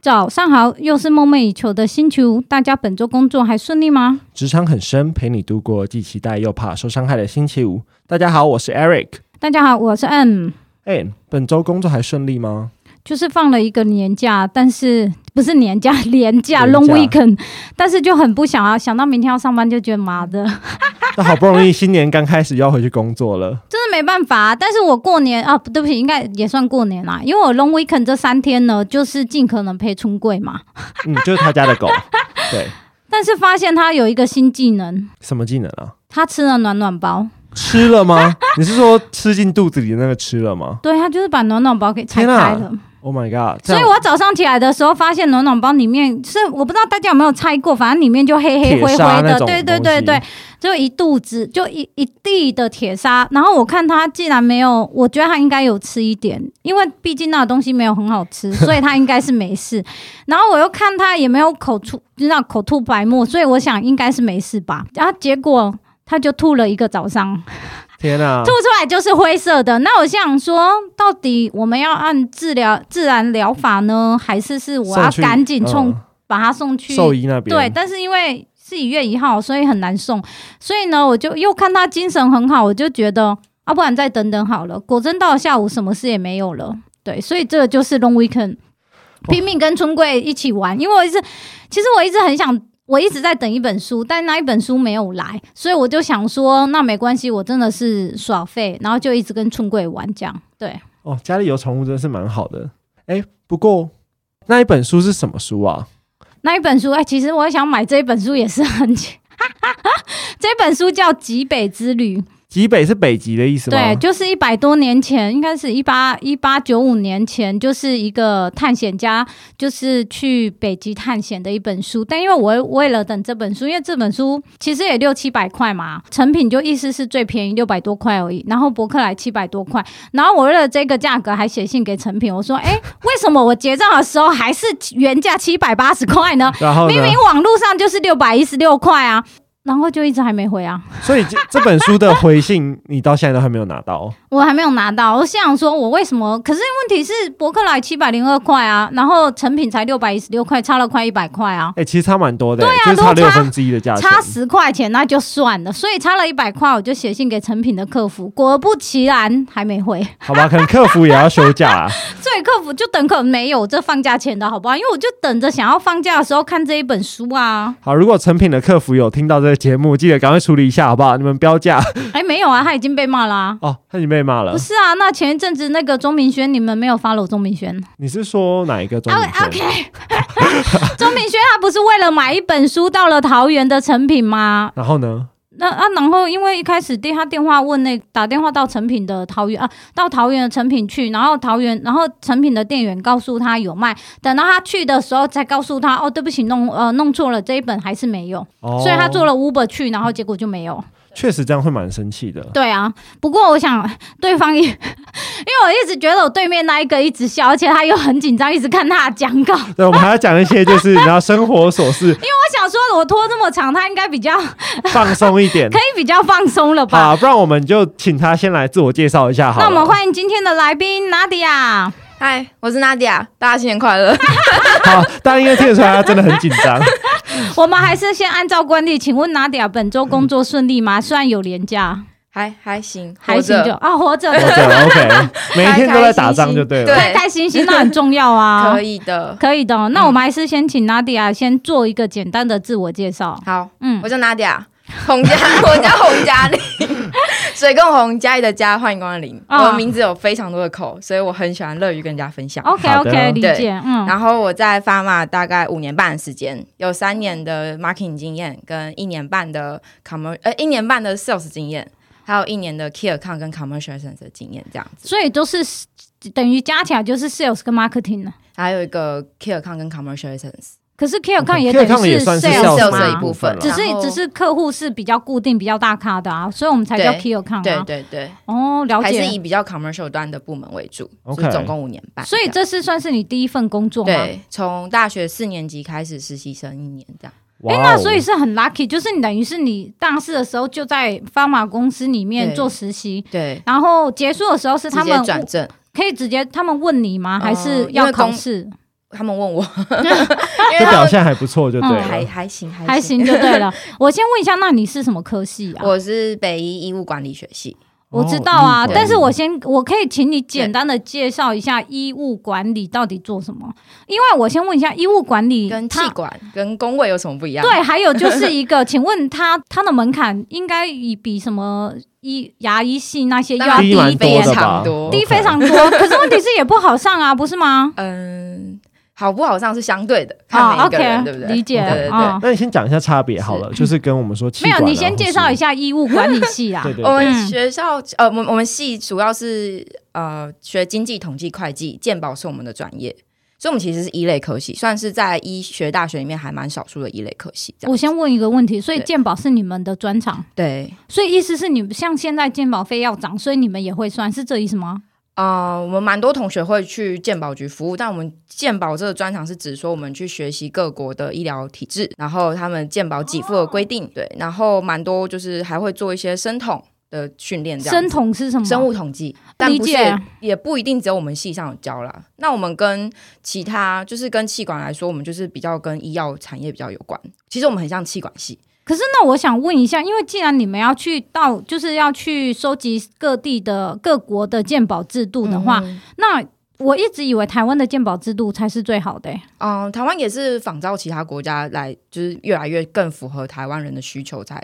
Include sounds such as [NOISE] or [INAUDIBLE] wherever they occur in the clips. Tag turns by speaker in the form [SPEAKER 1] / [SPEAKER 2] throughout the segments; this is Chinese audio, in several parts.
[SPEAKER 1] 早上好，又是梦寐以求的星期五，大家本周工作还顺利吗？
[SPEAKER 2] 职场很深，陪你度过既期待又怕受伤害的星期五。大家好，我是 Eric。
[SPEAKER 1] 大家好，我是 M，
[SPEAKER 2] 哎，本周工作还顺利吗？ [LAUGHS]
[SPEAKER 1] 就是放了一个年假，但是不是年假， [LAUGHS] 连假
[SPEAKER 2] 连假
[SPEAKER 1] long weekend，但是就很不想啊，想到明天要上班就觉得麻的，
[SPEAKER 2] 那好不容易新年刚开始又要回去工作了， [LAUGHS]
[SPEAKER 1] 真的没办法、啊。但是我过年啊，不对不起，应该也算过年啦，因为我 long weekend 这三天呢，就是尽可能陪春贵嘛。
[SPEAKER 2] 嗯，就是他家的狗。对，
[SPEAKER 1] 但是发现他有一个新技能，
[SPEAKER 2] 什么技能啊？
[SPEAKER 1] 他吃了暖暖包，
[SPEAKER 2] 吃了吗？ [LAUGHS] 你是说吃进肚子里的那个吃了吗
[SPEAKER 1] 对他就是把暖暖包给拆
[SPEAKER 2] 天啊
[SPEAKER 1] 开了。
[SPEAKER 2] ？Oh my god！这
[SPEAKER 1] 所以
[SPEAKER 2] 样
[SPEAKER 1] 我早上起来的时候，发现暖暖包里面是我不知道大家有没有拆过，反正里面就黑黑灰
[SPEAKER 2] 铁
[SPEAKER 1] 灰
[SPEAKER 2] 砂那
[SPEAKER 1] 的，
[SPEAKER 2] 种
[SPEAKER 1] 对对
[SPEAKER 2] 东
[SPEAKER 1] 对
[SPEAKER 2] 西
[SPEAKER 1] 对，就一肚子，就一一地的铁砂。然后我看他既然没有，我觉得他应该有吃一点，因为毕竟那个东西没有很好吃，所以他应该是没事。 [LAUGHS] 然后我又看他也没有口吐，就那口吐白沫，所以我想应该是没事吧。然后结果他就吐了一个早上。
[SPEAKER 2] 天啊
[SPEAKER 1] 吐！出来就是灰色的。那我想说，到底我们要按治疗自然疗法呢，还是是我要
[SPEAKER 2] 送去
[SPEAKER 1] 啊赶紧送、
[SPEAKER 2] 嗯
[SPEAKER 1] 把它送去？
[SPEAKER 2] 兽医那边。
[SPEAKER 1] 对，，但是因为是一月一号，所以很难送。所以呢，我就又看他精神很好，我就觉得啊，不然再等等好了。果真到了下午，什么事也没有了。对，所以这个就是 long weekend，拼命跟春贵一起玩，因为我一直，其实我一直很想。我一直在等一本书，但那一本书没有来，所以我就想说，那没关系，我真的是耍废，然后就一直跟春贵玩这样。对，
[SPEAKER 2] 哦，家里有宠物真的是蛮好的。哎，不过那一本书是什么书啊？
[SPEAKER 1] 那一本书，哎、其实我想买这一本书也是很，这本书叫《极北之旅》，
[SPEAKER 2] 极北是北极的意思吗？
[SPEAKER 1] 对，就是一百多年前，应该是一八一八九五年前，就是一个探险家，就是去北极探险的一本书。但因为我为了等这本书，因为这本书其实也六七百块嘛，成品就意思是最便宜六百多块而已，然后博客来七百多块，然后我为了这个价格还写信给成品，我说，哎、为什么我结账的时候还是原价七百八十块呢？
[SPEAKER 2] 然后呢
[SPEAKER 1] 明？明网络上就是六百一十六块啊，然后就一直还没回啊。
[SPEAKER 2] 所以这这本书的回信，你到现在都还没有拿
[SPEAKER 1] [LAUGHS]
[SPEAKER 2] 到。
[SPEAKER 1] 我还没有拿到，我想说，我为什么？可是问题是，博客来七百零二块啊，然后成品才六百一十六块，差了快一百块啊，
[SPEAKER 2] 哎、其实差蛮多的、
[SPEAKER 1] 啊
[SPEAKER 2] 就是差
[SPEAKER 1] 都
[SPEAKER 2] 六
[SPEAKER 1] 差
[SPEAKER 2] 分之一的价钱
[SPEAKER 1] 差。十块钱那就算了，所以差了一百块，我就写信给成品的客服，果不其然还没回，
[SPEAKER 2] [LAUGHS] 好吧，可能客服也要休
[SPEAKER 1] [LAUGHS]
[SPEAKER 2] 假啊。
[SPEAKER 1] 所以客服就等可能没有这放假前的好不好？因为我就等着想要放假的时候看这一本书啊，
[SPEAKER 2] 好，如果成品的客服有听到这个节目，记得赶快处理一下，好不好？你们标价
[SPEAKER 1] 哎，没有啊，他已经被骂啦、
[SPEAKER 2] 哦，他已经被骂了
[SPEAKER 1] 不。是啊，那前一阵子那个钟明轩，你们没有 follow 钟明轩？
[SPEAKER 2] 你是说哪一个中
[SPEAKER 1] 啊
[SPEAKER 2] 文圈？
[SPEAKER 1] OK，钟明轩他不是为了买一本书到了桃园的成品吗？
[SPEAKER 2] 然后呢？
[SPEAKER 1] 那啊，然后因为一开始电他电话问那打电话到成品的桃园啊，到桃园的成品去，然后桃园，然后成品的店员告诉他有卖，等到他去的时候再告诉他，哦，对不起，弄呃弄错了，这一本还是没有，
[SPEAKER 2] 哦，
[SPEAKER 1] 所以他做了 Uber 去，然后结果就没有。
[SPEAKER 2] 确实这样会蛮生气的。
[SPEAKER 1] 对啊，不过我想 [LAUGHS] 对方也，因为我一直觉得我对面那一个一直笑，而且他又很紧张，一直看他的讲稿，
[SPEAKER 2] 对，我们还要讲一些
[SPEAKER 1] [LAUGHS]
[SPEAKER 2] 就是你知道生活琐事，
[SPEAKER 1] 我想说，我拖这么长，他应该比较可
[SPEAKER 2] 放松一点。
[SPEAKER 1] 以比较放松了吧？
[SPEAKER 2] 好，不然我们就请他先来自我介绍一下好
[SPEAKER 1] 那我
[SPEAKER 2] 了。
[SPEAKER 1] 们欢迎今天的来宾娜迪亚。
[SPEAKER 3] 嗨，我是 Nadia，大家新年
[SPEAKER 1] [LAUGHS]
[SPEAKER 3] 快乐！
[SPEAKER 2] 好，大家应该听得出来，他真的很紧张。
[SPEAKER 1] 我们还是先按照惯例，请问娜迪亚本周工作顺利吗？虽然有年假，
[SPEAKER 3] 还还行，
[SPEAKER 1] 还行
[SPEAKER 3] 活
[SPEAKER 1] 就
[SPEAKER 3] 着
[SPEAKER 1] 啊，活着
[SPEAKER 2] 我
[SPEAKER 1] 的，
[SPEAKER 2] 对 OK，每一天都在打仗就对了。
[SPEAKER 3] 对
[SPEAKER 1] 开开心心，那很重要啊。
[SPEAKER 3] [LAUGHS] 可以的。
[SPEAKER 1] 可以的哦。那我们还是先请娜迪亚先做一个简单的自我介绍。
[SPEAKER 3] 好，
[SPEAKER 1] 嗯，
[SPEAKER 3] 我叫 Nadia，洪家， [LAUGHS] 我叫洪
[SPEAKER 1] [LAUGHS]
[SPEAKER 3] 嘉玲，水共洪嘉义的家，欢迎光临。
[SPEAKER 1] 啊
[SPEAKER 3] 我的名字有非常多的口，所以我很喜欢乐于跟人家分享。
[SPEAKER 1] OK
[SPEAKER 2] 好的
[SPEAKER 1] OK，理
[SPEAKER 3] 对
[SPEAKER 1] 解。嗯，
[SPEAKER 3] 然后我在 f a m a 大概五年半的时间，有三年的 marketing 经验，跟一年半的 commer 呃一年半的 sales 经验，还有一年的 key account 跟 commercial sense 的经验这样子，
[SPEAKER 1] 所以都是等于加起来就是 sales 跟 marketing 了。
[SPEAKER 3] 还有一个 key account 跟 commercial sense。
[SPEAKER 1] 可是 key account 也
[SPEAKER 2] Key
[SPEAKER 1] 等
[SPEAKER 2] account
[SPEAKER 1] 于
[SPEAKER 2] 也算是
[SPEAKER 1] sales
[SPEAKER 3] sales
[SPEAKER 1] 嘛
[SPEAKER 3] 的一部分
[SPEAKER 1] 只
[SPEAKER 3] 啦
[SPEAKER 1] 是
[SPEAKER 3] 然后
[SPEAKER 1] 只是客户是比较固定、比较大咖的啊，所以我们才叫
[SPEAKER 3] 对
[SPEAKER 1] key account 啊。
[SPEAKER 3] 对对对。
[SPEAKER 1] 哦，了
[SPEAKER 3] 还是
[SPEAKER 1] 解。
[SPEAKER 3] 以比较 commercial 端的部门为主
[SPEAKER 2] OK
[SPEAKER 3] 所以总共五年半样。
[SPEAKER 1] 所以这是算是你第一份工作吗？
[SPEAKER 3] 对，从大学四年级开始实习生一年这样。
[SPEAKER 1] 哎、
[SPEAKER 2] 哇
[SPEAKER 1] 那
[SPEAKER 2] 哦
[SPEAKER 1] 所以是很 lucky，就是你等于是你大四的时候就在发马公司里面
[SPEAKER 3] 对
[SPEAKER 1] 做实习，
[SPEAKER 3] 对，
[SPEAKER 1] 然后结束的时候是
[SPEAKER 3] 直
[SPEAKER 1] 他
[SPEAKER 3] 接
[SPEAKER 1] 们
[SPEAKER 3] 转正，
[SPEAKER 1] 可以直接他们问你吗？还
[SPEAKER 3] 呃因
[SPEAKER 1] 是
[SPEAKER 3] 为
[SPEAKER 1] 要考
[SPEAKER 3] 公
[SPEAKER 1] 试？
[SPEAKER 3] 他们问我，
[SPEAKER 1] [LAUGHS]
[SPEAKER 3] 因为
[SPEAKER 2] 就
[SPEAKER 3] 他
[SPEAKER 2] 表
[SPEAKER 3] 们
[SPEAKER 2] 现还不错，就对
[SPEAKER 1] 嗯
[SPEAKER 3] 还
[SPEAKER 2] 了。
[SPEAKER 3] 还行还
[SPEAKER 1] 还行就对
[SPEAKER 3] [LAUGHS]
[SPEAKER 1] 了。我先问一下，那你是什么科系啊？
[SPEAKER 3] 我是北医医务管理学系，
[SPEAKER 1] 我知道啊，
[SPEAKER 2] 哦
[SPEAKER 1] 但是我先，我可以请你简单的介绍一下医务管理到底做什么？因为我先问一下，医务管理
[SPEAKER 3] 跟气
[SPEAKER 1] 它
[SPEAKER 3] 管跟工位有什么不一样？
[SPEAKER 1] 对，还有就是一个， [LAUGHS] 请问它它的门槛应该以比什么医牙医系那些又要
[SPEAKER 3] 当然
[SPEAKER 2] 低
[SPEAKER 1] 低
[SPEAKER 2] 蛮多
[SPEAKER 3] 非
[SPEAKER 2] 的吧
[SPEAKER 3] 常多，
[SPEAKER 1] 嗯低
[SPEAKER 2] OK
[SPEAKER 1] 非常多，可是问题是也不好上啊，不是吗？
[SPEAKER 3] 嗯，好不好上是相对的，看
[SPEAKER 1] 啊
[SPEAKER 3] 每一个人、
[SPEAKER 1] ，OK，
[SPEAKER 3] 对不对？
[SPEAKER 1] 理解
[SPEAKER 3] 对对对。
[SPEAKER 1] 啊。
[SPEAKER 2] 那你先讲一下差别好了，就是跟我们说 [LAUGHS] 气
[SPEAKER 1] 没
[SPEAKER 2] 管啊
[SPEAKER 1] 有，你先介绍一
[SPEAKER 2] 下。
[SPEAKER 1] 下医务管理系啊。
[SPEAKER 2] [LAUGHS] 对对
[SPEAKER 3] 我
[SPEAKER 2] 对，
[SPEAKER 1] 嗯
[SPEAKER 3] 们学校呃，我们我们系主要是呃学经济、统计、会计，健保是我们的专业，所以我们其实是一类科系，算是在医学大学里面还蛮少数的一类科系。这样
[SPEAKER 1] 我先问一个问题，所以
[SPEAKER 3] 对
[SPEAKER 1] 鉴宝是你们的专长，
[SPEAKER 3] 对，
[SPEAKER 1] 所以意思是你们像现在鉴宝费要涨，所以你们也会算，是这意思吗？
[SPEAKER 3] 呃，我们蛮多同学会去健保局服务，但我们健保这个专长是指说我们去学习各国的医疗体制，然后他们健保给付的规定，对，然后蛮多就是还会做一些生统的训练，这样
[SPEAKER 1] 生
[SPEAKER 3] 子
[SPEAKER 1] 酮是什么？
[SPEAKER 3] 生物统计，但
[SPEAKER 1] 嗯理
[SPEAKER 3] 不是
[SPEAKER 1] 解啊
[SPEAKER 3] 也也不一定只有我们系上有教啦。那我们跟其他就是跟气管来说，我们就是比较跟医药产业比较有关。其实我们很像气管系，
[SPEAKER 1] 可是那我想问一下，因为既然你们要去到，就是要去收集各地的各国的鉴宝制度的话，
[SPEAKER 3] 嗯
[SPEAKER 1] 那我一直以为台湾的鉴宝制度才是最好的、欸
[SPEAKER 3] 嗯，台湾也是仿照其他国家来，就是越来越更符合台湾人的需求才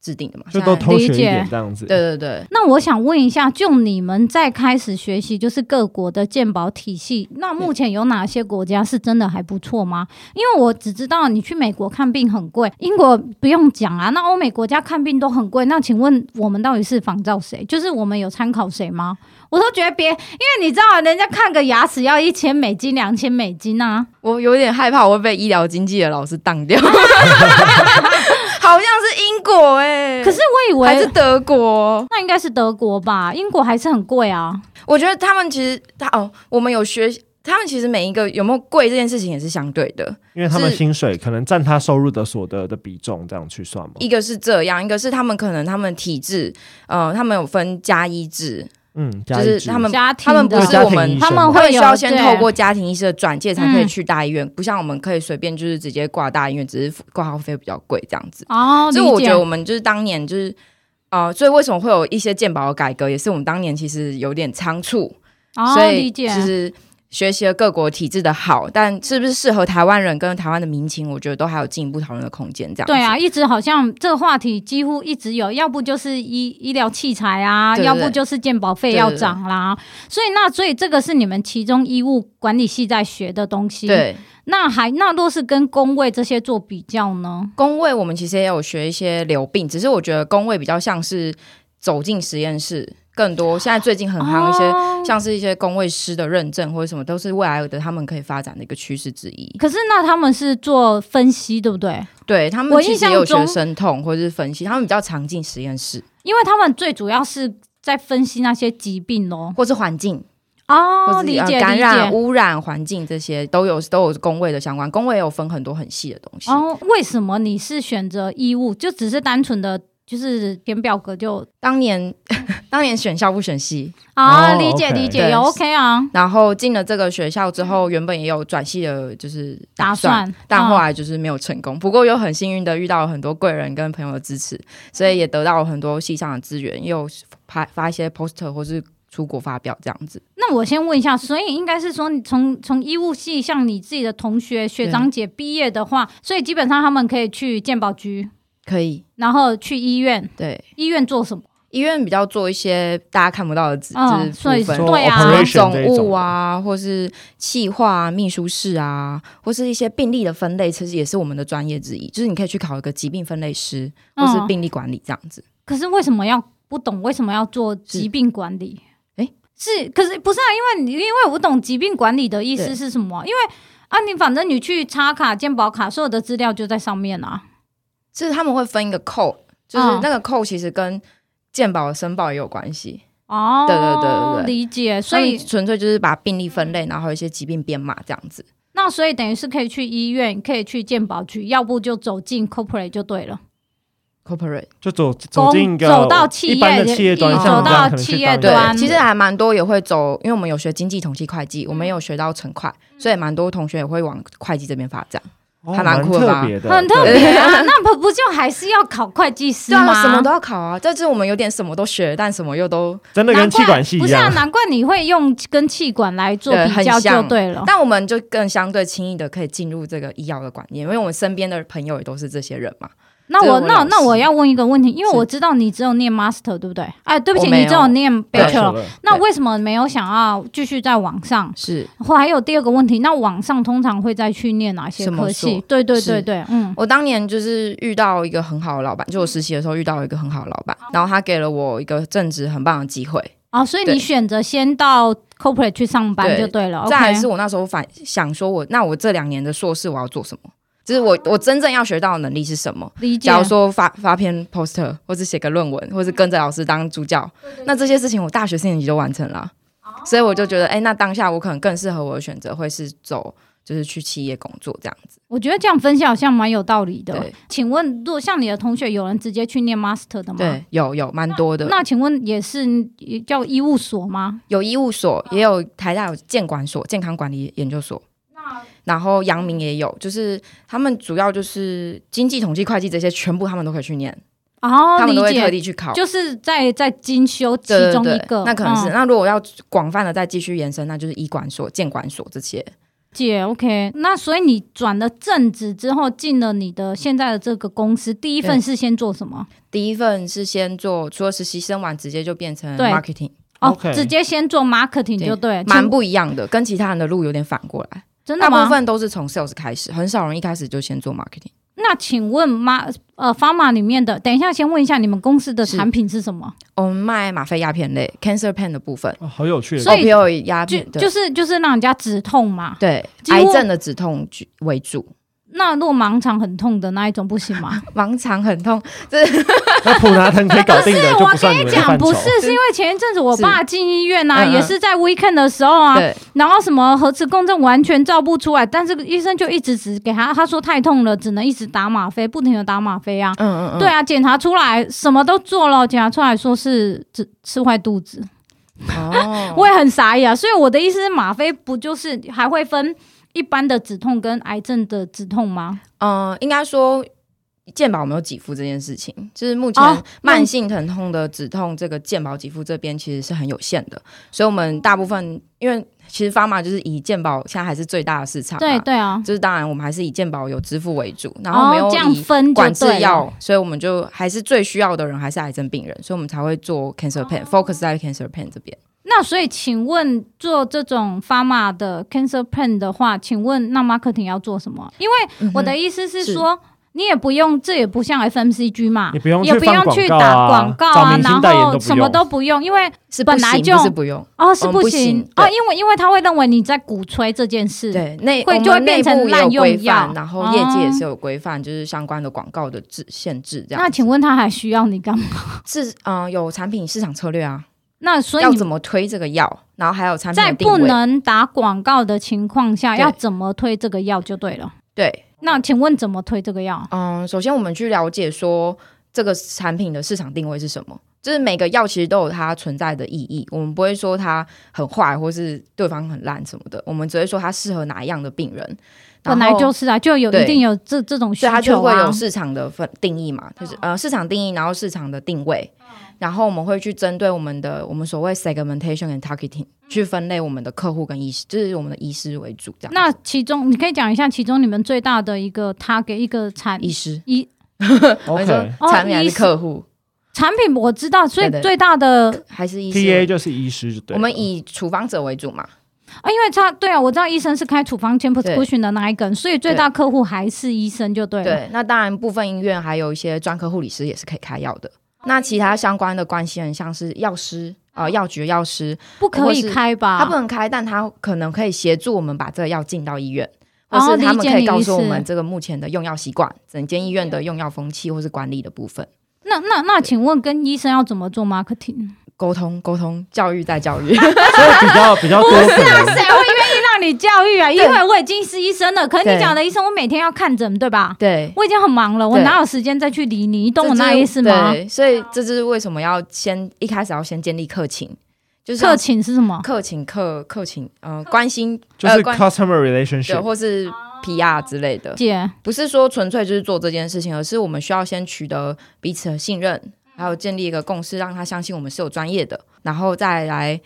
[SPEAKER 3] 制定的嘛。
[SPEAKER 2] 就都
[SPEAKER 3] 现在
[SPEAKER 2] 偷学一
[SPEAKER 1] 理
[SPEAKER 2] 点
[SPEAKER 1] 解
[SPEAKER 2] 这样子。
[SPEAKER 3] 对对对，
[SPEAKER 1] 那我想问一下，就你们在开始学习就是各国的鉴宝体系，那目前有哪些国家是真的还不错吗？因为我只知道你去美国看病很贵，英国不用讲啊，那欧美国家看病都很贵。那请问我们到底是仿照谁？就是我们有参考谁吗？我都觉得别，因为你知道人家看个牙齿要一千美金、两千美金啊，
[SPEAKER 3] 我有点害怕我会被医疗经济的老师
[SPEAKER 1] [LAUGHS]
[SPEAKER 3] 当掉，好像是英国哎、
[SPEAKER 1] 可是我以
[SPEAKER 3] 还是
[SPEAKER 1] 为。
[SPEAKER 3] 德国。
[SPEAKER 1] 那应该是德国吧，英国还是很贵啊。
[SPEAKER 3] 我觉得他们其实他哦，我们有学，他们其实每一个有没有贵这件事情也是相对的。
[SPEAKER 2] 因为他们
[SPEAKER 3] 是
[SPEAKER 2] 薪水可能占他收入的所得的比重，这样去算嘛。
[SPEAKER 3] 一个是这样，一个是他们可能他们体制，呃，他们有分加一制，
[SPEAKER 2] 嗯，
[SPEAKER 3] 就
[SPEAKER 2] 加一
[SPEAKER 3] 是
[SPEAKER 2] 至
[SPEAKER 3] 他们
[SPEAKER 1] 家庭
[SPEAKER 3] 他们
[SPEAKER 1] 的
[SPEAKER 3] 不
[SPEAKER 2] 就是家
[SPEAKER 3] 我
[SPEAKER 2] 庭
[SPEAKER 3] 们
[SPEAKER 2] 医
[SPEAKER 1] 他
[SPEAKER 2] 生啊
[SPEAKER 1] 们
[SPEAKER 2] 嘛
[SPEAKER 1] 会
[SPEAKER 3] 他们需要
[SPEAKER 1] 有
[SPEAKER 3] 先
[SPEAKER 1] 对
[SPEAKER 3] 透过家庭医师的转介才可以去大医院，不像我们可以随便就是直接挂大医院，只是挂号费比较贵这样子。
[SPEAKER 1] 哦，
[SPEAKER 3] 所以
[SPEAKER 1] 理
[SPEAKER 3] 我觉
[SPEAKER 1] 解
[SPEAKER 3] 得我们就是当年就是。呃，所以为什么会有一些健保的改革，也是我们当年其实有点仓促，
[SPEAKER 1] 哦
[SPEAKER 3] 所
[SPEAKER 1] 理
[SPEAKER 3] 以
[SPEAKER 1] 解
[SPEAKER 3] 其实学习了各国体制的好，但是不是适合台湾人跟台湾的民情，我觉得都还有进一步讨论的空间。这样子
[SPEAKER 1] 对啊，，一直好像这个话题几乎一直有，要不就是医医疗器材啊，
[SPEAKER 3] 对对
[SPEAKER 1] 要
[SPEAKER 3] 对
[SPEAKER 1] 不就是健保费要涨啦。所以那所以这个是你们其中医务管理系在学的东西。，
[SPEAKER 3] 对
[SPEAKER 1] 那还那若是跟工位这些做比较呢？
[SPEAKER 3] 工位我们其实也有学一些流病，只是我觉得工位比较像是走进实验室，更多现在最近很夯一些。
[SPEAKER 1] 哦
[SPEAKER 3] 像是一些工位师的认证或者什么，都是未来的他们可以发展的一个趋势之一。
[SPEAKER 1] 可是那他们是做分析，对不对？
[SPEAKER 3] 对他们
[SPEAKER 1] 我
[SPEAKER 3] 其
[SPEAKER 1] 印
[SPEAKER 3] 实
[SPEAKER 1] 象
[SPEAKER 3] 也有学
[SPEAKER 1] 中
[SPEAKER 3] 生痛或者是分析，他们比较常进实验室
[SPEAKER 1] 因为他们最主要是在分析那些疾病咯。
[SPEAKER 3] 或是环境，或
[SPEAKER 1] 哦，
[SPEAKER 3] 者
[SPEAKER 1] 理解
[SPEAKER 3] 感
[SPEAKER 1] 理
[SPEAKER 3] 染、
[SPEAKER 1] 解。
[SPEAKER 3] 污染、环境这些都有都有工位的相关，工位有分很多很细的东西。
[SPEAKER 1] 哦，为什么你是选择医务？就只是单纯的就是填表格就
[SPEAKER 3] 当年 [LAUGHS] 当年选校不选系，
[SPEAKER 1] 啊，
[SPEAKER 2] 哦
[SPEAKER 1] 理解
[SPEAKER 2] OK
[SPEAKER 1] 理解，
[SPEAKER 3] 对
[SPEAKER 1] 有 OK 啊，
[SPEAKER 3] 然后进了这个学校之后，原本也有转系的，就是
[SPEAKER 1] 打
[SPEAKER 3] 算。
[SPEAKER 1] 算，
[SPEAKER 3] 但后
[SPEAKER 1] 嗯
[SPEAKER 3] 来就是没有成功，不过又很幸运的遇到了很多贵人跟朋友的支持，所以也得到了很多系上的资源，又拍发一些 poster 或是出国发表这样子。
[SPEAKER 1] 那我先问一下，所以应该是说，你从从医务系像你自己的同学学长姐毕业的话，所以基本上他们可以去健保局，
[SPEAKER 3] 可以，
[SPEAKER 1] 然后去医院，
[SPEAKER 3] 对
[SPEAKER 1] 医院做什么？
[SPEAKER 3] 医院比较做一些大家看不到的资，
[SPEAKER 1] 嗯
[SPEAKER 3] 就是
[SPEAKER 1] 所以
[SPEAKER 3] 部分
[SPEAKER 1] 说对啊
[SPEAKER 3] 什么
[SPEAKER 2] operation 这
[SPEAKER 3] 总
[SPEAKER 2] 一种
[SPEAKER 3] 务啊，或是企划、啊、秘书室啊，或是一些病例的分类，其实也是我们的专业之一。就是你可以去考一个疾病分类师，或是
[SPEAKER 1] 嗯
[SPEAKER 3] 病例管理这样子。
[SPEAKER 1] 可是为什么要不懂为什么要做疾病管理？
[SPEAKER 3] 诶
[SPEAKER 1] 是，可是不是啊？因为你因为我懂疾病管理的意思
[SPEAKER 3] 对
[SPEAKER 1] 是什么？因为啊，你反正你去插卡、健保卡，所有的资料就在上面啊。
[SPEAKER 3] 就是他们会分一个扣，就是
[SPEAKER 1] 嗯
[SPEAKER 3] 那个扣其实跟健保的申报也有关系。
[SPEAKER 1] 哦，
[SPEAKER 3] 对对对对对
[SPEAKER 1] 理解。所以
[SPEAKER 3] 他们纯粹就是把病例分类，然后一些疾病编码这样子。
[SPEAKER 1] 那所以等于是可以去医院，可以去健保局，要不就走进 corporate 就对了。
[SPEAKER 3] corporate，
[SPEAKER 2] 就走走进一个
[SPEAKER 1] 走到企业
[SPEAKER 2] 一般的企业端，
[SPEAKER 3] 嗯
[SPEAKER 2] 像你
[SPEAKER 3] 走
[SPEAKER 2] 这样
[SPEAKER 1] 到
[SPEAKER 2] 可能去
[SPEAKER 1] 企业
[SPEAKER 2] 当
[SPEAKER 3] 对
[SPEAKER 1] 端，
[SPEAKER 3] 其实还蛮多也会走，因为我们有学经济、统计、会
[SPEAKER 1] 嗯
[SPEAKER 3] 计，我们也有学到成会，所以蛮多同学也会往会计这边发展。
[SPEAKER 2] 哦
[SPEAKER 3] 还蛮酷的吧
[SPEAKER 2] 特别的，
[SPEAKER 1] 很特别
[SPEAKER 3] [LAUGHS]
[SPEAKER 1] 啊。那不不就还是要考会计师
[SPEAKER 3] 对啊，
[SPEAKER 1] 吗？
[SPEAKER 3] 什么都要考啊，这次我们有点什么都学，但什么又都，
[SPEAKER 2] 真的
[SPEAKER 1] 难
[SPEAKER 2] 跟
[SPEAKER 1] 怪
[SPEAKER 2] 气管系一
[SPEAKER 1] 不是啊，
[SPEAKER 2] 样。
[SPEAKER 1] 难怪你会用跟气管来做
[SPEAKER 3] 对
[SPEAKER 1] 比
[SPEAKER 3] 很
[SPEAKER 1] 较就
[SPEAKER 3] 像
[SPEAKER 1] 对了。
[SPEAKER 3] 但我们就更相对轻易的可以进入这个医药的管念，因为我们身边的朋友也都是这些人嘛。
[SPEAKER 1] 那
[SPEAKER 3] 这
[SPEAKER 1] 我
[SPEAKER 3] 个我
[SPEAKER 1] 那
[SPEAKER 3] 老
[SPEAKER 1] 那我
[SPEAKER 3] 实
[SPEAKER 1] 要问一个问题，因为
[SPEAKER 3] 是
[SPEAKER 1] 我知道你只有念 master 对不对？哎，对不
[SPEAKER 3] 我
[SPEAKER 1] 起，
[SPEAKER 3] 没
[SPEAKER 1] 你只有
[SPEAKER 3] 有
[SPEAKER 1] 念
[SPEAKER 2] 对
[SPEAKER 1] bachelor，
[SPEAKER 2] 了
[SPEAKER 1] 那为什么没有想要继续在网上？
[SPEAKER 3] 是
[SPEAKER 1] 或还有第二个问题，那网上通常会再去念哪些
[SPEAKER 3] 什么
[SPEAKER 1] 科系
[SPEAKER 3] 所？
[SPEAKER 1] 对对对
[SPEAKER 3] 是
[SPEAKER 1] 对，嗯，
[SPEAKER 3] 我当年就是遇到一个很好的老板，就我实习的时候遇到一个很好的老
[SPEAKER 1] 哦
[SPEAKER 3] 板，然后他给了我一个正职很棒的机会。
[SPEAKER 1] 啊，所以
[SPEAKER 3] 对
[SPEAKER 1] 你选择先到 corporate 去上班
[SPEAKER 3] 对
[SPEAKER 1] 就对了。
[SPEAKER 3] 再来是
[SPEAKER 1] OK，
[SPEAKER 3] 我那时候反想说我，那我这两年的硕士我要做什么？就是我
[SPEAKER 1] 哦
[SPEAKER 3] 我真正要学到的能力是什么？
[SPEAKER 1] 理解
[SPEAKER 3] 假。如说发发篇 poster，或是写个论文，或是跟着老师当助
[SPEAKER 1] 嗯
[SPEAKER 3] 教，那这些事情我大学四年级就完成了啊，
[SPEAKER 1] 哦
[SPEAKER 3] 所以我就觉得，哎、那当下我可能更适合我的选择会是走，就是去企业工作这样子。
[SPEAKER 1] 我觉得这样分析好像蛮有道理的
[SPEAKER 3] 对。
[SPEAKER 1] 请问，如果像你的同学有人直接去念 master 的吗？
[SPEAKER 3] 对，有有蛮多的，
[SPEAKER 1] 那请问也是叫医务所吗？
[SPEAKER 3] 有医务所，
[SPEAKER 1] 嗯
[SPEAKER 3] 也有台大有健管所、健康管理研究所。然后阳明也有，就是他们主要就是经济、统计、会计这些，全部他们都可以去念，
[SPEAKER 1] 哦，
[SPEAKER 3] 他们
[SPEAKER 1] 理
[SPEAKER 3] 都会特
[SPEAKER 1] 解，
[SPEAKER 3] 地去考。
[SPEAKER 1] 就是在在精修其
[SPEAKER 3] 对对
[SPEAKER 1] 中
[SPEAKER 3] 对
[SPEAKER 1] 一个。
[SPEAKER 3] 那可能是、
[SPEAKER 1] 嗯
[SPEAKER 3] 那如果要广泛的再继续延伸，那就是医管所、健管所这些。
[SPEAKER 1] 姐，OK，那所以你转了正职之后，进了你的现在的这个公司，第一份
[SPEAKER 3] 对
[SPEAKER 1] 是先做什么？
[SPEAKER 3] 第一份是先做，除了实习生完，直接就变成
[SPEAKER 1] 对
[SPEAKER 3] marketing，
[SPEAKER 1] 哦
[SPEAKER 2] OK
[SPEAKER 1] 直接先做 marketing
[SPEAKER 3] 对
[SPEAKER 1] 就对，
[SPEAKER 3] 蛮
[SPEAKER 1] 请
[SPEAKER 3] 不一样的，跟其他人的路有点反过来。
[SPEAKER 1] 真的
[SPEAKER 3] 大部
[SPEAKER 1] 吗？
[SPEAKER 3] 分都是从 sales 开始，很少人一开始就先做 marketing。
[SPEAKER 1] 那请问妈呃 p h 里面的，等一下先问一下你们公司的
[SPEAKER 3] 是
[SPEAKER 1] 产品是什么？
[SPEAKER 3] 我们卖吗啡鸦片类 cancer pen 的部分
[SPEAKER 2] 哦好有趣的，
[SPEAKER 1] 所以
[SPEAKER 3] ，opioid 鸦
[SPEAKER 1] 就
[SPEAKER 3] 片，嗯对
[SPEAKER 1] 就是就是让人家止痛嘛。
[SPEAKER 3] 对
[SPEAKER 1] 几乎
[SPEAKER 3] 癌症的止痛居为主。
[SPEAKER 1] 那如果盲肠很痛的那一种不行吗？
[SPEAKER 3] [LAUGHS] 盲肠很痛，
[SPEAKER 2] 那普拿疼可以搞定
[SPEAKER 1] [LAUGHS]
[SPEAKER 2] 的就不算你们的
[SPEAKER 1] 讲
[SPEAKER 2] 范畴
[SPEAKER 1] 不。是，是因为前一阵子我
[SPEAKER 3] 是
[SPEAKER 1] 爸进医院啊，
[SPEAKER 3] 嗯嗯
[SPEAKER 1] 也是在 weekend 的时候啊，
[SPEAKER 3] 对
[SPEAKER 1] 然后什么核磁共振完全照不出来，但是医生就一直只给他，他说太痛了，只能一直打吗啡，不停的打吗啡啊。
[SPEAKER 3] 嗯嗯嗯，
[SPEAKER 1] 对啊，检查出来什么都做了，检查出来说是只吃坏肚子，
[SPEAKER 3] 哦
[SPEAKER 1] 我也很傻眼啊。所以我的意思是，吗啡不就是还会分一般的止痛跟癌症的止痛吗？
[SPEAKER 3] 嗯，应该说健保有没有给付这件事情，就是目前
[SPEAKER 1] 哦
[SPEAKER 3] 慢性疼痛的止痛，这个健保给付这边其实是很有限的，所以我们大部分因为其实发嘛，就是以健保现在还是最大的市场嘛，
[SPEAKER 1] 对对啊，
[SPEAKER 3] 就是当然我们还是以健保有支付为主，然后没
[SPEAKER 1] 哦这
[SPEAKER 3] 有
[SPEAKER 1] 样
[SPEAKER 3] 以
[SPEAKER 1] 分就
[SPEAKER 3] 管制
[SPEAKER 1] 对了。
[SPEAKER 3] 药，所以我们就还是最需要的人还是癌症病人，所以我们才会做 cancer
[SPEAKER 1] 哦
[SPEAKER 3] pain，focus、在 cancer pain 这边。
[SPEAKER 1] 那所以，请问做这种 pharma 的 cancer plan 的话，请问那 marketing 要做什么？因为我
[SPEAKER 3] 嗯
[SPEAKER 1] 的意思是
[SPEAKER 3] 是
[SPEAKER 1] 说，你也不用，这也不像 FMCG 嘛
[SPEAKER 2] 你，不用
[SPEAKER 1] 也不
[SPEAKER 2] 放
[SPEAKER 1] 用
[SPEAKER 2] 广
[SPEAKER 1] 去
[SPEAKER 2] 告
[SPEAKER 1] 打
[SPEAKER 2] 啊，
[SPEAKER 1] 广告
[SPEAKER 2] 找
[SPEAKER 1] 啊，
[SPEAKER 2] 明星代言
[SPEAKER 1] 然后
[SPEAKER 2] 都不
[SPEAKER 1] 什么
[SPEAKER 2] 用。
[SPEAKER 1] 都不用，因为
[SPEAKER 3] 是
[SPEAKER 1] 本
[SPEAKER 3] 不
[SPEAKER 1] 来
[SPEAKER 3] 行
[SPEAKER 1] 就
[SPEAKER 3] 不是不用，
[SPEAKER 1] 哦是
[SPEAKER 3] 嗯
[SPEAKER 1] 不
[SPEAKER 3] 不
[SPEAKER 1] 行
[SPEAKER 3] 行
[SPEAKER 1] 哦，
[SPEAKER 3] 对
[SPEAKER 1] 因为因为他会认为你在鼓吹这件事，
[SPEAKER 3] 对，内
[SPEAKER 1] 会
[SPEAKER 3] 我们
[SPEAKER 1] 就会变
[SPEAKER 3] 内部
[SPEAKER 1] 成
[SPEAKER 3] 也
[SPEAKER 1] 滥
[SPEAKER 3] 有
[SPEAKER 1] 用
[SPEAKER 3] 规
[SPEAKER 1] 药
[SPEAKER 3] 范，然后业界也
[SPEAKER 1] 哦
[SPEAKER 3] 是有规范，就是相关的广告的制限制这样子。
[SPEAKER 1] 那请问他还需要你干嘛？
[SPEAKER 3] 是嗯、呃有产品市场策略啊，
[SPEAKER 1] 那所以
[SPEAKER 3] 要
[SPEAKER 1] 你
[SPEAKER 3] 怎么推这个药，然后还有产品
[SPEAKER 1] 在
[SPEAKER 3] 的定
[SPEAKER 1] 不
[SPEAKER 3] 位。
[SPEAKER 1] 能打广告的情况下，
[SPEAKER 3] 对
[SPEAKER 1] 要怎么推这个药就对了。
[SPEAKER 3] 对，
[SPEAKER 1] 那请问怎么推这个药？
[SPEAKER 3] 嗯、首先我们去了解说这个产品的市场定位是什么。就是每个药其实都有它存在的意义，我们不会说它很坏或是对方很烂什么的，我们只会说它适合哪一样的病人。
[SPEAKER 1] 本
[SPEAKER 3] 然
[SPEAKER 1] 来
[SPEAKER 3] 后
[SPEAKER 1] 就是啊，就有
[SPEAKER 3] 对
[SPEAKER 1] 一定有这这种需
[SPEAKER 3] 所以它就
[SPEAKER 1] 求嗯
[SPEAKER 3] 会
[SPEAKER 1] 啊
[SPEAKER 3] 有。市场的分定义嘛，就是呃市场定义，然后市场的定位，
[SPEAKER 1] 嗯
[SPEAKER 3] 然后我们会去针对我们的我们所谓 segmentation and targeting
[SPEAKER 1] 嗯
[SPEAKER 3] 去分类我们的客户跟医师，就是我们的医师为主这样。
[SPEAKER 1] 那其中你可以讲一下，其中你们最大的一个他给一个产
[SPEAKER 3] 医师
[SPEAKER 1] 医
[SPEAKER 2] OK
[SPEAKER 1] 哦
[SPEAKER 3] 产品还
[SPEAKER 1] 医
[SPEAKER 3] 是
[SPEAKER 1] 师
[SPEAKER 3] 客户
[SPEAKER 1] 产品我知道，所以
[SPEAKER 3] 对对
[SPEAKER 1] 最大的
[SPEAKER 3] 还是医师
[SPEAKER 2] TA 就是医师，就对了。
[SPEAKER 3] 我们以处方者为主嘛，
[SPEAKER 1] 啊，因为他对啊，我知道医生是开处方签 prescription 的那一个人，所以最大客户还是医生就对了。
[SPEAKER 3] 对，那当然部分医院还有一些专科护理师也是可以开药的。那其他相关的关系人，像是药师呃药局的药师，
[SPEAKER 1] 不可以开吧？
[SPEAKER 3] 他不能开，但他可能可以协助我们把这个药进到医院，或
[SPEAKER 1] 哦
[SPEAKER 3] 是他们可
[SPEAKER 1] 理解
[SPEAKER 3] 以告
[SPEAKER 1] 你
[SPEAKER 3] 诉
[SPEAKER 1] 意
[SPEAKER 3] 我
[SPEAKER 1] 思
[SPEAKER 3] 们这个目前的用药习惯、整间医院的用药风气或是管理的部分。
[SPEAKER 1] 那那那，请问跟医生要怎么做 marketing？ [LAUGHS]
[SPEAKER 3] 沟通、沟通、教育再教育，
[SPEAKER 2] 所以比较比较多可能
[SPEAKER 1] 啊谁会愿意让理教育啊，因
[SPEAKER 3] 对
[SPEAKER 1] 为我已经是医生了。可是
[SPEAKER 3] 对
[SPEAKER 1] 你讲的医生，我每天要看诊，对吧？
[SPEAKER 3] 对，
[SPEAKER 1] 我已经很忙了，我
[SPEAKER 3] 对
[SPEAKER 1] 哪有时间再去理你？你懂我
[SPEAKER 3] 这
[SPEAKER 1] 那
[SPEAKER 3] 就
[SPEAKER 1] 意思吗？
[SPEAKER 3] 对，所以这就是为什么要先一开始要先建立客情，就是
[SPEAKER 1] 客情是什么？
[SPEAKER 3] 客情客客情，呃，关心
[SPEAKER 2] 就
[SPEAKER 3] 呃
[SPEAKER 2] 是
[SPEAKER 3] 关
[SPEAKER 2] customer
[SPEAKER 3] 对，
[SPEAKER 2] relationship，
[SPEAKER 3] 或是
[SPEAKER 1] 哦
[SPEAKER 3] PR 之类的，
[SPEAKER 1] 姐，
[SPEAKER 3] 不是说纯粹就是做这件事情，而是我们需要先取得彼此的信任，还有建立一个共识，让他相信我们是有专业的，然后再来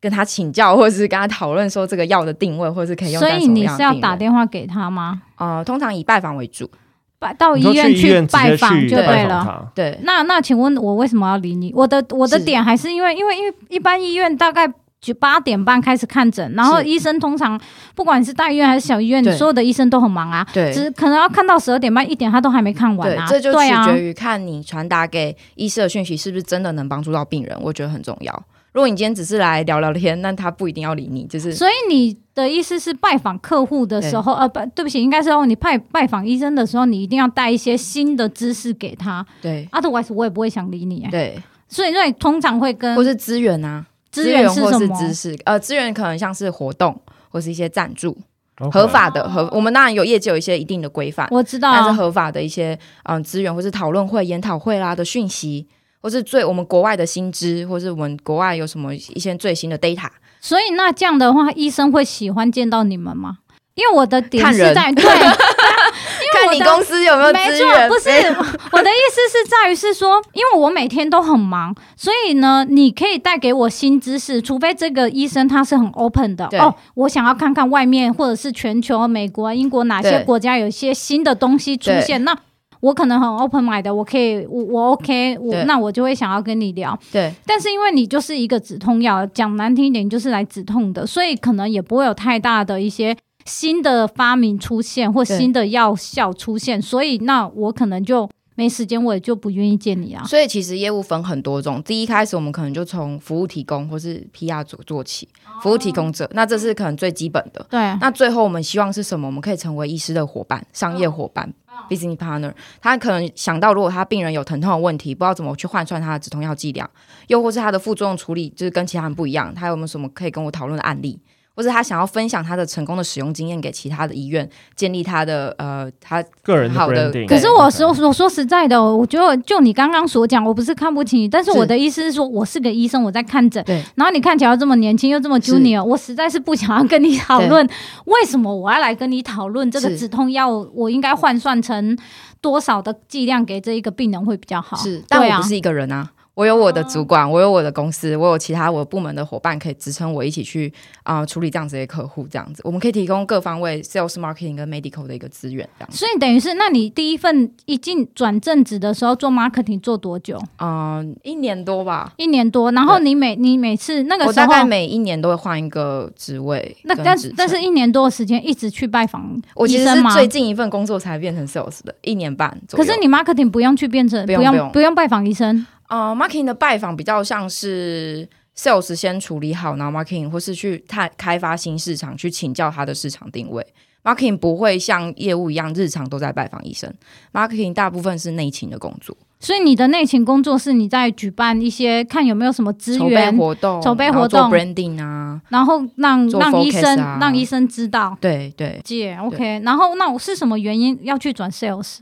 [SPEAKER 3] 跟他请教，或者是跟他讨论说这个药的定位，或是可以用
[SPEAKER 1] 所
[SPEAKER 3] 在
[SPEAKER 1] 以
[SPEAKER 3] 什么
[SPEAKER 1] 你
[SPEAKER 3] 样
[SPEAKER 1] 是
[SPEAKER 3] 的
[SPEAKER 1] 要
[SPEAKER 3] 病
[SPEAKER 1] 打
[SPEAKER 3] 人。
[SPEAKER 1] 电话给他吗？
[SPEAKER 3] 呃，通常以拜访为主，
[SPEAKER 1] 拜到
[SPEAKER 2] 你
[SPEAKER 1] 医
[SPEAKER 2] 说去
[SPEAKER 1] 去
[SPEAKER 2] 院直
[SPEAKER 1] 拜
[SPEAKER 2] 接
[SPEAKER 1] 访
[SPEAKER 2] 去
[SPEAKER 1] 就
[SPEAKER 2] 拜
[SPEAKER 1] 对
[SPEAKER 2] 访
[SPEAKER 1] 了。
[SPEAKER 2] 他。
[SPEAKER 3] 对
[SPEAKER 1] 那那，请问我为什么要理你？我的我的
[SPEAKER 3] 是
[SPEAKER 1] 点还是因为因为因为一般医院大概九八点半开始看诊，然后
[SPEAKER 3] 是
[SPEAKER 1] 医生通常不管你是大医院还是小医院，
[SPEAKER 3] 对
[SPEAKER 1] 所有的医生都很忙啊，
[SPEAKER 3] 对
[SPEAKER 1] 只可能要看到十二点半一点，他都还没看完
[SPEAKER 3] 对
[SPEAKER 1] 啊。，
[SPEAKER 3] 这就
[SPEAKER 1] 对
[SPEAKER 3] 取
[SPEAKER 1] 啊
[SPEAKER 3] 决，于看你传达给医师的讯息是不是真的能帮助到病人，我觉得很重要。如果你今天只是来聊聊天，那他不一定要理你，就是
[SPEAKER 1] 所以你的意思是拜访客户的时候，呃，不，对不起，应该是哦，你拜拜访医生的时候，你一定要带一些新的知识给他
[SPEAKER 3] 对
[SPEAKER 1] ，otherwise 我也不会想理你、欸。
[SPEAKER 3] 对，
[SPEAKER 1] 所以，所以通常会跟
[SPEAKER 3] 或是资源啊，
[SPEAKER 1] 资源是
[SPEAKER 3] 或
[SPEAKER 1] 什
[SPEAKER 3] 是
[SPEAKER 1] 么？
[SPEAKER 3] 知识，呃，资源可能像是活动或是一些赞助，
[SPEAKER 2] OK
[SPEAKER 3] 合法的合，我们当然有业界有一些一定的规范，
[SPEAKER 1] 我知道
[SPEAKER 3] 但是
[SPEAKER 1] 啊，
[SPEAKER 3] 合法的一些嗯资源或是讨论会、研讨会啦的讯息。或是最我们国外的新知，或是我们国外有什么一些最新的 data，
[SPEAKER 1] 所以那这样的话，医生会喜欢见到你们吗？因为我的点
[SPEAKER 3] 看
[SPEAKER 1] 是
[SPEAKER 3] 人
[SPEAKER 1] 在对，因为
[SPEAKER 3] 看
[SPEAKER 1] 我
[SPEAKER 3] 你
[SPEAKER 1] 的
[SPEAKER 3] 公司有没有
[SPEAKER 1] 没
[SPEAKER 3] 资
[SPEAKER 1] 错
[SPEAKER 3] 源。，
[SPEAKER 1] 不是
[SPEAKER 3] 没有
[SPEAKER 1] 我的意思是在于是说，因为我每天都很忙，所以呢，你可以带给我新知识，除非这个医生他是很 open 的
[SPEAKER 3] 对
[SPEAKER 1] 哦，我想要看看外面或者是全球、美国、英国哪些
[SPEAKER 3] 对
[SPEAKER 1] 国家有一些新的东西出现，那我可能很 open 买的，我可以，我我 OK，我
[SPEAKER 3] 对
[SPEAKER 1] 那我就会想要跟你聊。
[SPEAKER 3] 对，
[SPEAKER 1] 但是因为你就是一个止痛药，讲难听一点，你就是来止痛的，所以可能也不会有太大的一些新的发明出现或
[SPEAKER 3] 对
[SPEAKER 1] 新的药效出现，所以那我可能就没时间，我也就不愿意见你啊。
[SPEAKER 3] 所以其实业务分很多种，第一开始我们可能就从服务提供或是 PR 组做起，
[SPEAKER 1] 哦
[SPEAKER 3] 服务提供者，那这是可能最基本的。
[SPEAKER 1] 对，
[SPEAKER 3] 那最后我们希望是什么？我们可以成为医师的伙伴、商业伙伴、business partner。他可能想到，如果他病人有疼痛的问题，不知道怎么去换算他的止痛药剂量，又或是他的副作用处理就是跟其他人不一样，他有没有什么可以跟我讨论的案例？或是他想要分享他的成功的使用经验给其他的医院，建立他的呃，他
[SPEAKER 2] 个人的
[SPEAKER 3] 好的
[SPEAKER 2] branding。
[SPEAKER 1] 可是我说
[SPEAKER 2] OK
[SPEAKER 1] 我说实在的哦，我觉得就你刚刚所讲，我不是看不起你，但是
[SPEAKER 3] 是
[SPEAKER 1] 我的意思是说，我是个医生，我在看诊，
[SPEAKER 3] 对
[SPEAKER 1] 然后你看起来又这么年轻又这么
[SPEAKER 3] 是
[SPEAKER 1] junior，我实在是不想要跟你讨论为什么我要来跟你讨论这个止痛药，我应该换算成多少的剂量给这一个病人会比较好？
[SPEAKER 3] 是，但
[SPEAKER 1] 对
[SPEAKER 3] 我
[SPEAKER 1] 啊哦
[SPEAKER 3] 不，是一个人啊，我有我的主管，我有我的公司，我有其他我部门的伙伴可以支撑我一起去啊、处理这样子的客户，这样子，我们可以提供各方位 sales、marketing 跟 medical 的一个资源，这样子。
[SPEAKER 1] 所以等于是，那你第一份一进转正职的时候做 marketing 做多久？
[SPEAKER 3] 嗯，一年多吧，
[SPEAKER 1] 一年多，然后
[SPEAKER 3] 对
[SPEAKER 1] 你每你每次那个
[SPEAKER 3] 我
[SPEAKER 1] 时
[SPEAKER 3] 大
[SPEAKER 1] 候
[SPEAKER 3] 概。每一年都会换一个职位
[SPEAKER 1] 那
[SPEAKER 3] 跟职称。
[SPEAKER 1] 但是但是一年多的时间一直去拜访
[SPEAKER 3] 我
[SPEAKER 1] 医
[SPEAKER 3] 其实
[SPEAKER 1] 生
[SPEAKER 3] 是
[SPEAKER 1] 吗？
[SPEAKER 3] 最近一份工作才变成 sales 的，一年半左
[SPEAKER 1] 可
[SPEAKER 3] 右。
[SPEAKER 1] 是你 marketing 不用去变成
[SPEAKER 3] 不用不
[SPEAKER 1] 用
[SPEAKER 3] 用
[SPEAKER 1] 不用拜访医生，
[SPEAKER 3] 呃，marketing 的拜访比较像是 sales 先处理好，然后 marketing 或是去探开发新市场，去请教他的市场定位。marketing 不会像业务一样日常都在拜访医生，marketing 大部分是内勤的工作，
[SPEAKER 1] 所以你的内勤工作是你在举办一些看有没有什么资
[SPEAKER 3] 筹备
[SPEAKER 1] 源，
[SPEAKER 3] 活动，
[SPEAKER 1] 筹备
[SPEAKER 3] 然后
[SPEAKER 1] 活动
[SPEAKER 3] 做 branding 啊，
[SPEAKER 1] 然后让
[SPEAKER 3] 做
[SPEAKER 1] 让医
[SPEAKER 3] focus
[SPEAKER 1] 生、
[SPEAKER 3] 啊
[SPEAKER 1] 让医生知道。
[SPEAKER 3] 对对。
[SPEAKER 1] 姐，OK，然后那我是什么原因要去转 sales？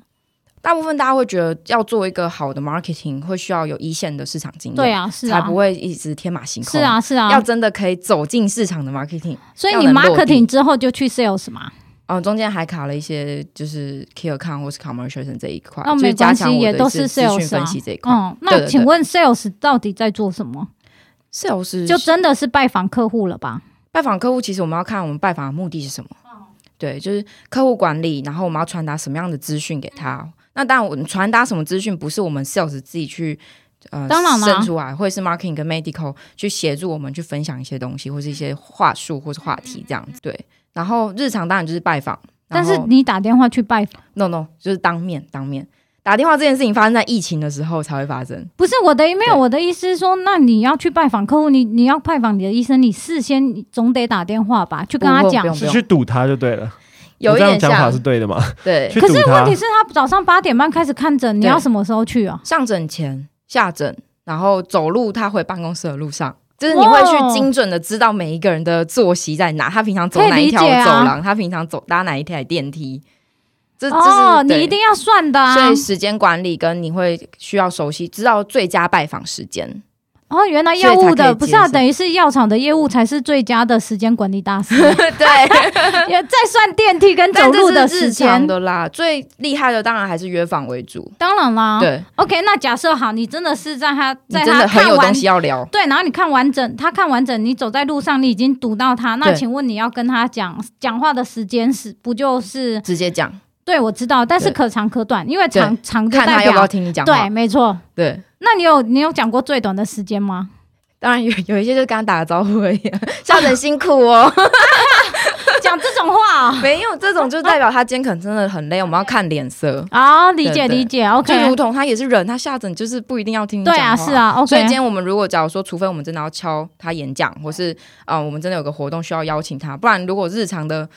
[SPEAKER 3] 大部分大家会觉得要做一个好的 marketing，会需要有一线的市场经验，
[SPEAKER 1] 对啊，是
[SPEAKER 3] 才
[SPEAKER 1] 啊
[SPEAKER 3] 不，会一直天马行空。
[SPEAKER 1] 是，啊，是
[SPEAKER 3] 要
[SPEAKER 1] 啊，
[SPEAKER 3] 真的可以走进市场的 marketing，
[SPEAKER 1] 所以
[SPEAKER 3] 要
[SPEAKER 1] 你
[SPEAKER 3] 能落地
[SPEAKER 1] marketing 之后就去 sales 嘛？
[SPEAKER 3] 嗯，中间还卡了一些就是 key account 或是 commercial 这一块，
[SPEAKER 1] 那
[SPEAKER 3] 就
[SPEAKER 1] 哦没
[SPEAKER 3] 是加
[SPEAKER 1] 关系
[SPEAKER 3] 强，我
[SPEAKER 1] 也
[SPEAKER 3] 的
[SPEAKER 1] 都
[SPEAKER 3] 是
[SPEAKER 1] 是
[SPEAKER 3] 资讯
[SPEAKER 1] sales
[SPEAKER 3] 分
[SPEAKER 1] 啊
[SPEAKER 3] 析这一。块。
[SPEAKER 1] 嗯，
[SPEAKER 3] 对
[SPEAKER 1] 那
[SPEAKER 3] 对
[SPEAKER 1] 请
[SPEAKER 3] 对
[SPEAKER 1] 问 sales 到底在做什么？
[SPEAKER 3] sales
[SPEAKER 1] 就真的是拜访客户了吧？
[SPEAKER 3] 拜访客户，其实我们要看我们拜访的目的是什么。
[SPEAKER 1] 嗯
[SPEAKER 3] 对，就是客户管理，然后我们要传达什么样的资讯给他。
[SPEAKER 1] 嗯
[SPEAKER 3] 那当然，我们传达什么资讯不是我们 sales 自己去呃
[SPEAKER 1] 当然啦
[SPEAKER 3] 生出来，会是 marketing 跟 medical 去协助我们去分享一些东西，或是一些话术或是话
[SPEAKER 1] 嗯
[SPEAKER 3] 题这样子。对，然后日常当然就是拜访，然
[SPEAKER 1] 但是
[SPEAKER 3] 后
[SPEAKER 1] 你打电话去拜访，
[SPEAKER 3] no no 就是当面当面打电话这件事情发生在疫情的时候才会发生。
[SPEAKER 1] 不是我的，没有
[SPEAKER 3] 对
[SPEAKER 1] 我的意思是说，那你要去拜访客户，你你要拜访你的医生，你事先你总得打电话吧，去跟他
[SPEAKER 3] 不
[SPEAKER 1] 讲啊
[SPEAKER 3] 不。用不
[SPEAKER 2] 是
[SPEAKER 3] 用，
[SPEAKER 2] 去堵他就对了，
[SPEAKER 3] 有
[SPEAKER 2] 我哦
[SPEAKER 3] 一
[SPEAKER 2] 这样
[SPEAKER 3] 点
[SPEAKER 2] 讲法是
[SPEAKER 3] 像
[SPEAKER 2] 对的嘛？
[SPEAKER 3] 对
[SPEAKER 2] 去
[SPEAKER 1] 可
[SPEAKER 2] 堵
[SPEAKER 1] 是
[SPEAKER 2] 他
[SPEAKER 1] 问题是他早上八点半开始看诊，你
[SPEAKER 3] 对
[SPEAKER 1] 要什么时候去啊？
[SPEAKER 3] 上诊前下诊，然后走路他回办公室的路上，就是你会
[SPEAKER 1] 哇哦
[SPEAKER 3] 去精准的知道每一个人的作息在哪，他平常走
[SPEAKER 1] 可以
[SPEAKER 3] 哪一
[SPEAKER 1] 理
[SPEAKER 3] 条
[SPEAKER 1] 解啊
[SPEAKER 3] 走廊，他平常走搭哪一台电梯，这这是、
[SPEAKER 1] 哦，
[SPEAKER 3] 对
[SPEAKER 1] 你一定要算的啊
[SPEAKER 3] 所！以时间管理跟你会需要熟悉，知道最佳拜访时
[SPEAKER 1] [LAUGHS]
[SPEAKER 3] 间。
[SPEAKER 1] 哦，原来
[SPEAKER 3] 所
[SPEAKER 1] 药
[SPEAKER 3] 以
[SPEAKER 1] 物
[SPEAKER 3] 才可
[SPEAKER 1] 的
[SPEAKER 3] 以
[SPEAKER 1] 不是啊，
[SPEAKER 3] 接受
[SPEAKER 1] 等于是药厂的业务才是最佳的时间管理大
[SPEAKER 3] [LAUGHS]
[SPEAKER 1] 师，
[SPEAKER 3] 对，
[SPEAKER 1] 也在算电梯跟走
[SPEAKER 3] 但
[SPEAKER 1] 路
[SPEAKER 3] 这
[SPEAKER 1] 的
[SPEAKER 3] 是
[SPEAKER 1] 时
[SPEAKER 3] 日常
[SPEAKER 1] 间。
[SPEAKER 3] 的啦。最厉害的当然还是约访为主。
[SPEAKER 1] 当然啦，
[SPEAKER 3] 对，
[SPEAKER 1] OK，那假设好，你真的是在他，
[SPEAKER 3] 你
[SPEAKER 1] 哦在
[SPEAKER 3] 真
[SPEAKER 1] 他
[SPEAKER 3] 的很
[SPEAKER 1] 看
[SPEAKER 3] 有
[SPEAKER 1] 完
[SPEAKER 3] 东西要啊聊。
[SPEAKER 1] 对，然后你看完整，他看完整，你走在路上，你已经读到他，那
[SPEAKER 3] 对
[SPEAKER 1] 请问你要跟他讲讲话的时间是不就是？
[SPEAKER 3] 直接讲，
[SPEAKER 1] 对，我知道，但是
[SPEAKER 3] 对
[SPEAKER 1] 可长可短，因为长长就
[SPEAKER 3] 看
[SPEAKER 1] 代
[SPEAKER 3] 他要不要
[SPEAKER 1] 表
[SPEAKER 3] 听你讲
[SPEAKER 1] 对，
[SPEAKER 3] 话。
[SPEAKER 1] 没错。
[SPEAKER 3] 对，
[SPEAKER 1] 那你有你有讲过最短的时间
[SPEAKER 3] [LAUGHS]
[SPEAKER 1] 吗？
[SPEAKER 3] 当然有有一些就是跟他打个招呼而已
[SPEAKER 1] [LAUGHS]
[SPEAKER 3] 啊，笑得很辛苦哦。
[SPEAKER 1] 讲这种话啊、
[SPEAKER 3] [LAUGHS] 没有这种就代表他今天可能真的很累，我们要看脸色。
[SPEAKER 1] 啊理解
[SPEAKER 3] 对对
[SPEAKER 1] 理解
[SPEAKER 3] 就
[SPEAKER 1] ，OK，
[SPEAKER 3] 如同他也是人，他下诊就是不一定要听你
[SPEAKER 1] 对
[SPEAKER 3] 讲
[SPEAKER 1] 啊，
[SPEAKER 3] 话。
[SPEAKER 1] 是。啊，OK，
[SPEAKER 3] 所以今天我们如果假如说，除非我们真的要敲他演讲，或是啊、呃我们真的有个活动需要邀请他，不然如果日常的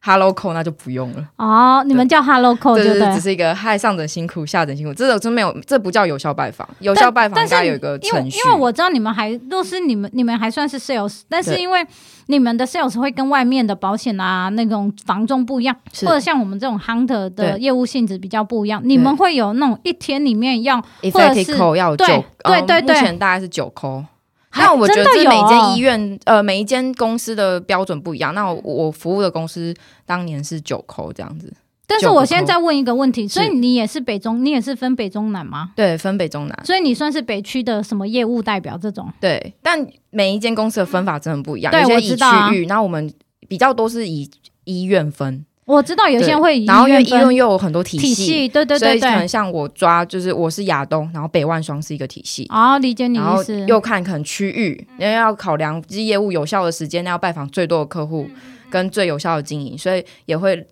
[SPEAKER 3] hello call 那就不用了。
[SPEAKER 1] 哦，你们叫 Hello Call
[SPEAKER 3] 对
[SPEAKER 1] 就
[SPEAKER 3] 对
[SPEAKER 1] 对
[SPEAKER 3] 对，只是一个嗨上诊辛苦，下诊辛苦，这种真没有，这不叫有效拜访，有效拜访
[SPEAKER 1] 但
[SPEAKER 3] 应
[SPEAKER 1] 是
[SPEAKER 3] 该有一个
[SPEAKER 1] 因为
[SPEAKER 3] 程序。
[SPEAKER 1] 因为我知道你们还，若是你们你们还算是 sales，但是
[SPEAKER 3] 对
[SPEAKER 1] 因为你们的 sales 会跟外面的保险啊那种房仲不一样，
[SPEAKER 3] 是
[SPEAKER 1] 或者像我们这种 hunter 的
[SPEAKER 3] 对
[SPEAKER 1] 业务性质比较不一样，你们会有那种一天里面要
[SPEAKER 3] e
[SPEAKER 1] 或者
[SPEAKER 3] f f
[SPEAKER 1] 是
[SPEAKER 3] e c t call 要有
[SPEAKER 1] 对
[SPEAKER 3] 九，
[SPEAKER 1] 对
[SPEAKER 3] 呃
[SPEAKER 1] 对对
[SPEAKER 3] 目前大概是九 call。
[SPEAKER 1] 还
[SPEAKER 3] 那我觉得
[SPEAKER 1] 真的
[SPEAKER 3] 这
[SPEAKER 1] 有
[SPEAKER 3] 每一
[SPEAKER 1] 哦
[SPEAKER 3] 间医院，呃，每一间公司的标准不一样。那我我服务的公司当年是九扣这样子，
[SPEAKER 1] 但是
[SPEAKER 3] 九个
[SPEAKER 1] 我现在
[SPEAKER 3] call
[SPEAKER 1] 再问一个问题，所以
[SPEAKER 3] 是
[SPEAKER 1] 你也是北中，你也是分北中南吗？
[SPEAKER 3] 对，分北中南，
[SPEAKER 1] 所以你算是北区的什么业务代表这种？
[SPEAKER 3] 对。但每一间公司的分法真的不一样，
[SPEAKER 1] 对
[SPEAKER 3] 有
[SPEAKER 1] 我
[SPEAKER 3] 些
[SPEAKER 1] 知
[SPEAKER 3] 以
[SPEAKER 1] 道啊
[SPEAKER 3] 区域，那我们比较多是以医院分，
[SPEAKER 1] 我知道有些人会以
[SPEAKER 3] 然后因为医院
[SPEAKER 1] 分
[SPEAKER 3] 又有很多体
[SPEAKER 1] 体
[SPEAKER 3] 系，
[SPEAKER 1] 系，对对
[SPEAKER 3] 所
[SPEAKER 1] 对
[SPEAKER 3] 以可能
[SPEAKER 1] 对，
[SPEAKER 3] 像我抓就是我是亚东，然后北万双是一个体系，
[SPEAKER 1] 哦，理解你
[SPEAKER 3] 然后
[SPEAKER 1] 意思，
[SPEAKER 3] 又看可能区域，因为要考量就是业务有效的时间，那要拜访最多的客
[SPEAKER 1] 嗯
[SPEAKER 3] 户跟最有效的经营，所以也会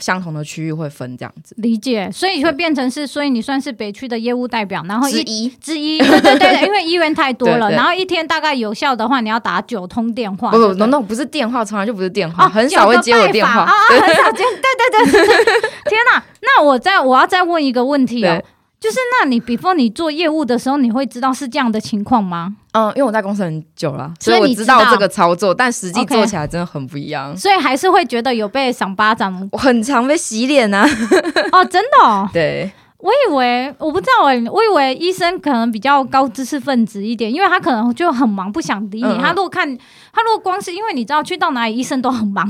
[SPEAKER 3] 相同的区域会分这样子。
[SPEAKER 1] 理解，所以会变成是，所以你算是北区的业务代表，然后
[SPEAKER 3] 之
[SPEAKER 1] 一
[SPEAKER 3] 一，
[SPEAKER 1] 之一，对对对，因为医院太多了，
[SPEAKER 3] 对 [LAUGHS] 对
[SPEAKER 1] 然后一天大概有效的话，你要打九通电话，
[SPEAKER 3] 不
[SPEAKER 1] 对
[SPEAKER 3] 不
[SPEAKER 1] 不
[SPEAKER 3] ，no
[SPEAKER 1] 对
[SPEAKER 3] no，不是电话，从来就不是电话，
[SPEAKER 1] 哦，
[SPEAKER 3] 很少会接我电
[SPEAKER 1] 九个拜访
[SPEAKER 3] 话。
[SPEAKER 1] 啊啊，很少接，对对对对，
[SPEAKER 3] [LAUGHS]
[SPEAKER 1] 对天哪！那我再我要再问一个问题哦
[SPEAKER 3] 对，
[SPEAKER 1] 就是那你 before 你做业务的时候，你会知道是这样的情况吗？
[SPEAKER 3] 嗯，因为我在公司很久了，
[SPEAKER 1] 所
[SPEAKER 3] 所
[SPEAKER 1] 以
[SPEAKER 3] 以我
[SPEAKER 1] 你
[SPEAKER 3] 知
[SPEAKER 1] 知道
[SPEAKER 3] 道这个操作，但实际
[SPEAKER 1] OK
[SPEAKER 3] 做起来真的很不一样。
[SPEAKER 1] 所以还是会觉得有被赏巴掌
[SPEAKER 3] 我很常被洗脸啊， [LAUGHS]
[SPEAKER 1] 哦，真的哦，
[SPEAKER 3] 对，
[SPEAKER 1] 我以为我不知道哎、我以为医生可能比较高知识分子一点，因为他可能就很忙，不想理你。
[SPEAKER 3] 嗯嗯
[SPEAKER 1] 他如果看，他如果光是因为你知道去到哪里医生都很
[SPEAKER 3] [LAUGHS]
[SPEAKER 1] 忙，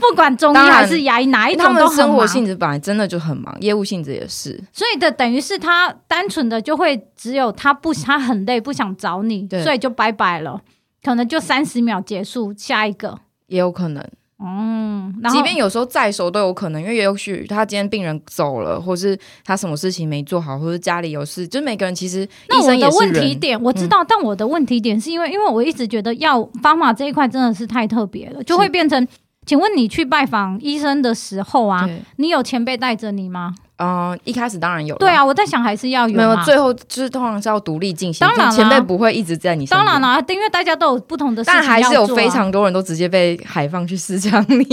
[SPEAKER 1] 不管中医
[SPEAKER 3] 当然
[SPEAKER 1] 还是牙医哪一
[SPEAKER 3] 他
[SPEAKER 1] 种
[SPEAKER 3] 们
[SPEAKER 1] 都
[SPEAKER 3] 的
[SPEAKER 1] 很
[SPEAKER 3] 生活
[SPEAKER 1] 忙，
[SPEAKER 3] 性质本来真的就很忙，业务性质也是。
[SPEAKER 1] 所以的等于是他单纯的就会只有他不他很累不想找你，
[SPEAKER 3] 对
[SPEAKER 1] 所以就拜拜了，可能就三十秒结束下一个。
[SPEAKER 3] 也有可能，
[SPEAKER 1] 嗯，然后
[SPEAKER 3] 即便有时候再熟都有可能，因为也许他今天病人走了，或是他什么事情没做好，或是家里有事，就每个人其实医
[SPEAKER 1] 那我
[SPEAKER 3] 生
[SPEAKER 1] 的
[SPEAKER 3] 也是
[SPEAKER 1] 问题
[SPEAKER 3] 人。嗯
[SPEAKER 1] 点我知道，但我的问题点是因为，因为我一直觉得药方法这一块真的是太特别了，就会变成，请问你去拜访医生的时候啊，
[SPEAKER 3] 对，
[SPEAKER 1] 你有前辈带着你吗？
[SPEAKER 3] 嗯、一开始当然有，
[SPEAKER 1] 对，啊，我在想还是要有
[SPEAKER 3] 没有，
[SPEAKER 1] 嘛。
[SPEAKER 3] 最后就是通常是要独立进行，
[SPEAKER 1] 当然啦
[SPEAKER 3] 前辈不会一直在你身
[SPEAKER 1] 当
[SPEAKER 3] 边。
[SPEAKER 1] 然啦，因为大家都有不同的事情要
[SPEAKER 3] 但
[SPEAKER 1] 做啊、
[SPEAKER 3] 还是有非常多人都直接被海放去市场里，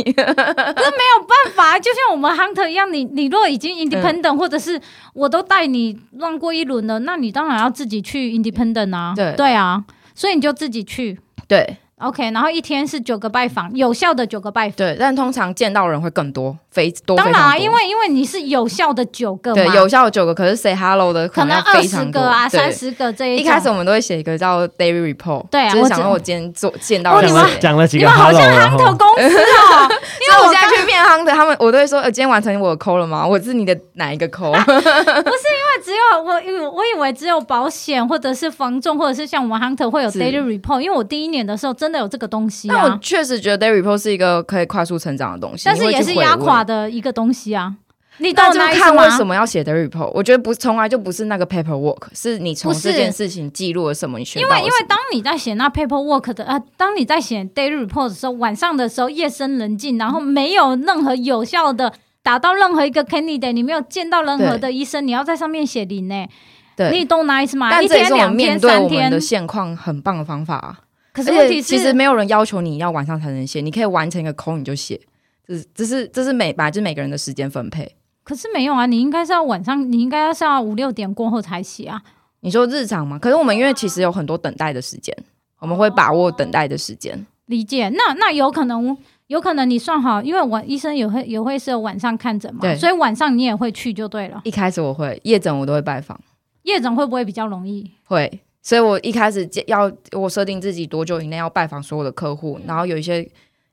[SPEAKER 1] 办法，就像我们 hunter 一样，你你若已经 independent，、或者是我都带你乱过一轮了，那你当然要自己去 independent 啊，
[SPEAKER 3] 对
[SPEAKER 1] 对啊，所以你就自己去
[SPEAKER 3] 对
[SPEAKER 1] OK，然后一天是九个拜访，有效的九个拜访。
[SPEAKER 3] [LAUGHS] 对，但通常见到人会更多，非多
[SPEAKER 1] 当
[SPEAKER 3] 非
[SPEAKER 1] 然
[SPEAKER 3] 常
[SPEAKER 1] 啊，
[SPEAKER 3] 多
[SPEAKER 1] 因为因为你是有效的九个嘛，
[SPEAKER 3] 对有效有九个，可是 say hello 的
[SPEAKER 1] 可能
[SPEAKER 3] 能
[SPEAKER 1] 二
[SPEAKER 3] 非
[SPEAKER 1] 十
[SPEAKER 3] 常多
[SPEAKER 1] 个啊、
[SPEAKER 3] 对
[SPEAKER 1] 三十个这一
[SPEAKER 3] 一
[SPEAKER 1] 种
[SPEAKER 3] 开始我们都会写一个叫 daily report，
[SPEAKER 1] 对啊
[SPEAKER 3] 就是
[SPEAKER 1] 我
[SPEAKER 3] 想
[SPEAKER 1] 知
[SPEAKER 3] 说我今天做见到
[SPEAKER 1] 哦
[SPEAKER 3] 了
[SPEAKER 1] 你
[SPEAKER 2] 讲
[SPEAKER 1] 们
[SPEAKER 3] [LAUGHS]
[SPEAKER 2] 了
[SPEAKER 1] 好
[SPEAKER 2] 讲了几
[SPEAKER 1] 你
[SPEAKER 2] 个
[SPEAKER 1] 们好
[SPEAKER 2] hello，啊
[SPEAKER 1] 像
[SPEAKER 2] 然
[SPEAKER 1] hunter
[SPEAKER 2] 后
[SPEAKER 1] 公司哦，因
[SPEAKER 3] 所以
[SPEAKER 1] 为
[SPEAKER 3] 我
[SPEAKER 1] 我
[SPEAKER 3] 现
[SPEAKER 1] 刚
[SPEAKER 3] 在去变夯的，他们我都会说，呃，今天完成我的 call 了吗？我是你的哪一个 call？ [LAUGHS]
[SPEAKER 1] 只有我以为我以为只有保险或者是房仲或者是像我们 hunter 会有
[SPEAKER 3] 是
[SPEAKER 1] daily report，因为我第一年的时候真的有这个东西
[SPEAKER 3] 但我
[SPEAKER 1] 啊，
[SPEAKER 3] 确实觉得 daily report 是一个可以快速成长的东西，
[SPEAKER 1] 但是
[SPEAKER 3] 你会
[SPEAKER 1] 也
[SPEAKER 3] 去
[SPEAKER 1] 是
[SPEAKER 3] 回
[SPEAKER 1] 压
[SPEAKER 3] 味
[SPEAKER 1] 垮。的一个东西啊，你懂
[SPEAKER 3] 但
[SPEAKER 1] 我
[SPEAKER 3] 就
[SPEAKER 1] 那啊意思
[SPEAKER 3] 看为
[SPEAKER 1] 吗
[SPEAKER 3] 什？么要写 daily report，我觉得不，从来就不是那个 paperwork，是你从
[SPEAKER 1] 不是
[SPEAKER 3] 这件事情记录了什么，你学
[SPEAKER 1] 因
[SPEAKER 3] 到了
[SPEAKER 1] 为因为
[SPEAKER 3] 什么
[SPEAKER 1] 当你在写那 paperwork 的呃，当你在写 daily report 的时候，晚上的时候夜深人静，然后没有任何有效的打到任何一个 candidate，你没有见到任何的医生，你要在上面写零呢、
[SPEAKER 3] 对，
[SPEAKER 1] 你懂哪意思吗？
[SPEAKER 3] 但
[SPEAKER 1] 一
[SPEAKER 3] 这也
[SPEAKER 1] 天、
[SPEAKER 3] 是我们
[SPEAKER 1] 两
[SPEAKER 3] 面
[SPEAKER 1] 天、
[SPEAKER 3] 对
[SPEAKER 1] 三
[SPEAKER 3] 我们
[SPEAKER 1] 天
[SPEAKER 3] 的。现况很棒的方法啊。
[SPEAKER 1] 可是
[SPEAKER 3] 而
[SPEAKER 1] 问
[SPEAKER 3] 且
[SPEAKER 1] 题
[SPEAKER 3] 其实
[SPEAKER 1] 是，
[SPEAKER 3] 没有人要求你要晚上才能写，你可以完成一个 call 你就写，这是这是这是每本来就是每个人的时间分配。
[SPEAKER 1] 可是没有啊，你应该是要晚上，你应该要是要五六点过后才写啊。
[SPEAKER 3] 你说日常吗？可是我们因为其实有很多等待的时间，我们会把握等待的时间。
[SPEAKER 1] 理解。那那有可能，有可能你算好，因为我医生也会也会是有晚上看诊嘛，
[SPEAKER 3] 对
[SPEAKER 1] 所以晚上你也会去就对了。
[SPEAKER 3] 一开始我会夜诊，我都会拜访，
[SPEAKER 1] 夜诊会不会比较容易？
[SPEAKER 3] 会。所以我一开始接要我设定自己多久以内要拜访所有的客户，然后有一些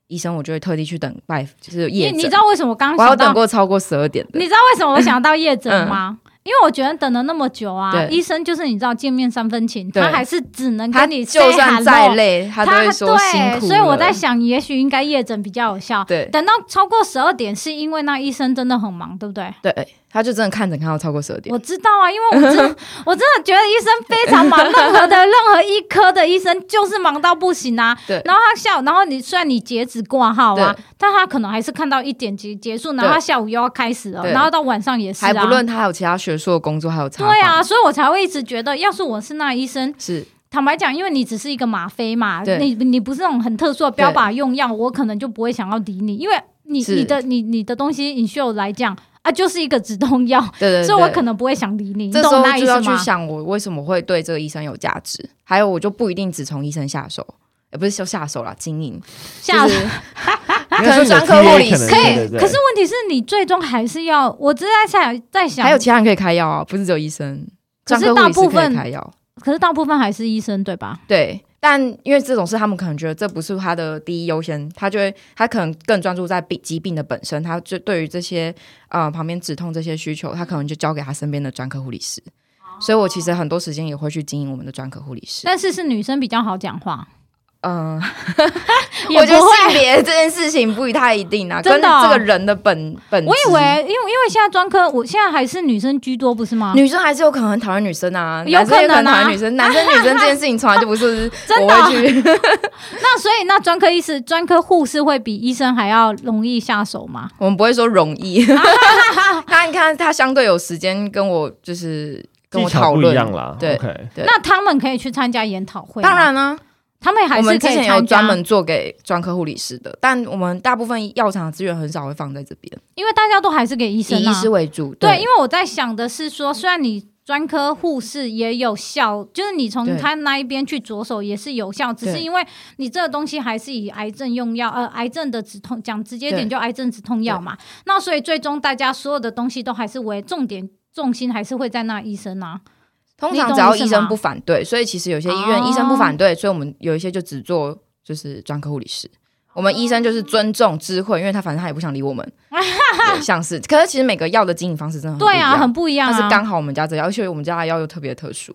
[SPEAKER 3] 医生我就会特地去等拜，就是
[SPEAKER 1] 你
[SPEAKER 3] 夜诊。
[SPEAKER 1] 你知道为什么我刚
[SPEAKER 3] 我
[SPEAKER 1] 刚
[SPEAKER 3] 还有
[SPEAKER 1] 想
[SPEAKER 3] 等
[SPEAKER 1] 到？
[SPEAKER 3] 过超过十二点的
[SPEAKER 1] 你，知道为什么我想到夜诊吗？因为我觉得等了那么久啊，
[SPEAKER 3] 嗯对
[SPEAKER 1] 医生就是你知道见面三分情，
[SPEAKER 3] 对
[SPEAKER 1] 他还是只能
[SPEAKER 3] 他
[SPEAKER 1] 跟你
[SPEAKER 3] 就
[SPEAKER 1] say
[SPEAKER 3] 算再
[SPEAKER 1] hello
[SPEAKER 3] 累，他
[SPEAKER 1] 他
[SPEAKER 3] 都会说辛
[SPEAKER 1] 对，
[SPEAKER 3] 苦了。
[SPEAKER 1] 所以我在想，也许应该夜诊比较有效。
[SPEAKER 3] 对
[SPEAKER 1] 等到超过十二点，是因为那医生真的很忙，对不对？
[SPEAKER 3] 对，他就真的看着看到超过十二点
[SPEAKER 1] 我。知道啊，因为我真
[SPEAKER 3] [LAUGHS]
[SPEAKER 1] 的我真的觉得医生非常忙，任何的任何一科的医生就是忙到不行啊。
[SPEAKER 3] 对
[SPEAKER 1] 然后他下午，然后你虽然你截止挂号啊
[SPEAKER 3] 对，
[SPEAKER 1] 但他可能还是看到一点结结束，然后他下午又要开始了，
[SPEAKER 3] 对
[SPEAKER 1] 然后到晚上也是啊。
[SPEAKER 3] 还不论他还有其他学术的工作，还有查
[SPEAKER 1] 对啊，所以我才会一直觉得，要是我是那医生，
[SPEAKER 3] 访，是
[SPEAKER 1] 坦白讲，因为你只是一个吗啡嘛，
[SPEAKER 3] 对
[SPEAKER 1] 你你不是那种很特殊的标靶用药，我可能就不会想要理你，因为你
[SPEAKER 3] 是
[SPEAKER 1] 你的你你的东西 i n 来讲啊，就是一个止痛药，
[SPEAKER 3] 对呃对对，
[SPEAKER 1] 所以我可能不会想理你，你
[SPEAKER 3] 这时候
[SPEAKER 1] 懂那意
[SPEAKER 3] 就
[SPEAKER 1] 思
[SPEAKER 3] 要去
[SPEAKER 1] 吗？
[SPEAKER 3] 想我为什么会对这个医生有价值，还有我就不一定只从医生下手，也不是说下手啦，经营
[SPEAKER 1] 下
[SPEAKER 3] 就是
[SPEAKER 2] 应该说你的
[SPEAKER 3] 可能专科
[SPEAKER 2] TA
[SPEAKER 3] 护理
[SPEAKER 2] 可能
[SPEAKER 1] 可以
[SPEAKER 2] 对对对
[SPEAKER 1] 可是问题是你最终还是要，我只是在想在想，
[SPEAKER 3] 还有其他人可以开药啊，不是只有医生，
[SPEAKER 1] 可
[SPEAKER 3] 专
[SPEAKER 1] 是
[SPEAKER 3] 科护理
[SPEAKER 1] 大部
[SPEAKER 3] 师可
[SPEAKER 1] 分
[SPEAKER 3] 以开药，
[SPEAKER 1] 可是大部分还是医生对吧？
[SPEAKER 3] 对。但因为这种事，他们可能觉得这不是他的第一优先，他就会他可能更专注在病疾病的本身，他就对于这些呃旁边止痛这些需求，他可能就交给他身边的专科护理师。所以我其实很多时间也会去经营我们的专科护理师。
[SPEAKER 1] 但是是女生比较好讲话，
[SPEAKER 3] 嗯，
[SPEAKER 1] [LAUGHS] 也
[SPEAKER 3] 我
[SPEAKER 1] 不
[SPEAKER 3] 觉得
[SPEAKER 1] 会。
[SPEAKER 3] 性别这件事情不太一定啊，
[SPEAKER 1] 真
[SPEAKER 3] 跟
[SPEAKER 1] 的哦
[SPEAKER 3] 这个人的本本质。
[SPEAKER 1] 我以为，因为因为现在专科，我现在还是女生居多，不是吗？
[SPEAKER 3] 女生还是有可能很讨厌女生啊，
[SPEAKER 1] 有
[SPEAKER 3] 男生也
[SPEAKER 1] 可
[SPEAKER 3] 可
[SPEAKER 1] 能啊
[SPEAKER 3] 能讨厌女生，男生女生这件事情从来就
[SPEAKER 1] [LAUGHS]
[SPEAKER 3] 不是
[SPEAKER 1] 真
[SPEAKER 3] 我
[SPEAKER 1] 的哦
[SPEAKER 3] 会去。
[SPEAKER 1] 那所以，那专科医师、专科护士会比医生还要容易下手吗？
[SPEAKER 3] 我们不会说容
[SPEAKER 1] [LAUGHS]
[SPEAKER 3] 易，他你看他相对有时间跟我就是跟我
[SPEAKER 2] 技巧
[SPEAKER 3] 讨
[SPEAKER 2] 不一
[SPEAKER 3] 论。
[SPEAKER 2] 样啦。
[SPEAKER 3] 对
[SPEAKER 2] o k
[SPEAKER 3] 对
[SPEAKER 1] 那他们可以去参加研讨会，
[SPEAKER 3] 呃当，然呢、
[SPEAKER 1] 他们还
[SPEAKER 3] 我
[SPEAKER 1] 是
[SPEAKER 3] 们
[SPEAKER 1] 可以
[SPEAKER 3] 之前有
[SPEAKER 1] 参
[SPEAKER 3] 专
[SPEAKER 1] 加，
[SPEAKER 3] 门做给专科护理师的，但我们大部分药厂的资源很少会放在这边，
[SPEAKER 1] 因为大家都还是给医生
[SPEAKER 3] 以医
[SPEAKER 1] 啊
[SPEAKER 3] 师。为主。
[SPEAKER 1] 对，因为我在想的是说，虽然你专科护士也有效，就是你从
[SPEAKER 3] 对
[SPEAKER 1] 他那一边去着手也是有效，只是
[SPEAKER 3] 对
[SPEAKER 1] 因为你这个东西还是以癌症用药，呃，癌症的止痛讲直接点
[SPEAKER 3] 对
[SPEAKER 1] 就癌症止痛药嘛。那所以最终大家所有的东西都还是为重点重心还是会在那医生啊。
[SPEAKER 3] 通
[SPEAKER 1] 你懂我
[SPEAKER 3] 常只要
[SPEAKER 1] 意思
[SPEAKER 3] 医生
[SPEAKER 1] 吗
[SPEAKER 3] 不反对，所以其实有些医院、
[SPEAKER 1] 哦
[SPEAKER 3] 医生不反对，所以我们有一些就只做就是专科护理师。我们医生就是尊重知会，因为他反正他也不想理
[SPEAKER 1] [LAUGHS]
[SPEAKER 3] 我们，对像是。可是其实每个药的经营方式真的很嗯不
[SPEAKER 1] 对
[SPEAKER 3] 一
[SPEAKER 1] 啊，
[SPEAKER 3] 样
[SPEAKER 1] 很不一样
[SPEAKER 3] 但是
[SPEAKER 1] 啊，
[SPEAKER 3] 刚好我们家这药，而且我们家的药又特别特殊，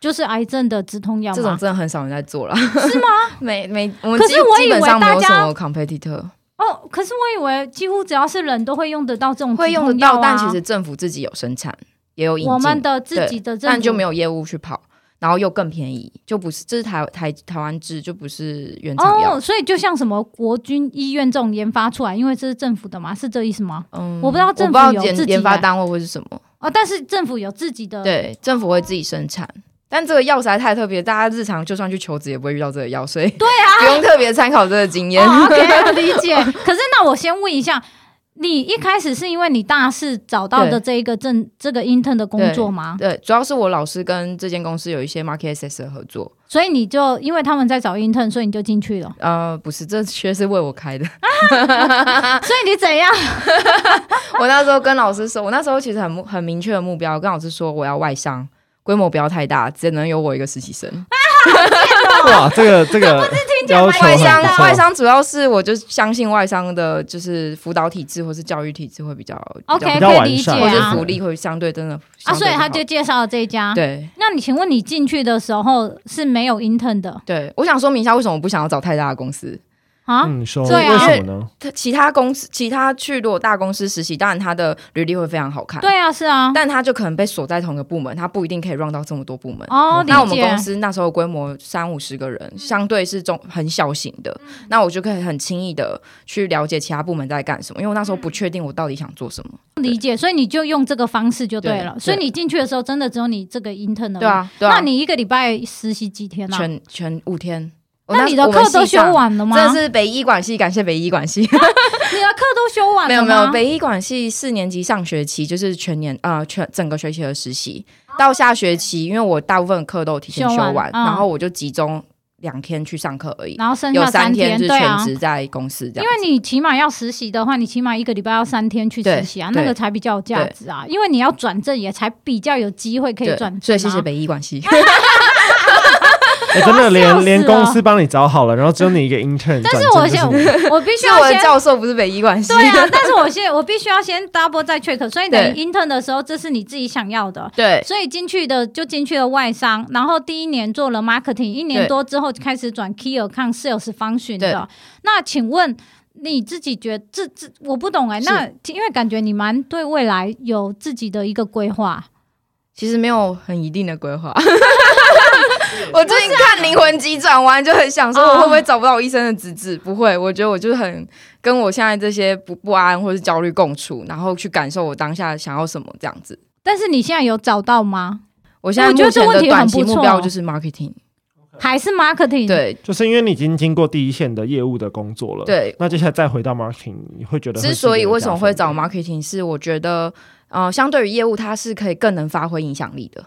[SPEAKER 1] 就是癌症的止痛药
[SPEAKER 3] 这种
[SPEAKER 1] 嘛。
[SPEAKER 3] 真的很少人在做了，是 [LAUGHS] 吗？没没，我们
[SPEAKER 1] 可
[SPEAKER 3] 基
[SPEAKER 1] 是我以为
[SPEAKER 3] 基本上没有
[SPEAKER 1] 大家
[SPEAKER 3] 什么 competitor
[SPEAKER 1] 哦，可是我以为几乎只要是人都会用得到这种止
[SPEAKER 3] 会用得
[SPEAKER 1] 痛药
[SPEAKER 3] 到，
[SPEAKER 1] 啊
[SPEAKER 3] 但其实政府自己有生产，也有引进，
[SPEAKER 1] 我们的自己的政
[SPEAKER 3] 但就没
[SPEAKER 1] 有
[SPEAKER 3] 有业务去跑，然后又更便宜，就不是这是台台台湾制，就不是原厂药。
[SPEAKER 1] 哦，所以就像什么国军医院这种研发出来，因为这是政府的嘛，是这意思吗？
[SPEAKER 3] 嗯
[SPEAKER 1] 我不知道政府
[SPEAKER 3] 我不知
[SPEAKER 1] 有
[SPEAKER 3] 道研
[SPEAKER 1] 自己嗯
[SPEAKER 3] 研发
[SPEAKER 1] 的
[SPEAKER 3] 单位会是什么，
[SPEAKER 1] 哦，但是政府有自己的，
[SPEAKER 3] 对，政府会自己生产。但这个药材太特别，大家日常就算去求职也不会遇到这个药，所以对 [LAUGHS] 啊，不用特别参考这个经验。
[SPEAKER 1] 哦，OK，理
[SPEAKER 3] [LAUGHS]
[SPEAKER 1] 解。可是那我先问一下，你一开始是因为你大四找到的
[SPEAKER 3] 对
[SPEAKER 1] 这一个正这个 intern 的工作吗？
[SPEAKER 3] 对，主要是我老师跟这间公司有一些 market access 的合作。
[SPEAKER 1] 所以你就因为他们在找 intern，所以你就进去了。
[SPEAKER 3] 呃，不是，这缺是为我开的。 [LAUGHS] 啊
[SPEAKER 1] 所以你怎样？
[SPEAKER 3] 我那时候跟老师说，我那时候其实很目很明确的目标，我跟老师说我要外商，规模不要太大，只能有我一个实习生。
[SPEAKER 2] [LAUGHS] 哇，这个这个要求
[SPEAKER 3] 啊外
[SPEAKER 2] 很
[SPEAKER 3] 商
[SPEAKER 2] 不错
[SPEAKER 3] 外商主要是我就相信外商的，就是辅导体制或是教育体制会比较
[SPEAKER 1] OK，
[SPEAKER 2] 比
[SPEAKER 3] 比较
[SPEAKER 2] 较
[SPEAKER 1] 可以
[SPEAKER 2] 完
[SPEAKER 1] 理解
[SPEAKER 2] 善
[SPEAKER 3] 或
[SPEAKER 2] 对
[SPEAKER 3] 者
[SPEAKER 1] 啊
[SPEAKER 3] 福利会相对真的
[SPEAKER 1] 啊，所以他
[SPEAKER 3] 相
[SPEAKER 1] 就
[SPEAKER 3] 对
[SPEAKER 1] 介绍了这一家
[SPEAKER 3] 好。对。
[SPEAKER 1] 那你请问你进去的时候是没有 intern 的
[SPEAKER 3] 对，我想说明一下为什么我不想要找太大的公司。
[SPEAKER 1] 啊？
[SPEAKER 2] 嗯，你说
[SPEAKER 1] 对啊
[SPEAKER 2] 为什么呢？
[SPEAKER 3] 它其他公司，其他去如果大公司实习，当然他的履历会非常好看，
[SPEAKER 1] 对啊，是啊。
[SPEAKER 3] 但他就可能被锁在同一个部门，他不一定可以 run 到这么多部门。
[SPEAKER 1] 哦，理
[SPEAKER 3] 嗯那我们
[SPEAKER 1] 解。嗯
[SPEAKER 3] 公司那时候规模三五十个人，相对是中很小型的，那我就可以很轻易的去了解其他部门在干什么，因为我那时候不确定我到底想做什么。
[SPEAKER 1] 理解，所以你就用这个方式就对了。
[SPEAKER 3] 对
[SPEAKER 1] 所以你进去的时候，真的只有你这个 intern 而已
[SPEAKER 3] 对，啊，对啊，
[SPEAKER 1] 那你一个礼拜实习几天啊？
[SPEAKER 3] 全全五天，我
[SPEAKER 1] 那你的
[SPEAKER 3] 我
[SPEAKER 1] 课
[SPEAKER 3] 们
[SPEAKER 1] 都修
[SPEAKER 3] 系上。
[SPEAKER 1] 完了吗？
[SPEAKER 3] 这是北医管系，感谢北医管系。
[SPEAKER 1] 你的课都修完了吗？
[SPEAKER 3] 没有没有，北医管系四年级上学期就是全年啊、呃全整个学期的实习，到下学期，因为我大部分课都有提前
[SPEAKER 1] 修
[SPEAKER 3] 修
[SPEAKER 1] 完
[SPEAKER 3] 完，
[SPEAKER 1] 嗯
[SPEAKER 3] 然后我就集中两天去上课而已，
[SPEAKER 1] 然后剩
[SPEAKER 3] 有
[SPEAKER 1] 下
[SPEAKER 3] 三
[SPEAKER 1] 天，
[SPEAKER 3] 是
[SPEAKER 1] 对啊
[SPEAKER 3] 全，职在公司这
[SPEAKER 1] 因
[SPEAKER 3] 样
[SPEAKER 1] 为。你起码要实习的话，你起码一个礼拜要三天去实习啊，
[SPEAKER 3] 对
[SPEAKER 1] 那个才比较有价值啊，因为你要转正也才比较有机会可以
[SPEAKER 3] 对
[SPEAKER 1] 转正、啊。
[SPEAKER 3] 所以谢谢北医
[SPEAKER 1] [LAUGHS]
[SPEAKER 3] 管系。
[SPEAKER 2] 哎、真的
[SPEAKER 1] 笑
[SPEAKER 2] 连
[SPEAKER 1] 死
[SPEAKER 2] 连
[SPEAKER 1] 了
[SPEAKER 2] 公司帮你找好了，然后只有你一个 intern，
[SPEAKER 1] 但是
[SPEAKER 2] 转正
[SPEAKER 1] 我
[SPEAKER 2] 就
[SPEAKER 1] 先，
[SPEAKER 2] 你
[SPEAKER 1] 我必须
[SPEAKER 3] [LAUGHS] 是
[SPEAKER 1] 要
[SPEAKER 3] 我的
[SPEAKER 1] 先。
[SPEAKER 3] 教授不是北医管系。
[SPEAKER 1] 对啊，但是我先我必须要先 double 再 check，所以等
[SPEAKER 3] 对
[SPEAKER 1] intern 的时候，这是你自己想要的，
[SPEAKER 3] [LAUGHS] 对
[SPEAKER 1] 所以进去的就进去了外商，然后第一年做了 marketing，一年多之后就开始转 key account sales function 的。那请问你自己觉这这我不懂哎、
[SPEAKER 3] 是
[SPEAKER 1] 那因为感觉你蛮对未来有自己的一个规划，
[SPEAKER 3] 其实没有很一定的规划。 [LAUGHS] 我最近看《灵魂急转弯》，就很想说，我会不会找不到我医生的资质？不会，我觉得我就是很跟我现在这些不不安或是焦虑共处，然后去感受我当下想要什么这样子。
[SPEAKER 1] 但是你现在有找到吗？
[SPEAKER 3] 我现在
[SPEAKER 1] 我觉得
[SPEAKER 3] 目前
[SPEAKER 1] 这问
[SPEAKER 3] 的
[SPEAKER 1] 题
[SPEAKER 3] 短
[SPEAKER 1] 很
[SPEAKER 3] 期
[SPEAKER 1] 不
[SPEAKER 3] 目
[SPEAKER 1] 错
[SPEAKER 3] 标
[SPEAKER 1] 哦嗯
[SPEAKER 3] 就是 marketing，
[SPEAKER 1] 还是 marketing？，
[SPEAKER 3] 对
[SPEAKER 2] 就是因为你已经经过第一线的业务的工作了，。
[SPEAKER 3] 对。
[SPEAKER 2] 那接下来再回到 marketing，你会觉得
[SPEAKER 3] 之所以为什么会找
[SPEAKER 2] 吗？
[SPEAKER 3] marketing，是我觉得，呃，相对于业务，它是可以更能发挥影响力的，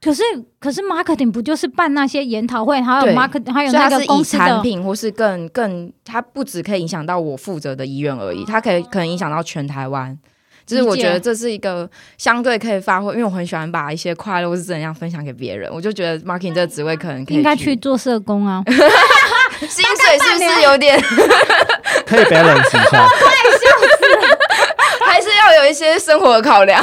[SPEAKER 1] 可是可是 marketing 不就是办那些研讨会，还有
[SPEAKER 3] 对
[SPEAKER 1] market，还有
[SPEAKER 3] 所以
[SPEAKER 1] 那
[SPEAKER 3] 它
[SPEAKER 1] 个
[SPEAKER 3] 是
[SPEAKER 1] 公
[SPEAKER 3] 以
[SPEAKER 1] 司
[SPEAKER 3] 产
[SPEAKER 1] 的
[SPEAKER 3] 品或是更更，它不只可以影响到我负责的医院而已，它可以可能影响到全台湾。就是我
[SPEAKER 1] 理解
[SPEAKER 3] 觉得这是一个相对可以发挥，因为我很喜欢把一些快乐或是怎样分享给别人，我就觉得 marketing 这个职位可能可以
[SPEAKER 1] 应该去
[SPEAKER 3] 去，
[SPEAKER 1] 做社工啊。
[SPEAKER 3] 薪水是不是有点， [LAUGHS]
[SPEAKER 2] 可以 balance 一下。
[SPEAKER 3] 还是要有一些生活的考量？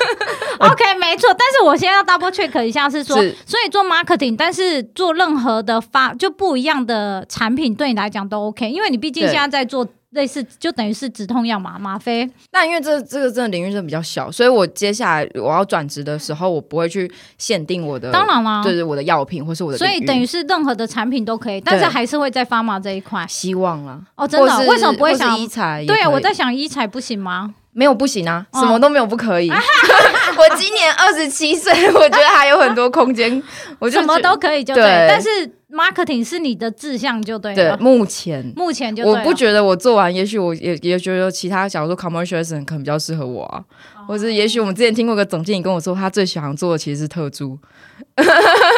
[SPEAKER 3] [LAUGHS]
[SPEAKER 1] OK，没错，但是我先要 double check 一下，是说，
[SPEAKER 3] 是
[SPEAKER 1] 所以做 marketing，但是做任何的发就不一样的产品，对你来讲都 OK，因为你毕竟
[SPEAKER 3] 对
[SPEAKER 1] 现在在做类似，就等于是止痛药嘛，吗啡。
[SPEAKER 3] 那因为这这个真的领域真的比较小，所以我接下来我要转职的时候，我不会去限定我的，
[SPEAKER 1] 当然啦
[SPEAKER 3] 就，是我的药品或是我的
[SPEAKER 1] 所
[SPEAKER 3] 领域，
[SPEAKER 1] 以等于是任何的产品都可以，但是
[SPEAKER 3] 对
[SPEAKER 1] 还是会在发麻这一块。
[SPEAKER 3] 希望啦。
[SPEAKER 1] 哦，真的
[SPEAKER 3] 或，是
[SPEAKER 1] 为什么不会
[SPEAKER 3] 或是
[SPEAKER 1] 想？
[SPEAKER 3] 医材也可以？
[SPEAKER 1] 对啊，我在想医材不行吗？
[SPEAKER 3] 没有不行啊，
[SPEAKER 1] 哦
[SPEAKER 3] 什么都没有不可以。 [LAUGHS] 我今年二十七岁，我觉得还有很多
[SPEAKER 1] [LAUGHS]
[SPEAKER 3] 空间。我就
[SPEAKER 1] 什么
[SPEAKER 3] 觉
[SPEAKER 1] 都可以就对，
[SPEAKER 3] 对
[SPEAKER 1] 但是 marketing 是你的志向就对
[SPEAKER 3] 对
[SPEAKER 1] 了，。
[SPEAKER 3] 目前。
[SPEAKER 1] 目前就对
[SPEAKER 3] 我
[SPEAKER 1] 了
[SPEAKER 3] 不觉得我做完，也许我也也觉得其他，假如说 commercial 可能比较适合我啊，
[SPEAKER 1] 哦
[SPEAKER 3] 或是也许我们之前听过一个总经理跟我说，他最想做的其实是特助，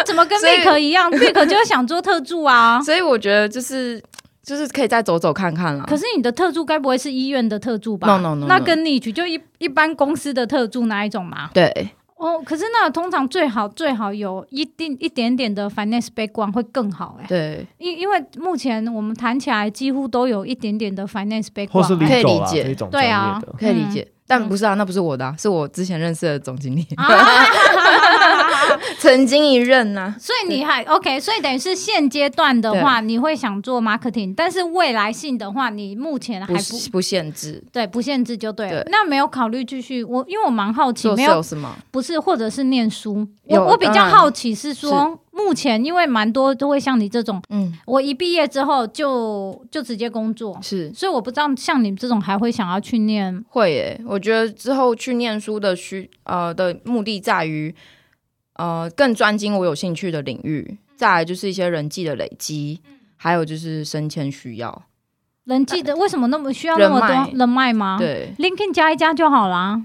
[SPEAKER 1] 怎么跟
[SPEAKER 3] 所以
[SPEAKER 1] Vick 一样，Vick 就想做特助啊。
[SPEAKER 3] 所以我觉得就是就是可以再走走看看啦。
[SPEAKER 1] 可是你的特助该不会是医院的特助吧
[SPEAKER 3] No, no, no, no.
[SPEAKER 1] 那跟你去就一一般公司的特助哪一种嘛？
[SPEAKER 3] 对，
[SPEAKER 1] 哦，可是那通常最好最好有一定一点点的 finance background 会更好哎、
[SPEAKER 3] 对，
[SPEAKER 1] 因因为目前我们谈起来几乎都有一点点的 finance
[SPEAKER 2] 或是
[SPEAKER 1] background，哎、
[SPEAKER 3] 可以
[SPEAKER 2] legal 啦
[SPEAKER 3] 理解
[SPEAKER 2] 这种专
[SPEAKER 1] 对
[SPEAKER 2] 业
[SPEAKER 1] 啊
[SPEAKER 2] 的，
[SPEAKER 3] 可以理
[SPEAKER 1] 嗯
[SPEAKER 3] 解。但不是啊，那不是我的、啊，是我之前认识的总经理，
[SPEAKER 1] 啊
[SPEAKER 3] 曾经一任啊呐、
[SPEAKER 1] [LAUGHS] 所以你还 OK，所以等于是现阶段的话，你会想做 marketing，但是未来性的话，你目前还
[SPEAKER 3] 不
[SPEAKER 1] 不
[SPEAKER 3] 是不限制
[SPEAKER 1] 对不限制就对了。
[SPEAKER 3] 对
[SPEAKER 1] 那没有考虑继续，我因为我蛮好奇，
[SPEAKER 3] 做
[SPEAKER 1] 没有
[SPEAKER 3] sales 吗？
[SPEAKER 1] 不是，或者是念书。
[SPEAKER 3] 有
[SPEAKER 1] 我我比
[SPEAKER 3] 当
[SPEAKER 1] 较
[SPEAKER 3] 然
[SPEAKER 1] 好奇是说，目前因为蛮多都会像你这种，
[SPEAKER 3] 嗯，
[SPEAKER 1] 我一毕业之后就就直接工作，
[SPEAKER 3] 是
[SPEAKER 1] 所以我不知道像你这种还会想要去念。
[SPEAKER 3] 会耶、我觉得之后去念书的需呃的目的在于，呃，更专精我有兴趣的领
[SPEAKER 1] 嗯
[SPEAKER 3] 域，再来就是一些人际的累积，还有就是升迁需要。
[SPEAKER 1] 人际的为什么那么需要那么
[SPEAKER 3] 呃人脉
[SPEAKER 1] 多人脉吗？
[SPEAKER 3] 对，
[SPEAKER 1] ，LinkedIn 加一加就好啦。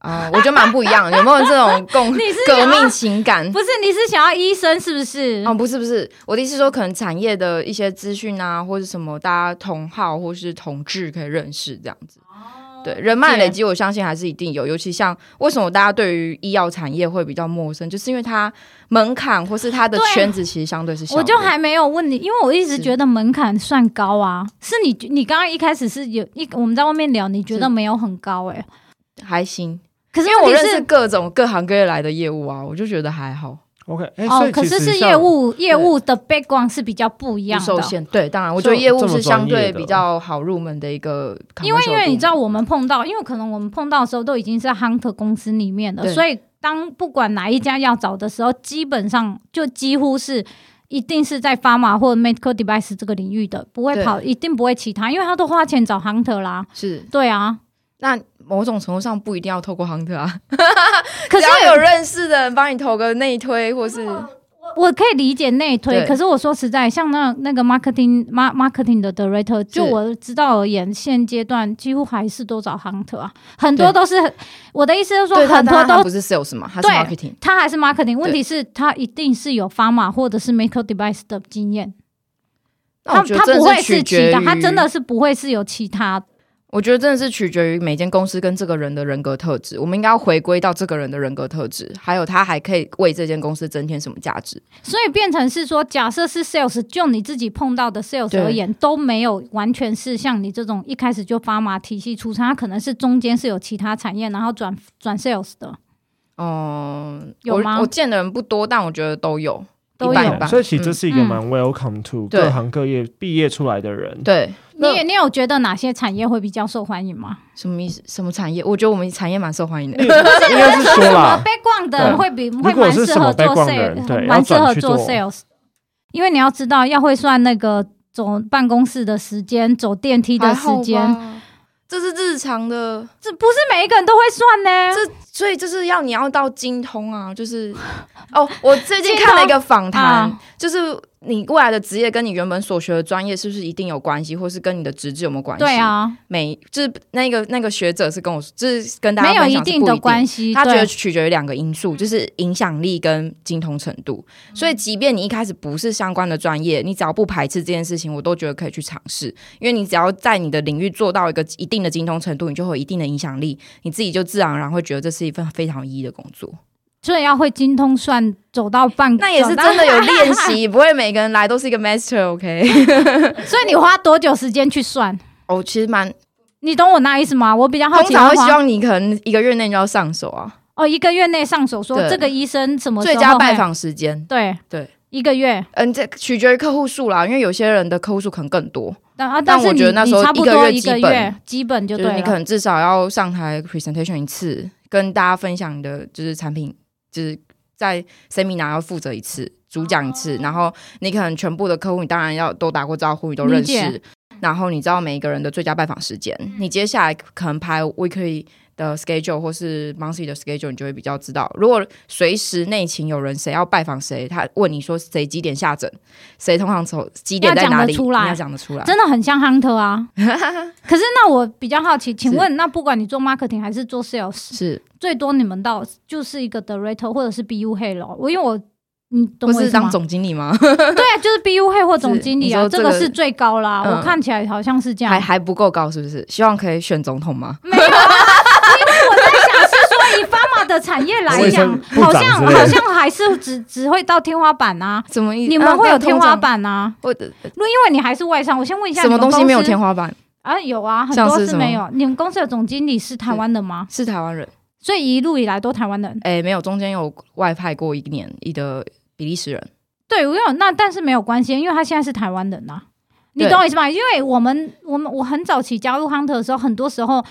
[SPEAKER 3] 啊、我觉得蛮不一样的。有没有这种
[SPEAKER 1] [LAUGHS]
[SPEAKER 3] 共
[SPEAKER 1] 你是
[SPEAKER 3] 革
[SPEAKER 1] 想要
[SPEAKER 3] 命情感？
[SPEAKER 1] 不是？你是想要医生是不是？
[SPEAKER 3] 嗯哦，不是不是，我的意思是说，可能产业的一些资讯啊，或是什么，大家同号或是同志可以认识这样子。
[SPEAKER 1] 哦
[SPEAKER 3] 对人脉
[SPEAKER 1] 对
[SPEAKER 3] 累积，我相信还是一定有。尤其像为什么大家对于医药产业会比较陌生，就是因为它门槛或是它的
[SPEAKER 1] 对啊
[SPEAKER 3] 圈子其实相对是小的。
[SPEAKER 1] 我就还没有问你，因为我一直
[SPEAKER 3] 是
[SPEAKER 1] 觉得门槛算高啊。是你，你刚刚一开始是有一我们在外面聊，你觉得
[SPEAKER 3] 是
[SPEAKER 1] 没有很高哎、
[SPEAKER 3] 还行，
[SPEAKER 1] 可是
[SPEAKER 3] 因为我
[SPEAKER 1] 问题
[SPEAKER 3] 认
[SPEAKER 1] 是
[SPEAKER 3] 识各种各行各业来的业务啊，我就觉得还好，
[SPEAKER 2] OK，哎、所
[SPEAKER 1] 哦
[SPEAKER 2] 以，
[SPEAKER 1] 可
[SPEAKER 2] 其
[SPEAKER 1] 是
[SPEAKER 2] 实
[SPEAKER 1] 是
[SPEAKER 2] 像
[SPEAKER 1] 业务业务的 background 是比较不一
[SPEAKER 3] 不
[SPEAKER 1] 样
[SPEAKER 3] 受
[SPEAKER 1] 的。
[SPEAKER 3] 限。对，当然，我
[SPEAKER 2] 这
[SPEAKER 3] 觉得业务
[SPEAKER 2] 这么
[SPEAKER 3] 是相
[SPEAKER 2] 专业
[SPEAKER 3] 对
[SPEAKER 2] 的
[SPEAKER 3] 比较好入门的一个 commercial 部门。
[SPEAKER 1] 因为因为你知道，我们碰到，因为可能我们碰到的时候都已经是 hunter 公司里面了，
[SPEAKER 3] 对
[SPEAKER 1] 所以当不管哪一家要找的时候，基本上就几乎是一定是在 pharma 或 medical device 这个领域的，不会
[SPEAKER 3] 对
[SPEAKER 1] 跑，一定不会其他，因为他都花钱找 hunter 啦。
[SPEAKER 3] 是
[SPEAKER 1] 对啊，
[SPEAKER 3] 那某种程度上不一定要透过 hunter 啊，
[SPEAKER 1] 可是
[SPEAKER 3] 只要有认识的人帮你投个内推，或是
[SPEAKER 1] 我可以理解内推，
[SPEAKER 3] 对
[SPEAKER 1] 可是我说实在，像那那个 marketing ma- marketing 的 director，就我知道而言，现阶段几乎还是都找 hunter 啊，很多
[SPEAKER 3] 对
[SPEAKER 1] 都是我的意思就是说，
[SPEAKER 3] 对，他
[SPEAKER 1] 很多
[SPEAKER 3] 他
[SPEAKER 1] 都
[SPEAKER 3] 不是 sales 嘛，他是
[SPEAKER 1] 对
[SPEAKER 3] marketing，
[SPEAKER 1] 他还是 marketing，问题是他一定是有 pharma 或者是 medical device 的经验，
[SPEAKER 3] 那
[SPEAKER 1] 他
[SPEAKER 3] 我觉得
[SPEAKER 1] 他
[SPEAKER 3] 真
[SPEAKER 1] 不
[SPEAKER 3] 的
[SPEAKER 1] 会
[SPEAKER 3] 是取
[SPEAKER 1] 是
[SPEAKER 3] 决
[SPEAKER 1] 其
[SPEAKER 3] 于
[SPEAKER 1] 他，他真的是不会是有其他
[SPEAKER 3] 我觉得真的是取决于每间公司跟这个人的人格特质。我们应该要回归到这个人的人格特质，还有他还可以为这间公司增添什么价值。
[SPEAKER 1] 所以变成是说，假设是 sales，就你自己碰到的 sales
[SPEAKER 3] 对
[SPEAKER 1] 而言，都没有完全是像你这种一开始就发麻体系出身，它可能是中间是有其他产业，然后转转 sales 的
[SPEAKER 3] 哦、嗯，
[SPEAKER 1] 有吗
[SPEAKER 3] 我我见的人不多，但我觉得都有，
[SPEAKER 1] 都
[SPEAKER 3] 一半一
[SPEAKER 1] 有。
[SPEAKER 3] 半
[SPEAKER 2] 所以其实这是一个
[SPEAKER 1] 嗯
[SPEAKER 2] 蛮 welcome to
[SPEAKER 3] 对
[SPEAKER 2] 各行各业毕业出来的人，
[SPEAKER 3] 对。
[SPEAKER 1] 你也你有觉得哪些产业会比较受欢迎吗？
[SPEAKER 3] 什么意思？什么产业？我觉得我们产业蛮受欢
[SPEAKER 1] [LAUGHS]
[SPEAKER 3] 迎的。
[SPEAKER 2] 应该是说
[SPEAKER 1] 什么
[SPEAKER 2] 啦，
[SPEAKER 1] background 的
[SPEAKER 2] 对
[SPEAKER 1] 人会比会
[SPEAKER 2] 果
[SPEAKER 1] 蛮
[SPEAKER 2] 是
[SPEAKER 1] 适
[SPEAKER 2] 什么
[SPEAKER 1] 合做
[SPEAKER 2] background 的人对
[SPEAKER 1] sales，蛮适
[SPEAKER 2] 要转
[SPEAKER 1] 合
[SPEAKER 2] 去
[SPEAKER 1] 做
[SPEAKER 2] 做
[SPEAKER 1] sales，因为你要知道要会算那个走办公室的时间、走电梯的时
[SPEAKER 3] 还好
[SPEAKER 1] 间，
[SPEAKER 3] 吧，这是日常的，
[SPEAKER 1] 这不是每一个人都会算呢。
[SPEAKER 3] 这所以就是要你要到精通啊，就是
[SPEAKER 1] [LAUGHS]
[SPEAKER 3] 哦，我最近
[SPEAKER 1] 精
[SPEAKER 3] 看了
[SPEAKER 1] 通
[SPEAKER 3] 一个访谈
[SPEAKER 1] 啊，
[SPEAKER 3] 就是你未来的职业跟你原本所学的专业是不是一定有关系，或是跟你的职质有没有关系？
[SPEAKER 1] 对，啊，
[SPEAKER 3] 每就是那个那个学者是跟我说，就是跟大家
[SPEAKER 1] 没有
[SPEAKER 3] 分
[SPEAKER 1] 一
[SPEAKER 3] 享是
[SPEAKER 1] 定
[SPEAKER 3] 不
[SPEAKER 1] 的
[SPEAKER 3] 一
[SPEAKER 1] 关系，
[SPEAKER 3] 他觉
[SPEAKER 1] 对
[SPEAKER 3] 得取决于两个因素，就是影响力跟精通程度。
[SPEAKER 1] 嗯
[SPEAKER 3] 所以，即便你一开始不是相关的专业，你只要不排斥这件事情，我都觉得可以去尝试。因为你只要在你的领域做到一个一定的精通程度，你就会有一定的影响力，你自己就自然而然会觉得这是一份非常有意义的工作。
[SPEAKER 1] 所以要会精通算走到半，
[SPEAKER 3] 那也是
[SPEAKER 1] 走到
[SPEAKER 3] 真的有
[SPEAKER 1] [LAUGHS]
[SPEAKER 3] 练。习，不会每个人来都是一个 master，OK？、
[SPEAKER 1] 所以你花多久时间去算？
[SPEAKER 3] 哦，其实蛮
[SPEAKER 1] 你懂我那意思吗？我比较好
[SPEAKER 3] 通
[SPEAKER 1] 奇
[SPEAKER 3] 常
[SPEAKER 1] 的
[SPEAKER 3] 会
[SPEAKER 1] 话，
[SPEAKER 3] 希望你可能一个月内就要上手啊，
[SPEAKER 1] 哦，一个月内上手说
[SPEAKER 3] 对
[SPEAKER 1] 这个医生什么时
[SPEAKER 3] 最
[SPEAKER 1] 候
[SPEAKER 3] 佳拜
[SPEAKER 1] 会，
[SPEAKER 3] 访时间。
[SPEAKER 1] 对
[SPEAKER 3] 对，
[SPEAKER 1] 一个月。
[SPEAKER 3] 嗯，这取决于客户数啦，因为有些人的客户数可能更多，
[SPEAKER 1] 但啊，但是
[SPEAKER 3] 我
[SPEAKER 1] 你
[SPEAKER 3] 觉得那时候
[SPEAKER 1] 你差不
[SPEAKER 3] 一个
[SPEAKER 1] 多
[SPEAKER 3] 月
[SPEAKER 1] 一
[SPEAKER 3] 基
[SPEAKER 1] 个
[SPEAKER 3] 本
[SPEAKER 1] 月基本就
[SPEAKER 3] 就
[SPEAKER 1] 对啊
[SPEAKER 3] 是你可
[SPEAKER 1] 了。
[SPEAKER 3] 能至少要上台 presentation 一次，跟大家分享你的就是产品，就是在 seminar 要负责一次，主讲一次，
[SPEAKER 1] 哦
[SPEAKER 3] 然后你可能全部的客户，你当然要都打过招呼，你都认
[SPEAKER 1] 理
[SPEAKER 3] 识
[SPEAKER 1] 解，嗯
[SPEAKER 3] 然后你知道每一个人的最佳拜访时间，你接下来可能排 weekly。的 schedule 或是 monthly 的 schedule，你就会比较知道。如果随时内勤有人谁要拜访谁，他问你说谁几点下诊，谁通常从几点
[SPEAKER 1] 要
[SPEAKER 3] 在
[SPEAKER 1] 讲
[SPEAKER 3] 哪
[SPEAKER 1] 得
[SPEAKER 3] 里，
[SPEAKER 1] 出来
[SPEAKER 3] 你要讲得出来。
[SPEAKER 1] 真的很像 hunter
[SPEAKER 3] [LAUGHS]
[SPEAKER 1] 啊，可是那我比较好奇，请问那不管你做 marketing 还是做 sales，
[SPEAKER 3] 是
[SPEAKER 1] 最多你们到就是一个 director 或者是 BU head 咯我因为我你懂
[SPEAKER 3] 不
[SPEAKER 1] 我意
[SPEAKER 3] 是
[SPEAKER 1] 思吗
[SPEAKER 3] 当？总经理吗？
[SPEAKER 1] 对啊，就是 BU 会或总经理
[SPEAKER 3] 是
[SPEAKER 1] 啊，
[SPEAKER 3] 你说
[SPEAKER 1] 这
[SPEAKER 3] 这个
[SPEAKER 1] 个是最高啦。
[SPEAKER 3] 嗯
[SPEAKER 1] 我看起来好像是这样
[SPEAKER 3] 还，还不够高，是不是？希望可以选总统吗？
[SPEAKER 1] 没有啊。因为我在想是说，以发马的产业来
[SPEAKER 2] 卫生
[SPEAKER 1] 讲，
[SPEAKER 2] 部
[SPEAKER 1] 好
[SPEAKER 2] 长之
[SPEAKER 1] 像
[SPEAKER 2] 类的
[SPEAKER 1] 好像还是只只会到天花板啊。
[SPEAKER 3] 怎么意
[SPEAKER 1] 你们会有天花？
[SPEAKER 3] 啊
[SPEAKER 1] 板啊？
[SPEAKER 3] 那通常
[SPEAKER 1] 如因为你还是外商，我先问一
[SPEAKER 3] 我
[SPEAKER 1] 下，
[SPEAKER 3] 什么东西没有天
[SPEAKER 1] 花
[SPEAKER 3] 花板？
[SPEAKER 1] 啊？有啊，很
[SPEAKER 3] 像
[SPEAKER 1] 多
[SPEAKER 3] 是什
[SPEAKER 1] 是
[SPEAKER 3] 么
[SPEAKER 1] 没有。你们公司的总经理是台湾的吗？
[SPEAKER 3] 是台湾人？
[SPEAKER 1] 所以一路以来都台湾人。
[SPEAKER 3] 哎、没有，中间有外派过一年一的比利时人。
[SPEAKER 1] 对，我有那，但是没有关系，因为他现在是台湾人呐、你
[SPEAKER 3] 对
[SPEAKER 1] 懂我意思吗？因为我们我们我很早期加入 Hunter 的时候，很多时候。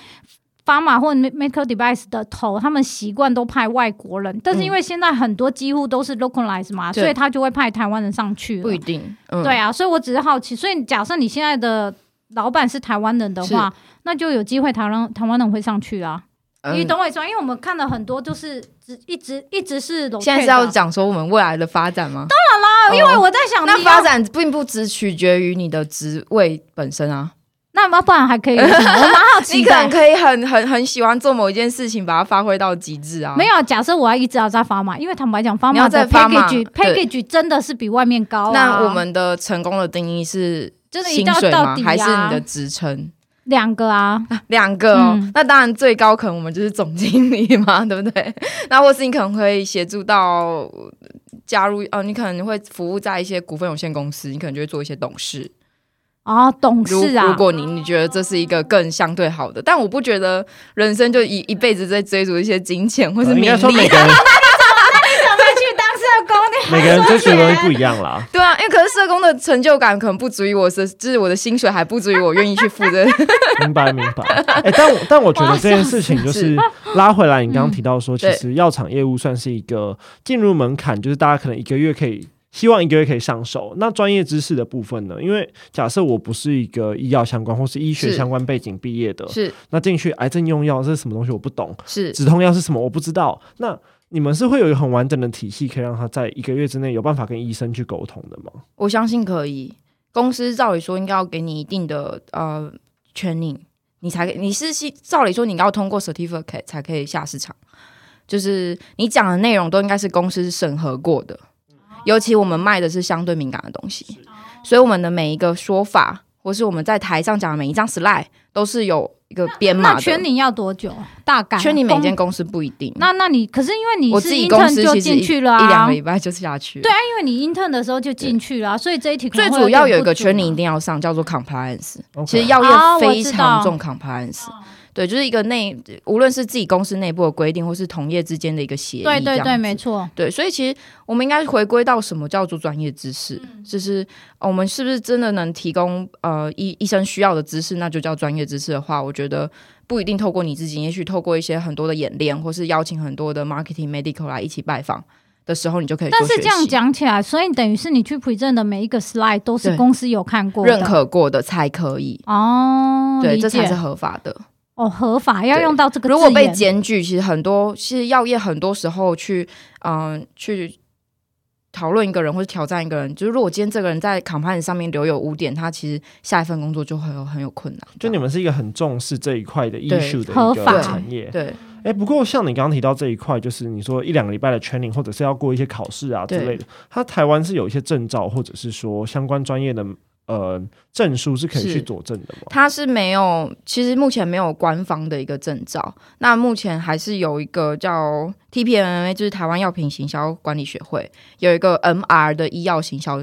[SPEAKER 1] 发马或 Maker Device 的头，他们习惯都派外国人，但是因为现在很多几乎都是 localize 嘛，
[SPEAKER 3] 嗯对
[SPEAKER 1] 所以他就会派台湾人上去了
[SPEAKER 3] 不一定，嗯，
[SPEAKER 1] 对啊，所以我只是好奇，所以假设你现在的老板是台湾人的话，那就有机会台湾台湾人会上去啊。
[SPEAKER 3] 嗯
[SPEAKER 1] 你懂我意思吗？因为我们看了很多，就是只一直一直是
[SPEAKER 3] 现在
[SPEAKER 1] rotate
[SPEAKER 3] 是
[SPEAKER 1] 的
[SPEAKER 3] 要讲说我们未来的发展吗？哦
[SPEAKER 1] 啊，因为我在想
[SPEAKER 3] 那
[SPEAKER 1] 你要
[SPEAKER 3] 发展并不只取决于你的职位本身啊，
[SPEAKER 1] 那么不然还可以有什么？我蛮好
[SPEAKER 3] [LAUGHS] 你
[SPEAKER 1] 奇
[SPEAKER 3] 可能
[SPEAKER 1] 的。
[SPEAKER 3] 可以很很很喜欢做某一件事情，把它发挥到极致啊。
[SPEAKER 1] 没，有，假设我要一直要在发嘛，因为坦白讲，发
[SPEAKER 3] 你
[SPEAKER 1] 嘛
[SPEAKER 3] 要在
[SPEAKER 1] 的
[SPEAKER 3] 发嘛
[SPEAKER 1] package
[SPEAKER 3] 对
[SPEAKER 1] package 真的是比外面高啊。
[SPEAKER 3] 那我们的成功的定义是
[SPEAKER 1] 就是一
[SPEAKER 3] 薪
[SPEAKER 1] 定要
[SPEAKER 3] 水
[SPEAKER 1] 到
[SPEAKER 3] 吗？
[SPEAKER 1] 底啊，
[SPEAKER 3] 还是你的职称？
[SPEAKER 1] 两个
[SPEAKER 3] [LAUGHS]
[SPEAKER 1] 啊，
[SPEAKER 3] 两个哦，
[SPEAKER 1] 嗯
[SPEAKER 3] 那当然最高可能我们就是总经理嘛， [LAUGHS] 对不对？那或是你可能会协助到加入，呃，你可能会服务在一些股份有限公司，你可能就会做一些董事。
[SPEAKER 1] 哦，董
[SPEAKER 3] 如
[SPEAKER 1] 事啊
[SPEAKER 3] 如，果你你觉得这是一个更相对好的，但我不觉得人生就一一辈子在追逐一些金钱或是
[SPEAKER 2] 呃应
[SPEAKER 3] 名
[SPEAKER 2] 该说每
[SPEAKER 3] 利。
[SPEAKER 2] 个
[SPEAKER 3] [LAUGHS]
[SPEAKER 2] 人
[SPEAKER 1] 怎么 [LAUGHS] 去当社工？你
[SPEAKER 2] 每个人追求的东西不一样啦。
[SPEAKER 3] 对啊，因为可是社工的成就感可能不足以我是，就是我的薪水还不足以我愿意去付的。
[SPEAKER 1] [LAUGHS]
[SPEAKER 2] 明白明白。哎、但我但我觉得这件事情就是拉回来，你刚刚提到说，其
[SPEAKER 3] 嗯对
[SPEAKER 2] 实药厂业务算是一个进入门槛，就是大家可能一个月可以。希望一个月可以上手。那专业知识的部分呢？因为假设我不是一个医药相关或是医学
[SPEAKER 3] 是
[SPEAKER 2] 相关背景毕业的，
[SPEAKER 3] 是
[SPEAKER 2] 那进去癌症用药这是什么东西我不懂，
[SPEAKER 3] 是
[SPEAKER 2] 止痛药是什么我不知道。那你们是会有一个很完整的体系，可以让他在一个月之内有办法跟医生去沟通的吗？
[SPEAKER 3] 我相信可以。公司照理说应该要给你一定的呃 training，你才你是系照理说你要通过 certificate 才可以下市场，就是你讲的内容都应该是公司审核过的，尤其我们卖的是相对敏感的东西，
[SPEAKER 1] 哦
[SPEAKER 3] 所以我们的每一个说法，或是我们在台上讲的每一张 slide 都是有一个编码
[SPEAKER 1] 那
[SPEAKER 3] 的。
[SPEAKER 1] 圈你要多久？大概啊
[SPEAKER 3] 圈你每间
[SPEAKER 1] 公
[SPEAKER 3] 公司不一定，
[SPEAKER 1] 那那你可是因为你
[SPEAKER 3] 我
[SPEAKER 1] 是
[SPEAKER 3] 自己公
[SPEAKER 1] intern
[SPEAKER 3] 司
[SPEAKER 1] 就
[SPEAKER 3] 其实
[SPEAKER 1] 进
[SPEAKER 3] 一
[SPEAKER 1] 去了啊，
[SPEAKER 3] 一两个礼拜就下去了。
[SPEAKER 1] 对啊，因为你 intern 的时候就进去了啊、所以这一题可
[SPEAKER 3] 最
[SPEAKER 1] 能会
[SPEAKER 3] 主要有一个
[SPEAKER 1] 点不准
[SPEAKER 3] 圈
[SPEAKER 1] 啊
[SPEAKER 3] 你一定要上，叫做 compliance。
[SPEAKER 2] OK
[SPEAKER 3] 其实药
[SPEAKER 1] 哦
[SPEAKER 3] 业
[SPEAKER 1] 我
[SPEAKER 3] 非
[SPEAKER 1] 知
[SPEAKER 3] 常
[SPEAKER 1] 道哦
[SPEAKER 3] 重 compliance，、对，就是一个内，无论是自己公司内部的规定，或是同业之间的一个协议，
[SPEAKER 1] 对对
[SPEAKER 3] 这
[SPEAKER 1] 对，
[SPEAKER 3] 样
[SPEAKER 1] 没错。
[SPEAKER 3] 对，所以其实我们应该回归到什么叫做专业知识，
[SPEAKER 1] 嗯
[SPEAKER 3] 就是呃我们是不是真的能提供呃医医生需要的知识，那就叫专业知识的话，我觉得不一定透过你自己，也许透过一些很多的演练，或是邀请很多的 marketing medical 来一起拜访的时候，你就可以多
[SPEAKER 1] 但是
[SPEAKER 3] 学
[SPEAKER 1] 这样
[SPEAKER 3] 习
[SPEAKER 1] 讲起来，所以等于是你去 present 的每一个 slide 都是
[SPEAKER 3] 对
[SPEAKER 1] 公司有看过的
[SPEAKER 3] 认可过的才可以。
[SPEAKER 1] 哦，
[SPEAKER 3] 对，
[SPEAKER 1] 理
[SPEAKER 3] 这才
[SPEAKER 1] 解
[SPEAKER 3] 是合法的。
[SPEAKER 1] 哦合法要
[SPEAKER 3] 对
[SPEAKER 1] 用到这个字眼。
[SPEAKER 3] 如果被检举，其实很多其实药业很多时候去，嗯、去讨论一个人或者挑战一个人，就是如果今天这个人在 campaign 上面留有污点，他其实下一份工作就会有很有困难。
[SPEAKER 2] 就你们是一个很重视这一块的艺
[SPEAKER 3] 对
[SPEAKER 2] 术的
[SPEAKER 1] 合
[SPEAKER 2] 一
[SPEAKER 1] 法
[SPEAKER 2] 个产业。
[SPEAKER 3] 对
[SPEAKER 2] 哎，不过像你刚刚提到这一块，就是你说一两个礼拜的 training，或者是要过一些考试啊之
[SPEAKER 3] 对
[SPEAKER 2] 类的，它台湾是有一些证照，或者是说相关专业的呃证书是可以
[SPEAKER 3] 是
[SPEAKER 2] 去佐证的吗？
[SPEAKER 3] 他是没有，其实目前没有官方的一个证照，那目前还是有一个叫 TPMMA，就是台湾药品行销管理学会有一个 MR 的医药行销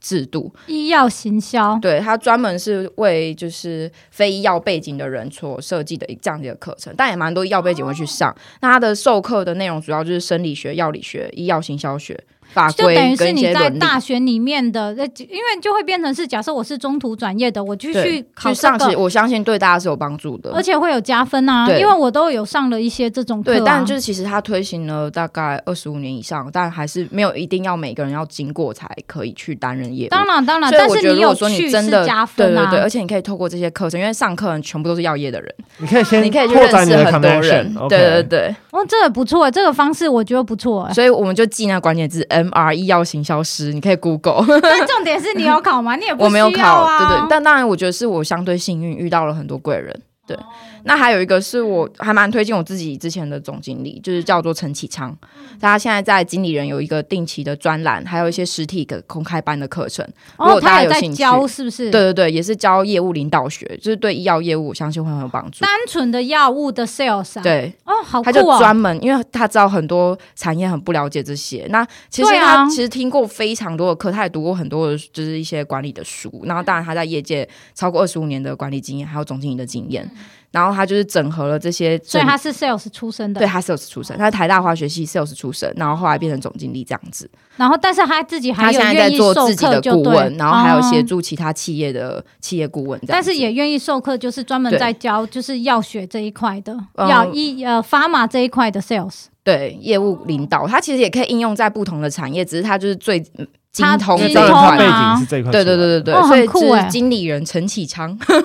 [SPEAKER 3] 制度，
[SPEAKER 1] 医药行销，
[SPEAKER 3] 对，它专门是为就是非医药背景的人所设计的一这样的一个课程，但也蛮多医药背景
[SPEAKER 1] 哦
[SPEAKER 3] 会去上。那它的授课的内容主要就是生理学、药理学、医药行销学、法
[SPEAKER 1] 就等
[SPEAKER 3] 规
[SPEAKER 1] 于是
[SPEAKER 3] 跟一
[SPEAKER 1] 你
[SPEAKER 3] 些
[SPEAKER 1] 在
[SPEAKER 3] 伦理。
[SPEAKER 1] 大学里面的，呃因为就会变成是，假设我是中途转业的，我继
[SPEAKER 3] 对
[SPEAKER 1] 续考这
[SPEAKER 3] 上其实
[SPEAKER 1] 个，
[SPEAKER 3] 我相信对大家是有帮助的。
[SPEAKER 1] 而且会有加分啊，
[SPEAKER 3] 对
[SPEAKER 1] 因为我都有上了一些这种课啊。
[SPEAKER 3] 对，但就是其实它推行了大概二十五年以上，但还是没有一定要每个人要经过才可以去担任业务。
[SPEAKER 1] 当然当然，
[SPEAKER 3] 所以
[SPEAKER 1] 但
[SPEAKER 3] 我
[SPEAKER 1] 是
[SPEAKER 3] 觉得，如
[SPEAKER 1] 有
[SPEAKER 3] 果说你
[SPEAKER 1] 去
[SPEAKER 3] 真
[SPEAKER 1] 是
[SPEAKER 3] 的
[SPEAKER 1] 加
[SPEAKER 3] 对
[SPEAKER 1] 分
[SPEAKER 3] 对
[SPEAKER 1] 啊，
[SPEAKER 3] 对，而且你可以透过这些课程，因为上课的人全部都是药业的人，
[SPEAKER 2] 你可以先
[SPEAKER 3] 你可以去
[SPEAKER 2] 拓
[SPEAKER 3] 认
[SPEAKER 2] 展你
[SPEAKER 3] 识
[SPEAKER 2] 的
[SPEAKER 3] 很多人
[SPEAKER 2] connection，。OK
[SPEAKER 3] 对对对，
[SPEAKER 1] 哦，这个不错，这个方式我觉得不错。
[SPEAKER 3] [LAUGHS]
[SPEAKER 1] 哎
[SPEAKER 3] 所以我们就记那关键字 M R E 药行消失，你可
[SPEAKER 2] [LAUGHS]
[SPEAKER 3] 以 Google。
[SPEAKER 1] 但重点是你有考吗？你也不
[SPEAKER 3] 我没有
[SPEAKER 1] 需要
[SPEAKER 3] 考，
[SPEAKER 1] 啊
[SPEAKER 3] 对对，但当然我觉得是我相对幸运遇到了很多贵人。对，
[SPEAKER 2] 嗯
[SPEAKER 3] 那还有一个是我还蛮推荐我自己之前的总经理，就是叫做陈启昌，
[SPEAKER 2] 嗯
[SPEAKER 3] 他现在在经理人有一个定期的专栏，还有一些实体的公开班的课程。如
[SPEAKER 1] 哦，
[SPEAKER 3] 果大
[SPEAKER 1] 他
[SPEAKER 3] 家
[SPEAKER 1] 有
[SPEAKER 3] 有
[SPEAKER 1] 在
[SPEAKER 3] 兴趣
[SPEAKER 1] 教是不是？
[SPEAKER 3] 对，对对，也是教业务领导学，就是对医药业务，我相信会很有帮助。
[SPEAKER 1] 单纯的药物的 sales 啊，，
[SPEAKER 3] 对，
[SPEAKER 1] 哦，好
[SPEAKER 3] 他就
[SPEAKER 1] 酷哦
[SPEAKER 3] 专，门，因为他知道很多产业很不了解这些。那其实
[SPEAKER 1] 对啊
[SPEAKER 3] 他其实听过非常多的课，他也读过很多的，就是一些管理的书。
[SPEAKER 1] 嗯
[SPEAKER 3] 然后当然他在业界超过二十五年的管理经验，还有总经理的经验。然后他就是整合了这些
[SPEAKER 1] 嗯所
[SPEAKER 3] 整，
[SPEAKER 1] 以他是 sales 出身
[SPEAKER 3] 对
[SPEAKER 1] 的，
[SPEAKER 3] 他 sales 出身，他是台大化学系 sales 出身，然后后来变成总经理这样子。
[SPEAKER 1] 然后但是他自己还
[SPEAKER 3] 他
[SPEAKER 1] 有
[SPEAKER 3] 现在在
[SPEAKER 1] 愿意
[SPEAKER 3] 做
[SPEAKER 1] 授
[SPEAKER 3] 自己
[SPEAKER 1] 课
[SPEAKER 3] 的
[SPEAKER 1] 就
[SPEAKER 3] 顾
[SPEAKER 1] 对，
[SPEAKER 3] 问，然后还有协
[SPEAKER 1] 哦。
[SPEAKER 3] 助其他企业的企业顾问这样
[SPEAKER 1] 但
[SPEAKER 3] 子。
[SPEAKER 1] 是也愿意授课，就是专门
[SPEAKER 3] 对
[SPEAKER 1] 在教就是药学这一块的，
[SPEAKER 3] 嗯
[SPEAKER 1] 药医呃 pharma 这一块的 sales，
[SPEAKER 3] 对业务领导，他其实也可以应用在不同的产业，只是他就是最嗯精
[SPEAKER 1] 他
[SPEAKER 3] 通
[SPEAKER 2] 因
[SPEAKER 3] 这
[SPEAKER 2] 为
[SPEAKER 3] 一
[SPEAKER 2] 当然
[SPEAKER 1] 他精
[SPEAKER 2] 它
[SPEAKER 3] 块
[SPEAKER 1] 通
[SPEAKER 2] 背
[SPEAKER 1] 啊。
[SPEAKER 2] 景是这一块出来
[SPEAKER 3] 对
[SPEAKER 2] 的，
[SPEAKER 3] 对对对对，
[SPEAKER 1] 哦
[SPEAKER 3] 所
[SPEAKER 1] 很
[SPEAKER 3] 以
[SPEAKER 1] 酷欸
[SPEAKER 3] 是经理人陈启昌 [LAUGHS]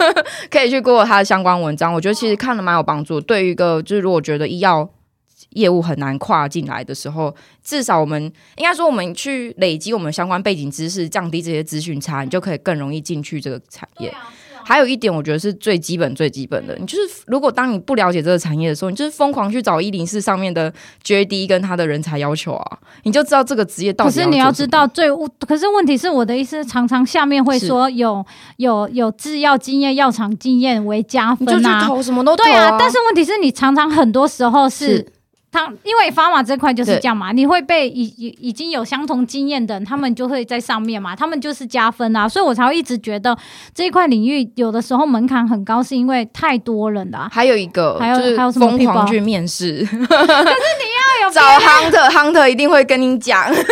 [SPEAKER 3] 可以去过他的相关文章，我觉得其实看了蛮有帮助。对于一个就是如果觉得医药业务很难跨进来的时候，至少我们应该说我们去累积我们相关背景知识，降低这些资讯差，你就可以更容易进去这个产业。
[SPEAKER 1] 啊
[SPEAKER 3] 还有一点，我觉得是最基本、最基本的。你就是，如果当你不了解这个产业的时候，你就是疯狂去找一零四上面的 JD 跟他的人才要求啊，你就知道这个职业到
[SPEAKER 1] 可
[SPEAKER 3] 底
[SPEAKER 1] 是你
[SPEAKER 3] 要
[SPEAKER 1] 要
[SPEAKER 3] 做
[SPEAKER 1] 知
[SPEAKER 3] 什么
[SPEAKER 1] 道啊最，可是问题是我的意思，常常下面会
[SPEAKER 3] 是
[SPEAKER 1] 说有有有制药经验、药厂经验为加
[SPEAKER 3] 你就
[SPEAKER 1] 分
[SPEAKER 3] 去
[SPEAKER 1] 啊，
[SPEAKER 3] 投什么都投
[SPEAKER 1] 对啊，但是问题是你常常很多时候是
[SPEAKER 3] 是。
[SPEAKER 1] 他因为法码这块就是
[SPEAKER 3] 对
[SPEAKER 1] 这样嘛，你会被已已已经有相同经验的人，他们就会在上面嘛，他们就是加分啊，所以我才会一直觉得这一块领域有的时候门槛很高，是因为太多人了、啊。
[SPEAKER 3] 还有一个
[SPEAKER 1] 还有
[SPEAKER 3] 就是
[SPEAKER 1] 还有什么
[SPEAKER 3] 疯
[SPEAKER 1] people？
[SPEAKER 3] 狂去面试，
[SPEAKER 1] [LAUGHS]
[SPEAKER 3] 可是你要
[SPEAKER 1] 有
[SPEAKER 3] 找 hunter hunter 一定会跟你讲，
[SPEAKER 1] 重点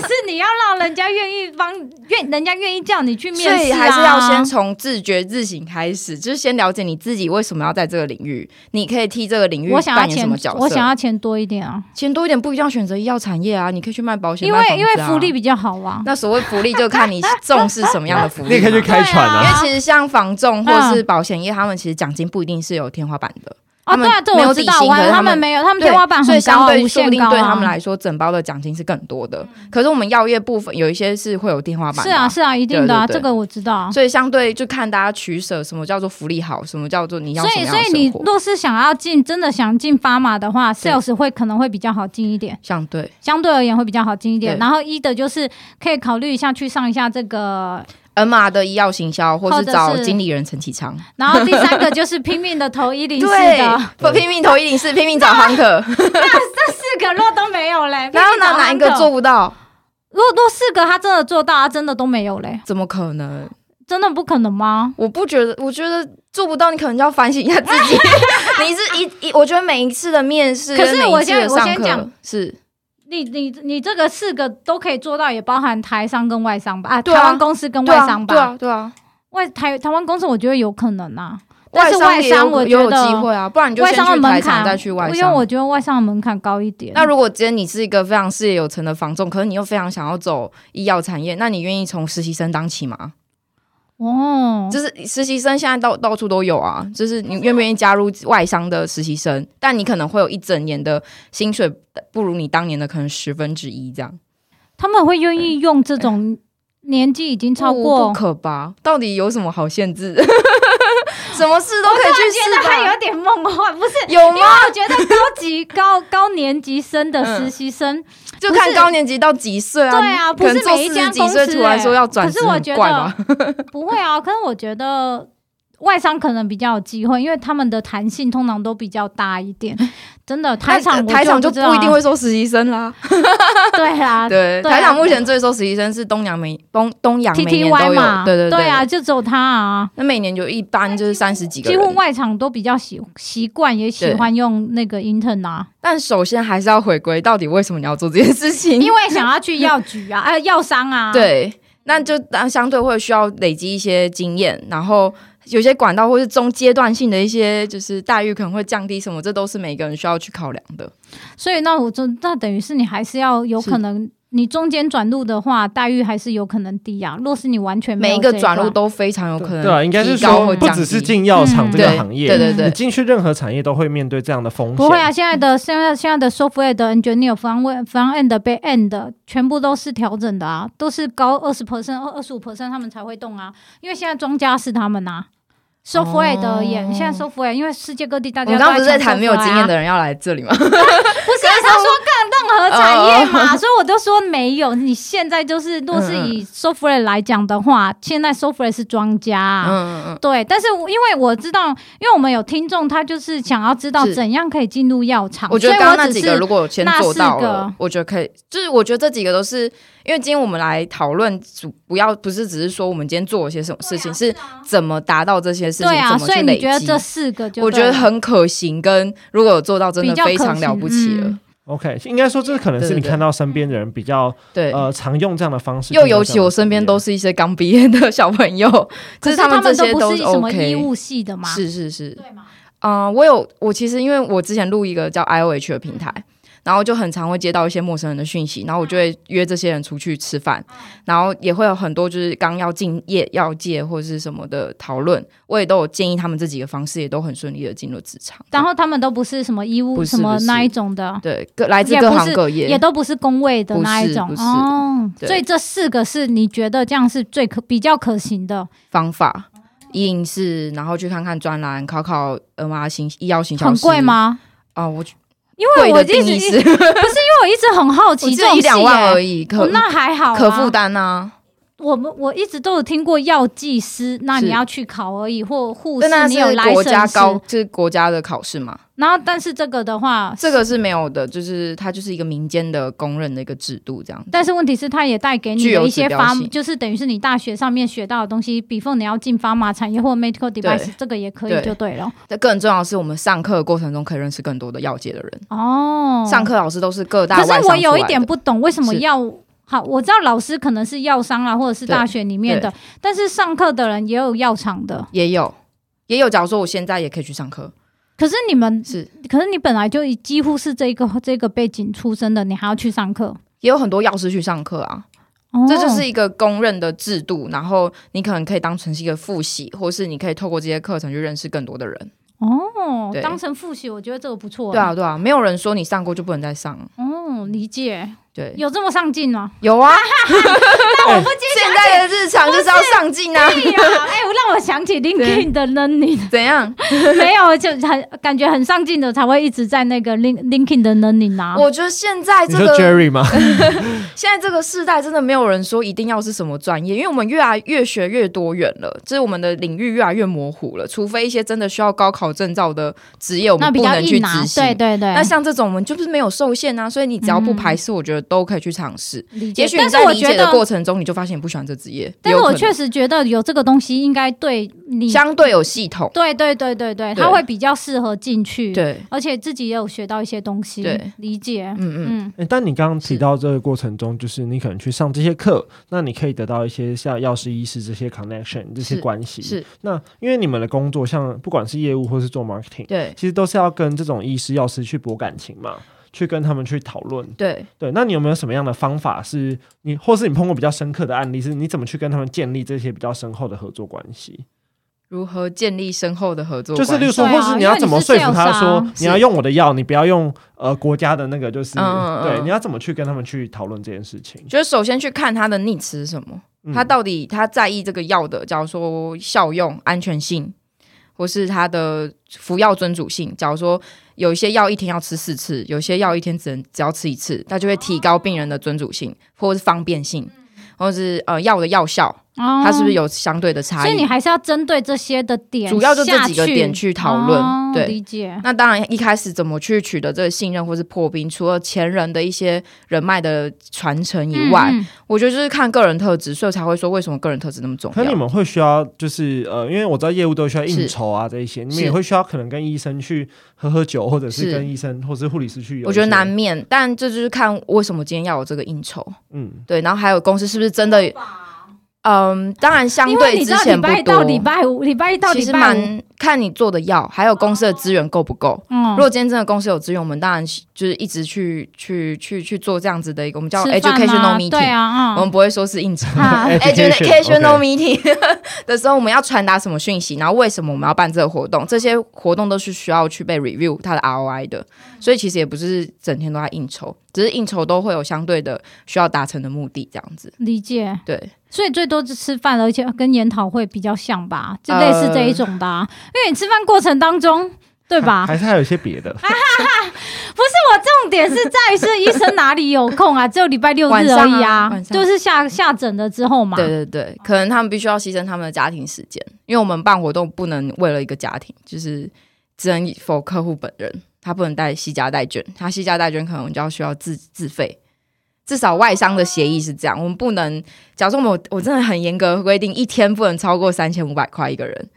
[SPEAKER 1] 是你要让人家愿意帮，愿人家愿意叫你去面试、
[SPEAKER 3] 所
[SPEAKER 1] 啊，
[SPEAKER 3] 以还是要先从自觉自省开始，就是先了解你自己为什么要在这个领域，你可以替这个领域
[SPEAKER 1] 我想要
[SPEAKER 3] 扮演
[SPEAKER 1] 钱
[SPEAKER 3] 什么角，色。
[SPEAKER 1] 我想要钱多一点啊，
[SPEAKER 3] 钱多一点，不一定要选择医药产业啊，你可以去卖保险，
[SPEAKER 1] 因为
[SPEAKER 3] 卖房子
[SPEAKER 1] 因
[SPEAKER 3] 啊
[SPEAKER 1] 为福利。比较好啊。
[SPEAKER 3] 那所谓福利，就看你重视什么样的福利
[SPEAKER 1] [LAUGHS]
[SPEAKER 2] 你
[SPEAKER 3] 嘛。
[SPEAKER 2] 也可以去开船
[SPEAKER 1] 对
[SPEAKER 3] 因
[SPEAKER 1] 啊
[SPEAKER 2] 啊。
[SPEAKER 1] 嗯
[SPEAKER 3] 为其实像房仲或是保险业，他们其实奖金不一定是有天花板的，
[SPEAKER 1] 哦，
[SPEAKER 3] 他
[SPEAKER 1] 对
[SPEAKER 3] 们
[SPEAKER 1] 啊，这
[SPEAKER 3] 没
[SPEAKER 1] 我
[SPEAKER 3] 有
[SPEAKER 1] 知
[SPEAKER 3] 底
[SPEAKER 1] 道，
[SPEAKER 3] 薪
[SPEAKER 1] 我
[SPEAKER 3] 可
[SPEAKER 1] 还
[SPEAKER 3] 是
[SPEAKER 1] 他
[SPEAKER 3] 他
[SPEAKER 1] 们
[SPEAKER 3] 们
[SPEAKER 1] 没有，他们
[SPEAKER 3] 对，
[SPEAKER 1] 天花板
[SPEAKER 3] 所以
[SPEAKER 1] 很高
[SPEAKER 3] 相
[SPEAKER 1] 啊，
[SPEAKER 3] 对
[SPEAKER 1] 无
[SPEAKER 3] 说
[SPEAKER 1] 限
[SPEAKER 3] 不定
[SPEAKER 1] 高
[SPEAKER 3] 对
[SPEAKER 1] 啊
[SPEAKER 3] 他们来说，整包的奖金是更多的。可是我们药业部分有一些是会有天花板，
[SPEAKER 1] 是啊，。是啊，一定的啊，
[SPEAKER 3] 对对对
[SPEAKER 1] 这个我知道啊。
[SPEAKER 3] 所以相对就看大家取舍，什么叫做福利好，什么叫做你要
[SPEAKER 1] 所
[SPEAKER 3] 什么
[SPEAKER 1] 以，
[SPEAKER 3] 样
[SPEAKER 1] 所
[SPEAKER 3] 的
[SPEAKER 1] 以你
[SPEAKER 3] 生活。
[SPEAKER 1] 若是想要进，真的想进发马的话
[SPEAKER 3] 对
[SPEAKER 1] ，sales 会可能会比较好进一点，
[SPEAKER 3] 相对，
[SPEAKER 1] 相对而言会比较好进一点。
[SPEAKER 3] 对
[SPEAKER 1] 然后一的就是可以考虑一下去上一下这个，
[SPEAKER 3] M R 的医药行销，或
[SPEAKER 1] 或
[SPEAKER 3] 是
[SPEAKER 1] 者
[SPEAKER 3] 找
[SPEAKER 1] 是
[SPEAKER 3] 经理人陈启昌，
[SPEAKER 1] 然后第三个就是拼命的投一零四的，
[SPEAKER 3] [LAUGHS] 对，不拼命投一零四，拼命找航 [LAUGHS] 可，
[SPEAKER 1] [LAUGHS] 四个若都没有嘞，
[SPEAKER 3] 然后哪
[SPEAKER 1] 拼命找
[SPEAKER 3] 哪一个
[SPEAKER 1] 行
[SPEAKER 3] 做
[SPEAKER 1] 者？
[SPEAKER 3] 不到？
[SPEAKER 1] 若若四个他真的做到，他真的都没有嘞，
[SPEAKER 3] 怎么可能？
[SPEAKER 1] 真的不可能吗？
[SPEAKER 3] 我不觉得，我觉得做不到，你可能就要反省一下自 [LAUGHS] 己。你是一一，我觉得每一次的面试，
[SPEAKER 1] 可是我先我先
[SPEAKER 3] 上
[SPEAKER 1] 讲
[SPEAKER 3] 课是
[SPEAKER 1] 你你你这个四个都可以做到，也包含台商跟外商吧？啊，
[SPEAKER 3] 对啊
[SPEAKER 1] 台湾公司跟
[SPEAKER 3] 对
[SPEAKER 1] 外
[SPEAKER 3] 啊
[SPEAKER 1] 商，吧？
[SPEAKER 3] 对啊，对啊。
[SPEAKER 1] 外台台湾公司我觉得有可能啊，但
[SPEAKER 3] 外
[SPEAKER 1] 是
[SPEAKER 3] 商
[SPEAKER 1] 外
[SPEAKER 3] 也
[SPEAKER 1] 商
[SPEAKER 3] 有
[SPEAKER 1] 我
[SPEAKER 3] 也有
[SPEAKER 1] 觉得
[SPEAKER 3] 机会啊，不然你就
[SPEAKER 1] 外
[SPEAKER 3] 先
[SPEAKER 1] 商的
[SPEAKER 3] 去
[SPEAKER 1] 门
[SPEAKER 3] 台厂
[SPEAKER 1] 槛
[SPEAKER 3] 再去外
[SPEAKER 1] 因为
[SPEAKER 3] 商
[SPEAKER 1] 我。觉得外商的门槛高一点。
[SPEAKER 3] 那如果今天你是一个非常事业有成的房仲，可是你又非常想要走医药产业，那你愿意从实习生当起吗？
[SPEAKER 1] 哦，
[SPEAKER 3] 就是实习生现在到到处都有啊，就是你愿不愿意加入外商的实习生？但你可能会有一整年的薪水不如你当年的可能十分之一这样。
[SPEAKER 1] 他们会愿意用这种年纪已经超
[SPEAKER 3] 哎不
[SPEAKER 1] 过
[SPEAKER 3] 不，可吧？到底有什么好限制？ [LAUGHS] 什么事都可以去
[SPEAKER 1] 觉得
[SPEAKER 3] 试
[SPEAKER 1] 他
[SPEAKER 3] 吧？
[SPEAKER 1] 有点梦幻，不是？
[SPEAKER 3] 有
[SPEAKER 1] 因
[SPEAKER 3] 吗
[SPEAKER 1] 为？我觉得高级高 [LAUGHS] 高年级生的实习
[SPEAKER 3] [LAUGHS]
[SPEAKER 1] 生，
[SPEAKER 3] 就
[SPEAKER 1] 不
[SPEAKER 3] 看
[SPEAKER 1] 是
[SPEAKER 3] 高年级到几岁啊？
[SPEAKER 1] 对啊，不
[SPEAKER 3] 可能
[SPEAKER 1] 是
[SPEAKER 3] 做
[SPEAKER 1] 每
[SPEAKER 3] 四
[SPEAKER 1] 一
[SPEAKER 3] 十
[SPEAKER 1] 家
[SPEAKER 3] 几
[SPEAKER 1] 公
[SPEAKER 3] 岁
[SPEAKER 1] 司、
[SPEAKER 3] 突然说要
[SPEAKER 1] 欸
[SPEAKER 3] 转
[SPEAKER 1] 可
[SPEAKER 3] 职，
[SPEAKER 1] 是我
[SPEAKER 3] 很
[SPEAKER 1] 觉
[SPEAKER 3] 怪
[SPEAKER 1] 得
[SPEAKER 3] 吧？
[SPEAKER 1] 不会啊，可是我觉得。外商可能比较有机会，因为他们的弹性通常都比较大一
[SPEAKER 3] [LAUGHS]
[SPEAKER 1] 点。真的， [LAUGHS] 台场
[SPEAKER 3] 台场就
[SPEAKER 1] 不知道
[SPEAKER 3] 不一定会收实习生啦。
[SPEAKER 1] [LAUGHS] 对啦，
[SPEAKER 3] [LAUGHS] 对，
[SPEAKER 1] 对啊
[SPEAKER 3] 台场目前最收实习生是东阳每东东阳
[SPEAKER 1] T
[SPEAKER 3] 每
[SPEAKER 1] T
[SPEAKER 3] 年都
[SPEAKER 1] Y
[SPEAKER 3] 有
[SPEAKER 1] 嘛，，
[SPEAKER 3] 对对
[SPEAKER 1] 对啊，，就只有他啊。
[SPEAKER 3] 那每年就一般就是三十几个
[SPEAKER 1] 几乎
[SPEAKER 3] 人。
[SPEAKER 1] 外场都比较喜习惯，也喜欢用那个 intern 啊，
[SPEAKER 3] 但首先还是要回归，到底为什么你要做这件事
[SPEAKER 1] [LAUGHS]
[SPEAKER 3] 情？
[SPEAKER 1] 因为想要去药局 [LAUGHS] 啊，呃，药商啊，，
[SPEAKER 3] 对，那就当相对会需要累积一些经验，然后有些管道或是中阶段性的一些就是待遇可能会降低什么，这都是每个人需要去考量的。
[SPEAKER 1] 所以那我就那等于是你还是要有可能，你中间转入的话，待遇还是有可能低啊。若是你完全没有
[SPEAKER 3] 每一个
[SPEAKER 1] 这
[SPEAKER 3] 转入
[SPEAKER 1] 段
[SPEAKER 3] 都非常有可能
[SPEAKER 2] 对啊，应该是
[SPEAKER 3] 提高
[SPEAKER 2] 说
[SPEAKER 3] 或
[SPEAKER 2] 不
[SPEAKER 3] 降
[SPEAKER 2] 只是
[SPEAKER 3] 低嗯
[SPEAKER 2] 进药厂这个
[SPEAKER 3] 对
[SPEAKER 2] 行业，
[SPEAKER 3] 对对对
[SPEAKER 2] 你，进去任何产业都会面对这样的风险。
[SPEAKER 1] 不会 [LAUGHS] 啊，现在的现在现在的 software 的 engineer 方位方 end 被 end 全部都是调整的啊，都是高二十 percent 二二十五 percent 他们才会动啊，因为现在庄家是他们啊。software 的而言，现在 software 因为世界各地大
[SPEAKER 3] 我
[SPEAKER 1] 家
[SPEAKER 3] 们
[SPEAKER 1] 都
[SPEAKER 3] 刚刚不是在
[SPEAKER 1] 抢
[SPEAKER 3] 谈没有
[SPEAKER 1] software 啊
[SPEAKER 3] 经验的人要来这里吗？
[SPEAKER 1] 不是啊，他说干任何产
[SPEAKER 3] 哦
[SPEAKER 1] 业嘛，所以我就说没有。你现在就是，若
[SPEAKER 3] 嗯
[SPEAKER 1] 是以 software 来讲的话，现在 software 是庄家啊、
[SPEAKER 3] 嗯嗯
[SPEAKER 1] 对，但是我因为我知道，因为我们有听众，他就是想要知道
[SPEAKER 3] 是
[SPEAKER 1] 怎样可以进入药厂
[SPEAKER 3] 嗯，，我觉得
[SPEAKER 1] 所以
[SPEAKER 3] 刚刚那
[SPEAKER 1] 只
[SPEAKER 3] 几
[SPEAKER 1] 是
[SPEAKER 3] 个如果先
[SPEAKER 1] 那
[SPEAKER 3] 做
[SPEAKER 1] 四
[SPEAKER 3] 到
[SPEAKER 1] 个
[SPEAKER 3] 了，我觉得可以。就是我觉得这几个都是因为今天我们来讨论主，不要不是只是说我们今天做了些什么事情，是怎么达到这些事情，
[SPEAKER 1] 啊对啊，
[SPEAKER 3] 怎么
[SPEAKER 1] 所
[SPEAKER 3] 去
[SPEAKER 1] 以
[SPEAKER 3] 累
[SPEAKER 1] 你
[SPEAKER 3] 积
[SPEAKER 1] 觉。得这四个就
[SPEAKER 3] 我觉
[SPEAKER 1] 对
[SPEAKER 3] 得
[SPEAKER 1] 了
[SPEAKER 3] 很可行，跟如果有做到，真
[SPEAKER 1] 比
[SPEAKER 3] 的
[SPEAKER 1] 较
[SPEAKER 3] 非
[SPEAKER 1] 可
[SPEAKER 3] 常了
[SPEAKER 1] 行
[SPEAKER 3] 不起了。
[SPEAKER 1] 嗯
[SPEAKER 2] OK，应该说这可能是
[SPEAKER 3] 对
[SPEAKER 2] 你
[SPEAKER 3] 对对
[SPEAKER 2] 看到身边的人比较
[SPEAKER 3] 对，
[SPEAKER 2] 呃常用这样的方式。
[SPEAKER 3] 又尤其我身边都
[SPEAKER 2] 是
[SPEAKER 3] 是一些刚毕业的小朋友，
[SPEAKER 1] 可
[SPEAKER 3] 就是他们
[SPEAKER 1] 们
[SPEAKER 3] 这
[SPEAKER 1] 都
[SPEAKER 3] 些
[SPEAKER 1] 不
[SPEAKER 3] 都
[SPEAKER 1] 是什么医
[SPEAKER 3] OK。
[SPEAKER 1] 务系的嘛，
[SPEAKER 3] 是是是，
[SPEAKER 1] 对嘛？
[SPEAKER 3] 嗯、我有我其实因为我之前录一个叫 IOH 的平
[SPEAKER 1] 嗯
[SPEAKER 3] 台，然后就很常会接到一些陌生人的讯息，然后我就会约这些人出去吃饭，
[SPEAKER 1] 嗯
[SPEAKER 3] 然后也会有很多就是刚要进业药界或是什么的讨论，我也都有建议他们这几个方式，也都很顺利的进入职场。
[SPEAKER 1] 然后他们都不是什么医务
[SPEAKER 3] 不是
[SPEAKER 1] 什么
[SPEAKER 3] 不是
[SPEAKER 1] 那一种的。
[SPEAKER 3] 对各来自
[SPEAKER 1] 也
[SPEAKER 3] 各
[SPEAKER 1] 不
[SPEAKER 3] 行
[SPEAKER 1] 是
[SPEAKER 3] 各业，
[SPEAKER 1] 也都不是工位的
[SPEAKER 3] 不
[SPEAKER 1] 那一
[SPEAKER 3] 是
[SPEAKER 1] 种
[SPEAKER 3] 不是
[SPEAKER 1] 哦，
[SPEAKER 3] 对
[SPEAKER 1] 所以这四个是你觉得这样是最可比较可行的，
[SPEAKER 3] 方法。
[SPEAKER 1] 嗯
[SPEAKER 3] 影视，然后去看看专栏，考考呃 N R 行医药行销
[SPEAKER 1] 很
[SPEAKER 3] 师
[SPEAKER 1] 贵？吗？
[SPEAKER 3] 啊、我
[SPEAKER 1] 因为
[SPEAKER 3] 贵
[SPEAKER 1] 我
[SPEAKER 3] 的
[SPEAKER 1] 一直
[SPEAKER 3] 定
[SPEAKER 1] 因
[SPEAKER 3] 义
[SPEAKER 1] 为
[SPEAKER 3] 是， [LAUGHS]
[SPEAKER 1] 我一直很好
[SPEAKER 3] 我
[SPEAKER 1] 奇
[SPEAKER 3] 只
[SPEAKER 1] 这
[SPEAKER 3] 有
[SPEAKER 1] 种
[SPEAKER 3] 一两万而
[SPEAKER 1] 已，
[SPEAKER 3] 已，可
[SPEAKER 1] 那还好、啊，
[SPEAKER 3] 可负。担啊。
[SPEAKER 1] 我们我一直都有听过药剂师，那
[SPEAKER 3] 是
[SPEAKER 1] 你要去考而已，或护士
[SPEAKER 3] 但那
[SPEAKER 1] 你有
[SPEAKER 3] 是
[SPEAKER 1] 来
[SPEAKER 3] 国家
[SPEAKER 1] 审
[SPEAKER 3] 高
[SPEAKER 1] 师。，
[SPEAKER 3] 就是国家的考试嘛，
[SPEAKER 1] 然后但是这个的话，
[SPEAKER 3] 这个是没有的，就是它就是一个民间的公认的一个制度这样。
[SPEAKER 1] 但是问题是，它也带给你
[SPEAKER 3] 具
[SPEAKER 1] 的
[SPEAKER 3] 有
[SPEAKER 1] 一些
[SPEAKER 3] 指标
[SPEAKER 1] 发，
[SPEAKER 3] 性
[SPEAKER 1] 就是等于是你大学上面学到的东西，比方你要进发马产业或 medical device，这个也可以
[SPEAKER 3] 对
[SPEAKER 1] 就对了。
[SPEAKER 3] 但更重要的是，我们上课的过程中可以认识更多的药界的人。
[SPEAKER 1] 哦，
[SPEAKER 3] 上课老师都是各大
[SPEAKER 1] 可
[SPEAKER 3] 外商
[SPEAKER 1] 是我有一点
[SPEAKER 3] 出来的
[SPEAKER 1] 不懂，为什么
[SPEAKER 3] 是
[SPEAKER 1] 要好？我知道老师可能是药商啊啦，或者是
[SPEAKER 3] 对
[SPEAKER 1] 大学里面的，但是上课的人也有药厂的。
[SPEAKER 3] 也有，也有。假如说我现在也可以去上课，
[SPEAKER 1] 可是你们，
[SPEAKER 3] 是
[SPEAKER 1] 可是你本来就几乎是这个这个背景出身的，你还要去上课，
[SPEAKER 3] 也有很多药师去上课啊。
[SPEAKER 1] 哦
[SPEAKER 3] 这就是一个公认的制度，然后你可能可以当成是一个复习，或是你可以透过这些课程去认识更多的人。
[SPEAKER 1] 哦，
[SPEAKER 3] 对
[SPEAKER 1] 当成复习，我觉得这个不错。
[SPEAKER 3] 对啊，，对啊，没有人说你上过就不能再上。
[SPEAKER 1] 哦，理解，
[SPEAKER 3] 对，
[SPEAKER 1] 有这么上进吗？ [LAUGHS]
[SPEAKER 3] 有啊，
[SPEAKER 1] 那我不接
[SPEAKER 3] 现在的日常就是要上进啊。
[SPEAKER 1] 地啊！哎，我让我想起 LinkedIn 的 learning，
[SPEAKER 3] 怎样？
[SPEAKER 1] 没有就很感觉很上进的才会一直在那个 Link LinkedIn 的 learning 啊。
[SPEAKER 3] 我觉得现在
[SPEAKER 2] 你
[SPEAKER 3] 这
[SPEAKER 2] 说
[SPEAKER 3] 个
[SPEAKER 2] Jerry 吗？
[SPEAKER 3] 现在这个世代真的没有人说一定要是什么专业，因为我们越来越学越多元了，就是我们的领域越来越模糊了。除非一些真的需要高考证照的职业，我
[SPEAKER 1] 那
[SPEAKER 3] 们
[SPEAKER 1] 比
[SPEAKER 3] 不
[SPEAKER 1] 较
[SPEAKER 3] 能去
[SPEAKER 1] 硬拿
[SPEAKER 3] 执，行。
[SPEAKER 1] 对对对。
[SPEAKER 3] 那像这种我们就是没有受限啊，所以你只要不排斥，我觉得都可以去尝试。
[SPEAKER 1] 理解
[SPEAKER 3] 也许
[SPEAKER 1] 嗯
[SPEAKER 3] 你
[SPEAKER 1] 但是
[SPEAKER 3] 在
[SPEAKER 1] 我
[SPEAKER 3] 理
[SPEAKER 1] 觉
[SPEAKER 3] 解的
[SPEAKER 1] 得，
[SPEAKER 3] 过程中，你就发现你不喜欢这职业，
[SPEAKER 1] 但是
[SPEAKER 3] 也有
[SPEAKER 1] 我
[SPEAKER 3] 可能
[SPEAKER 1] 确实觉得有这个东西应该对你，
[SPEAKER 3] 相对有系统。
[SPEAKER 1] 对对对对对，
[SPEAKER 3] 对
[SPEAKER 1] 它会比较适合进去。，
[SPEAKER 3] 对，
[SPEAKER 1] 而且自己也有学到一些东西，
[SPEAKER 3] 对，
[SPEAKER 1] 理解。
[SPEAKER 3] 嗯嗯，
[SPEAKER 1] 嗯，
[SPEAKER 2] 欸但你刚刚提
[SPEAKER 3] 是
[SPEAKER 2] 到这个过程中，就是你可能去上这些课，那你可以得到一些像药师、医师这些 connection 这些
[SPEAKER 3] 是
[SPEAKER 2] 关系。
[SPEAKER 3] 是
[SPEAKER 2] 那因为你们的工作，像不管是业务或是做 marketing，
[SPEAKER 3] 对
[SPEAKER 2] 其实都是要跟这种医师、药师去博感情嘛，去跟他们去讨论。
[SPEAKER 3] 对。
[SPEAKER 2] 对，那你有没有什么样的方法是你，或是你碰过比较深刻的案例，是你怎么去跟他们建立这些比较深厚的合作关系？
[SPEAKER 3] 如何建立深厚的合作
[SPEAKER 2] 就
[SPEAKER 3] 关系？
[SPEAKER 2] 是，例如说，
[SPEAKER 1] 对啊
[SPEAKER 2] 或是你要怎么说服他说
[SPEAKER 1] 因为
[SPEAKER 3] 是
[SPEAKER 2] 你要用我的药，你不要用呃国家的那个，就是
[SPEAKER 3] 嗯嗯嗯
[SPEAKER 2] 对，你要怎么去跟他们去讨论这件事情？
[SPEAKER 3] 就是首先去看他的 needs 是什么，
[SPEAKER 2] 嗯
[SPEAKER 3] 他到底他在意这个药的，假如说效用、安全性，或是他的服药遵主性。假如说有一些药一天要吃四次，有些药一天只能只要吃一次，它就会提高病人的遵主性，或是方便性，或是呃药的药效，
[SPEAKER 1] 哦
[SPEAKER 3] 它是不是有相对的差
[SPEAKER 1] 所以你
[SPEAKER 3] 异？
[SPEAKER 1] 还是要针对这些的点，
[SPEAKER 3] 主要就这几个点去讨论
[SPEAKER 1] 哦
[SPEAKER 3] 对
[SPEAKER 1] 理解。
[SPEAKER 3] [LAUGHS] 那当然，一开始怎么去取得这个信任或是破冰，除了前人的一些人脉的传承以外，
[SPEAKER 1] 嗯嗯
[SPEAKER 3] 我觉得就是看个人特质，所以才会说为什么个人特质那么重
[SPEAKER 2] 可
[SPEAKER 3] 要
[SPEAKER 2] 是。你们会需要，就是呃，因为我知道业务都需要应
[SPEAKER 3] 是
[SPEAKER 2] 酬啊这一些，你们
[SPEAKER 3] 是
[SPEAKER 2] 也会需要可能跟医生去喝喝酒，或者是
[SPEAKER 3] 是
[SPEAKER 2] 跟医生或是护理师去有一些。
[SPEAKER 3] 我觉得难免，但这就是看为什么今天要有这个应酬，
[SPEAKER 2] 嗯，
[SPEAKER 3] 对，然后还有公司是不是真的，嗯，当然相
[SPEAKER 1] 啊因为
[SPEAKER 3] 对
[SPEAKER 1] 你知
[SPEAKER 3] 之
[SPEAKER 1] 道礼
[SPEAKER 3] 前不
[SPEAKER 1] 拜到
[SPEAKER 3] 多，
[SPEAKER 1] 礼拜五，礼拜一到
[SPEAKER 3] 其
[SPEAKER 1] 礼
[SPEAKER 3] 实
[SPEAKER 1] 拜五，
[SPEAKER 3] 蛮看你做的药，还有公司的资源够不够。
[SPEAKER 1] 嗯
[SPEAKER 3] 如果今天真的公司有资源，我们当然就是一直去去去去做这样子的一个我们叫
[SPEAKER 1] 吃饭
[SPEAKER 3] educational
[SPEAKER 1] 吗
[SPEAKER 3] meeting，、
[SPEAKER 1] 对啊，
[SPEAKER 3] 我们不会说是应酬。
[SPEAKER 1] 嗯啊
[SPEAKER 3] 哎 educational
[SPEAKER 2] OK
[SPEAKER 3] meeting [LAUGHS] 的时候，我们要传达什么讯息，然后为什么我们要办这个活动，这些活动都是需要去被 review 它的 ROI 的，所以其实也不是整天都在应酬，只是应酬都会有相对的需要达成的目的，这样子。
[SPEAKER 1] 理解。
[SPEAKER 3] 对，
[SPEAKER 1] 所以最多是吃饭，而且跟研讨会比较像吧，
[SPEAKER 3] 呃
[SPEAKER 1] 就类似这一种的、啊。因为你吃饭过程当中，对
[SPEAKER 3] [LAUGHS]
[SPEAKER 1] 吧？
[SPEAKER 2] 还是还有一些别的。
[SPEAKER 1] 重点是在于是医生哪里有空啊？只有礼拜六
[SPEAKER 3] 晚
[SPEAKER 1] 日
[SPEAKER 3] 上啊
[SPEAKER 1] 而已啊，
[SPEAKER 3] 晚上
[SPEAKER 1] 就是下下诊了之后嘛。
[SPEAKER 3] 对对对，可能他们必须要牺牲他们的家庭时间，因为我们办活动不能为了一个家庭，就是只能 for 客户本人，他不能带西家带卷，他西家带卷可能就要需要自自费。至少外商的协议是这样，我们不能，假如说我们我真的很严格规定，一天不能超过三千五百块一个人，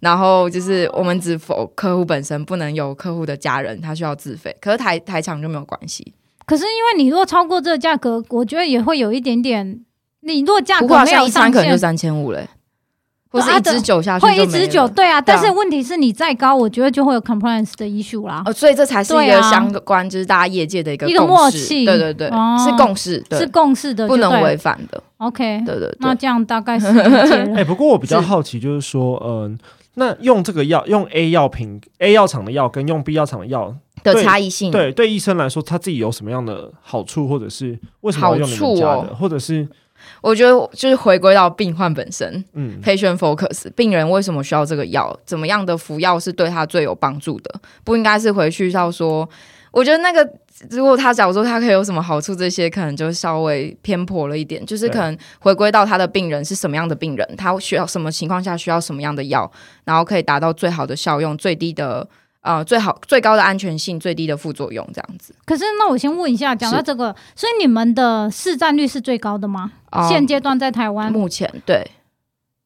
[SPEAKER 3] 然后就是我们只否客户本身，不能有客户的家人，他需要自费。可是台台场就没有关系，
[SPEAKER 1] 可是因为你如果超过这个价格，我觉得也会有一点点。你如果价
[SPEAKER 3] 不
[SPEAKER 1] 格
[SPEAKER 3] 过好
[SPEAKER 1] 没
[SPEAKER 3] 像
[SPEAKER 1] 有
[SPEAKER 3] 一餐
[SPEAKER 1] 上
[SPEAKER 3] 可能就
[SPEAKER 1] 限，
[SPEAKER 3] 三千五嘞，或
[SPEAKER 1] 对
[SPEAKER 3] 是
[SPEAKER 1] 啊
[SPEAKER 3] 一支酒下去
[SPEAKER 1] 会
[SPEAKER 3] 就
[SPEAKER 1] 一
[SPEAKER 3] 没
[SPEAKER 1] 直久
[SPEAKER 3] 了
[SPEAKER 1] 对啊。但
[SPEAKER 3] 对
[SPEAKER 1] 是
[SPEAKER 3] 啊
[SPEAKER 1] 问题是你再高，我觉得就会有 compliance 的 issue 啦。
[SPEAKER 3] 哦，所以这才是一
[SPEAKER 1] 对
[SPEAKER 3] 个
[SPEAKER 1] 啊
[SPEAKER 3] 相关，就是大家业界的一个
[SPEAKER 1] 一个
[SPEAKER 3] 共识
[SPEAKER 1] 默契
[SPEAKER 3] 对对对，
[SPEAKER 1] 哦
[SPEAKER 3] 是共识，对
[SPEAKER 1] 是共识的就
[SPEAKER 3] 不
[SPEAKER 1] 对了，
[SPEAKER 3] 能违反的，
[SPEAKER 1] OK，
[SPEAKER 3] 对对
[SPEAKER 1] 那
[SPEAKER 3] 对。
[SPEAKER 1] 这样大概是理解
[SPEAKER 2] 哎、
[SPEAKER 3] [LAUGHS]
[SPEAKER 1] 了。
[SPEAKER 2] 不过我比较
[SPEAKER 3] 是
[SPEAKER 2] 好奇，就是说，嗯、那用这个药，用 A 药品 A 药厂的药跟用 B 药厂的药，
[SPEAKER 3] 的
[SPEAKER 2] 对
[SPEAKER 3] 差异性，
[SPEAKER 2] 对对医生来说，他自己有什么样的好处，或者是为什么要用你们家
[SPEAKER 3] 好
[SPEAKER 2] 的，
[SPEAKER 3] 处哦
[SPEAKER 2] 或者是
[SPEAKER 3] 我觉得就是回归到病患本身
[SPEAKER 2] 嗯，
[SPEAKER 3] ，patient focus，病人为什么需要这个药，怎么样的服药是对他最有帮助的，不应该是回去到说，我觉得那个如果他假如说他可以有什么好处，这些可能就稍微偏颇了一点，就是
[SPEAKER 2] 对
[SPEAKER 3] 可能回归到他的病人是什么样的病人，他需要什么情况下需要什么样的药，然后可以达到最好的效用、最低的呃最好最高的安全性、最低的副作用这样子。
[SPEAKER 1] 可是那我先问一下，讲到
[SPEAKER 3] 是
[SPEAKER 1] 这个，所以你们的市占率是最高的吗？
[SPEAKER 3] 哦
[SPEAKER 1] 现阶段在台湾，
[SPEAKER 3] 目前对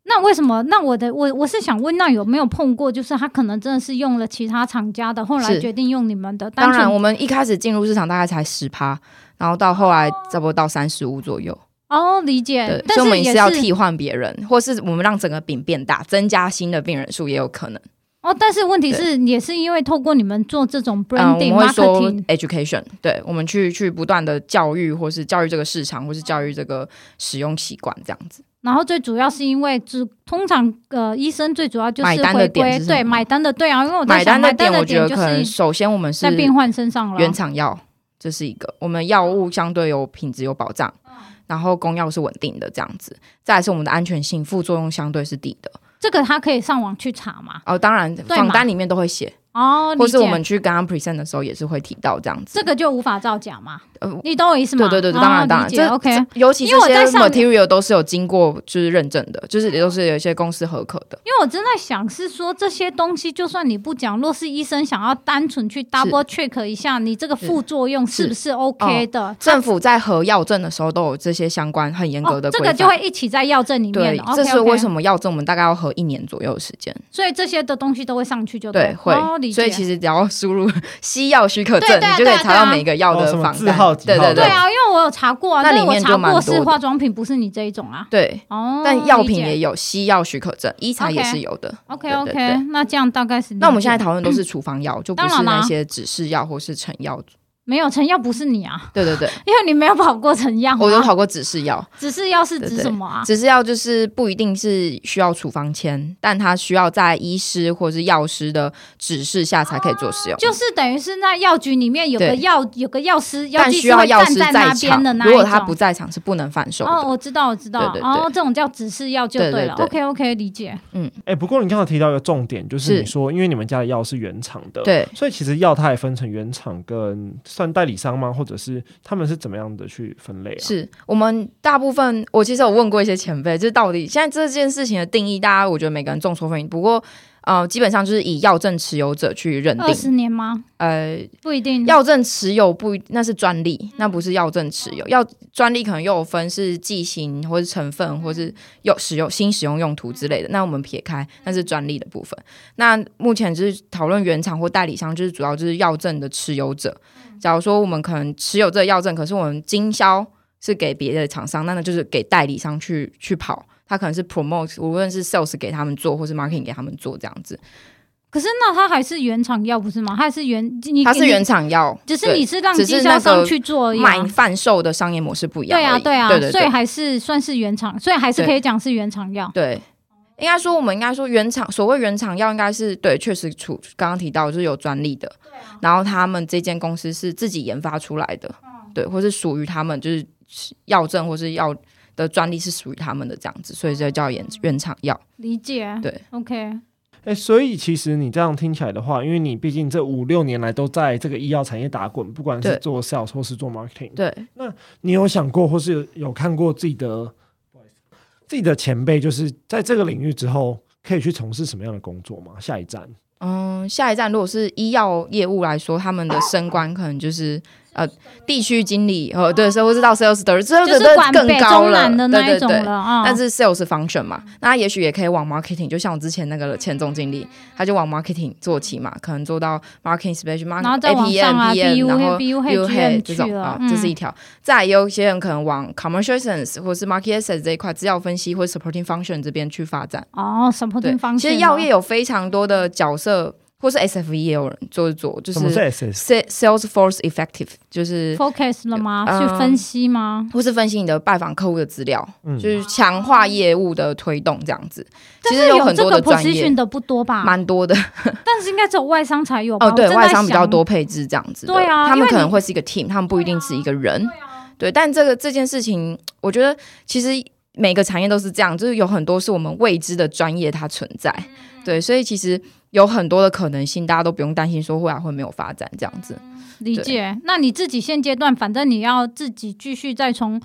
[SPEAKER 1] 那为什么？那我的我我是想问，那有没有碰过，就是他可能真的是用了其他厂家的，后来
[SPEAKER 3] 是
[SPEAKER 1] 决定用你们的？
[SPEAKER 3] 当
[SPEAKER 1] 单纯
[SPEAKER 3] 然，我们一开始进入市场大概才十趴，然后到后来差不多到三十五左右。
[SPEAKER 1] 哦，理解
[SPEAKER 3] 对，，
[SPEAKER 1] 但
[SPEAKER 3] 所以我们
[SPEAKER 1] 也
[SPEAKER 3] 是要替换别人，或是我们让整个饼变大，增加新的病人数也有可能。
[SPEAKER 1] 哦，但是问题是，也是因为透过你们做这种
[SPEAKER 3] 嗯，我
[SPEAKER 1] branding、
[SPEAKER 3] 们会说
[SPEAKER 1] marketing，
[SPEAKER 3] education，对我们去去不断的教育，或是教育这个市场，或是教育这个使用习惯这样子。
[SPEAKER 1] 然后最主要是因为只通常呃医生最主要就是
[SPEAKER 3] 买单的
[SPEAKER 1] 回
[SPEAKER 3] 点
[SPEAKER 1] 归
[SPEAKER 3] 是什么
[SPEAKER 1] 对买单的对啊，因为我在
[SPEAKER 3] 买
[SPEAKER 1] 想
[SPEAKER 3] 单
[SPEAKER 1] 买
[SPEAKER 3] 的
[SPEAKER 1] 单
[SPEAKER 3] 点，
[SPEAKER 1] 的
[SPEAKER 3] 我觉得
[SPEAKER 1] 就
[SPEAKER 3] 可能
[SPEAKER 1] 是
[SPEAKER 3] 首先我们是
[SPEAKER 1] 在病患身上了，
[SPEAKER 3] 原厂药，这是一个我们药物相对有品质有保障，
[SPEAKER 1] 嗯
[SPEAKER 3] 然后供药是稳定的这样子，再来是我们的安全性，副作用相对是低的。
[SPEAKER 1] 这个他可以上网去查嘛。
[SPEAKER 3] 哦，当然
[SPEAKER 1] 嘛
[SPEAKER 3] 访单里面都会写，
[SPEAKER 1] 哦，理
[SPEAKER 3] 或是
[SPEAKER 1] 解
[SPEAKER 3] 我们去刚刚 present 的时候也是会提到这样子。
[SPEAKER 1] 这个就无法造假嘛
[SPEAKER 3] 呃，
[SPEAKER 1] 你懂我意思吗？
[SPEAKER 3] 对对对，
[SPEAKER 1] 哦
[SPEAKER 3] 当然当然，
[SPEAKER 1] 理解
[SPEAKER 3] 这
[SPEAKER 1] OK
[SPEAKER 3] 这。尤其
[SPEAKER 1] 因为我
[SPEAKER 3] 这些
[SPEAKER 1] 在上面
[SPEAKER 3] material 都是有经过就是认证的，就是也都是有一些公司合可的。
[SPEAKER 1] 因为我正在想，是说这些东西，就算你不讲，若是医生想要单纯去 double check 一下，你这个副作用是不是
[SPEAKER 3] 哦
[SPEAKER 1] OK 的？
[SPEAKER 3] 政府在核药证的时候都有这些相关很严格
[SPEAKER 1] 哦，
[SPEAKER 3] 的
[SPEAKER 1] 这
[SPEAKER 3] 规
[SPEAKER 1] 个
[SPEAKER 3] 范。
[SPEAKER 1] 就会一起在药证里面
[SPEAKER 3] 对
[SPEAKER 1] 了。OK，
[SPEAKER 3] 这是为
[SPEAKER 1] OK
[SPEAKER 3] 什么药证我们大概要合一年左右的时间。
[SPEAKER 1] 所以这些的东西都会上去就
[SPEAKER 3] 对，
[SPEAKER 1] 了
[SPEAKER 3] 会
[SPEAKER 1] 哦、理，解
[SPEAKER 3] 所以其实只要输入西药许可证，
[SPEAKER 1] 对对啊
[SPEAKER 3] 你就可以查
[SPEAKER 1] 对啊
[SPEAKER 3] 到
[SPEAKER 1] 对啊
[SPEAKER 3] 每个药
[SPEAKER 2] 哦
[SPEAKER 3] 的
[SPEAKER 2] 什么
[SPEAKER 3] 房
[SPEAKER 2] 字
[SPEAKER 3] 单
[SPEAKER 2] 号几
[SPEAKER 3] 对
[SPEAKER 2] 号的
[SPEAKER 3] 对
[SPEAKER 1] 对啊，因为我有查过啊，
[SPEAKER 3] 那
[SPEAKER 1] 但
[SPEAKER 3] 里
[SPEAKER 1] 是我
[SPEAKER 3] 面
[SPEAKER 1] 查
[SPEAKER 3] 就蛮
[SPEAKER 1] 过
[SPEAKER 3] 多
[SPEAKER 1] 是
[SPEAKER 3] 的
[SPEAKER 1] 化妆品，不是你这一种啊。
[SPEAKER 3] 对，
[SPEAKER 1] 哦，
[SPEAKER 3] 但药
[SPEAKER 1] 理
[SPEAKER 3] 品也
[SPEAKER 1] 解
[SPEAKER 3] 有西药许可证，医材
[SPEAKER 1] OK
[SPEAKER 3] 也是有的。
[SPEAKER 1] OK
[SPEAKER 3] 对
[SPEAKER 1] OK，
[SPEAKER 3] 对对
[SPEAKER 1] 那这样大概是理解。
[SPEAKER 3] 那我们现在讨论都是处方药，就
[SPEAKER 1] 嗯
[SPEAKER 3] 不
[SPEAKER 1] 当
[SPEAKER 3] 是
[SPEAKER 1] 然啦
[SPEAKER 3] 那些指示药或是成药。
[SPEAKER 1] 没有成药不是你啊，[LAUGHS]
[SPEAKER 3] 对对对，
[SPEAKER 1] 因为你没有跑过成药、啊，
[SPEAKER 3] 我有考过指示药，
[SPEAKER 1] 只是药是
[SPEAKER 3] 对
[SPEAKER 1] 指
[SPEAKER 3] 对
[SPEAKER 1] 什么啊？
[SPEAKER 3] 指示药就是不一定是需要处方签，但它需要在医师或是药师的指示下才可以做使用。
[SPEAKER 1] 就是等于是在药局里面有个
[SPEAKER 3] 对
[SPEAKER 1] 药有个药师，药
[SPEAKER 3] 但
[SPEAKER 1] 剂
[SPEAKER 3] 需
[SPEAKER 1] 师
[SPEAKER 3] 要
[SPEAKER 1] 会
[SPEAKER 3] 药
[SPEAKER 1] 站
[SPEAKER 3] 师
[SPEAKER 1] 在那边
[SPEAKER 3] 场
[SPEAKER 1] 的，那一
[SPEAKER 3] 如
[SPEAKER 1] 种。
[SPEAKER 3] 果他不在场是不能贩售的。
[SPEAKER 1] 哦，我知道，我知道，
[SPEAKER 3] 对对对
[SPEAKER 1] 哦，这种叫指示药就
[SPEAKER 3] 对
[SPEAKER 1] 了。
[SPEAKER 3] 对
[SPEAKER 1] OK OK，理解。
[SPEAKER 2] 哎、不过你刚刚提到一个重点，就是
[SPEAKER 3] 是
[SPEAKER 2] 你说，因为你们家的药是原厂的，，
[SPEAKER 3] 对，
[SPEAKER 2] 所以其实药它也分成原厂跟算代理商吗？或者是他们是怎么样的去分类啊？
[SPEAKER 3] 是我们大部分，我其实有问过一些前辈，就是到底现在这件事情的定义，大家我觉得每个人众说纷纭。不过，呃，基本上就是以药证持有者去认
[SPEAKER 1] 二十
[SPEAKER 3] 定，
[SPEAKER 1] 年吗？
[SPEAKER 3] 呃，
[SPEAKER 1] 不一定。
[SPEAKER 3] 药证持有不一那是专利，那不是药证持
[SPEAKER 1] 哦
[SPEAKER 3] 有。药专利可能又有分是剂型或是成分，或是有使用新使用用途之类的。那我们撇开，那是专利的部分。那目前就是讨论原厂或代理商，就是主要就是药证的持有者。
[SPEAKER 1] 嗯
[SPEAKER 3] 假如说我们可能持有这个药证，可是我们经销是给别的厂商，那那就是给代理商去去跑。他可能是 promote，无论是 sales 给他们做，或是 marketing 给他们做这样子。
[SPEAKER 1] 可是那它还是原厂药不是吗？它还是原你
[SPEAKER 3] 它是
[SPEAKER 1] 你
[SPEAKER 3] 原厂药，
[SPEAKER 1] 只是你是让
[SPEAKER 3] 只
[SPEAKER 1] 经
[SPEAKER 3] 是
[SPEAKER 1] 销
[SPEAKER 3] 那
[SPEAKER 1] 商
[SPEAKER 3] 个
[SPEAKER 1] 去做而已啊
[SPEAKER 3] 买贩售的商业模式不一样
[SPEAKER 1] 对啊
[SPEAKER 3] 而已。
[SPEAKER 1] 对啊，
[SPEAKER 3] 对对
[SPEAKER 1] 所以还是算是原厂，所以还是
[SPEAKER 3] 对
[SPEAKER 1] 可以讲是原厂药。
[SPEAKER 3] 对，应该说我们应该说原厂所谓原厂药应该是对，确实处刚刚提到就是有专利的，
[SPEAKER 1] 啊
[SPEAKER 3] 然后他们这间公司是自己研发出来的，
[SPEAKER 1] 嗯
[SPEAKER 3] 对，或是属于他们就是药证或是药的专利是属于他们的这样子，所以这叫
[SPEAKER 1] 嗯
[SPEAKER 3] 原原厂药。
[SPEAKER 1] 理解。
[SPEAKER 3] 对
[SPEAKER 1] ，OK，
[SPEAKER 2] 哎、所以其实你这样听起来的话，因为你毕竟这五六年来都在这个医药产业打滚，不管是
[SPEAKER 3] 对
[SPEAKER 2] 做 sales 或是做 marketing，
[SPEAKER 3] 对，
[SPEAKER 2] 你有想过或是有有看过自己的不好意思自己的前辈，就是在这个领域之后可以去从事什么样的工作吗？下一站
[SPEAKER 3] 嗯，下一站如果是医药业务来说，他们的升官可能
[SPEAKER 1] 嗯
[SPEAKER 3] 就是呃地区经理，呃对，或是到 sales director，这
[SPEAKER 1] 就
[SPEAKER 3] 个
[SPEAKER 1] 是
[SPEAKER 3] 都
[SPEAKER 1] 管
[SPEAKER 3] 更
[SPEAKER 1] 北
[SPEAKER 3] 高
[SPEAKER 1] 中
[SPEAKER 3] 了，
[SPEAKER 1] 南的
[SPEAKER 3] 对
[SPEAKER 1] 那一
[SPEAKER 3] 对
[SPEAKER 1] 种
[SPEAKER 3] 对
[SPEAKER 1] 了。啊。
[SPEAKER 3] 但是 sales function 嘛，那他也许也可以往 marketing，就像我之前那个前总经理，他就往 marketing 做起嘛，可能做到 marketing special
[SPEAKER 1] 然后
[SPEAKER 3] market
[SPEAKER 1] 再往
[SPEAKER 3] APM
[SPEAKER 1] 上啊
[SPEAKER 3] PM，然后
[SPEAKER 1] BU
[SPEAKER 3] U
[SPEAKER 1] GM
[SPEAKER 3] 这
[SPEAKER 1] 去
[SPEAKER 3] 种
[SPEAKER 1] 了
[SPEAKER 3] 啊，，
[SPEAKER 1] 嗯
[SPEAKER 3] 这是一条。再来也有些人可能往 commercial sense 或是 market sense 这一块资料分析或 supporting function 这边去发展。
[SPEAKER 1] 哦，supporting 方
[SPEAKER 3] 其实药业有非常多的角色，或是 SFE 也有人做一做，就
[SPEAKER 2] 什么是 E？
[SPEAKER 3] 是 [LAUGHS]
[SPEAKER 2] SS？
[SPEAKER 3] sa- sales force effective，就是。
[SPEAKER 1] focus 了吗？
[SPEAKER 3] 嗯
[SPEAKER 1] 去分析吗？
[SPEAKER 3] 或是分析你的拜访客户的资料，
[SPEAKER 2] 嗯
[SPEAKER 3] 就是强化业务的推动这样子。其
[SPEAKER 1] 但
[SPEAKER 3] 实
[SPEAKER 1] 是
[SPEAKER 3] 很
[SPEAKER 1] 这
[SPEAKER 3] 多
[SPEAKER 1] 个
[SPEAKER 3] 的专业
[SPEAKER 1] position 的不多吧？
[SPEAKER 3] 蛮多的
[SPEAKER 1] 但是应该只有外商才有吧？
[SPEAKER 3] 哦，对
[SPEAKER 1] 我正在
[SPEAKER 3] 外商比较
[SPEAKER 1] 想
[SPEAKER 3] 多配置这样子的，
[SPEAKER 1] 对啊
[SPEAKER 3] 他
[SPEAKER 1] 因
[SPEAKER 3] 们
[SPEAKER 1] 为
[SPEAKER 3] 可能
[SPEAKER 1] 你啊
[SPEAKER 3] 会是一个 team，他们不一定是一个人，对，但这个这件事情，我觉得其实每个产业都是这样，就是有很多是我们未知的专业它存在，
[SPEAKER 1] 嗯
[SPEAKER 3] 对，所以其实有很多的可能性，大家都不用担心说未来会没有发展这样子，
[SPEAKER 1] 理解。那你自己现阶段，反正你要自己继续再从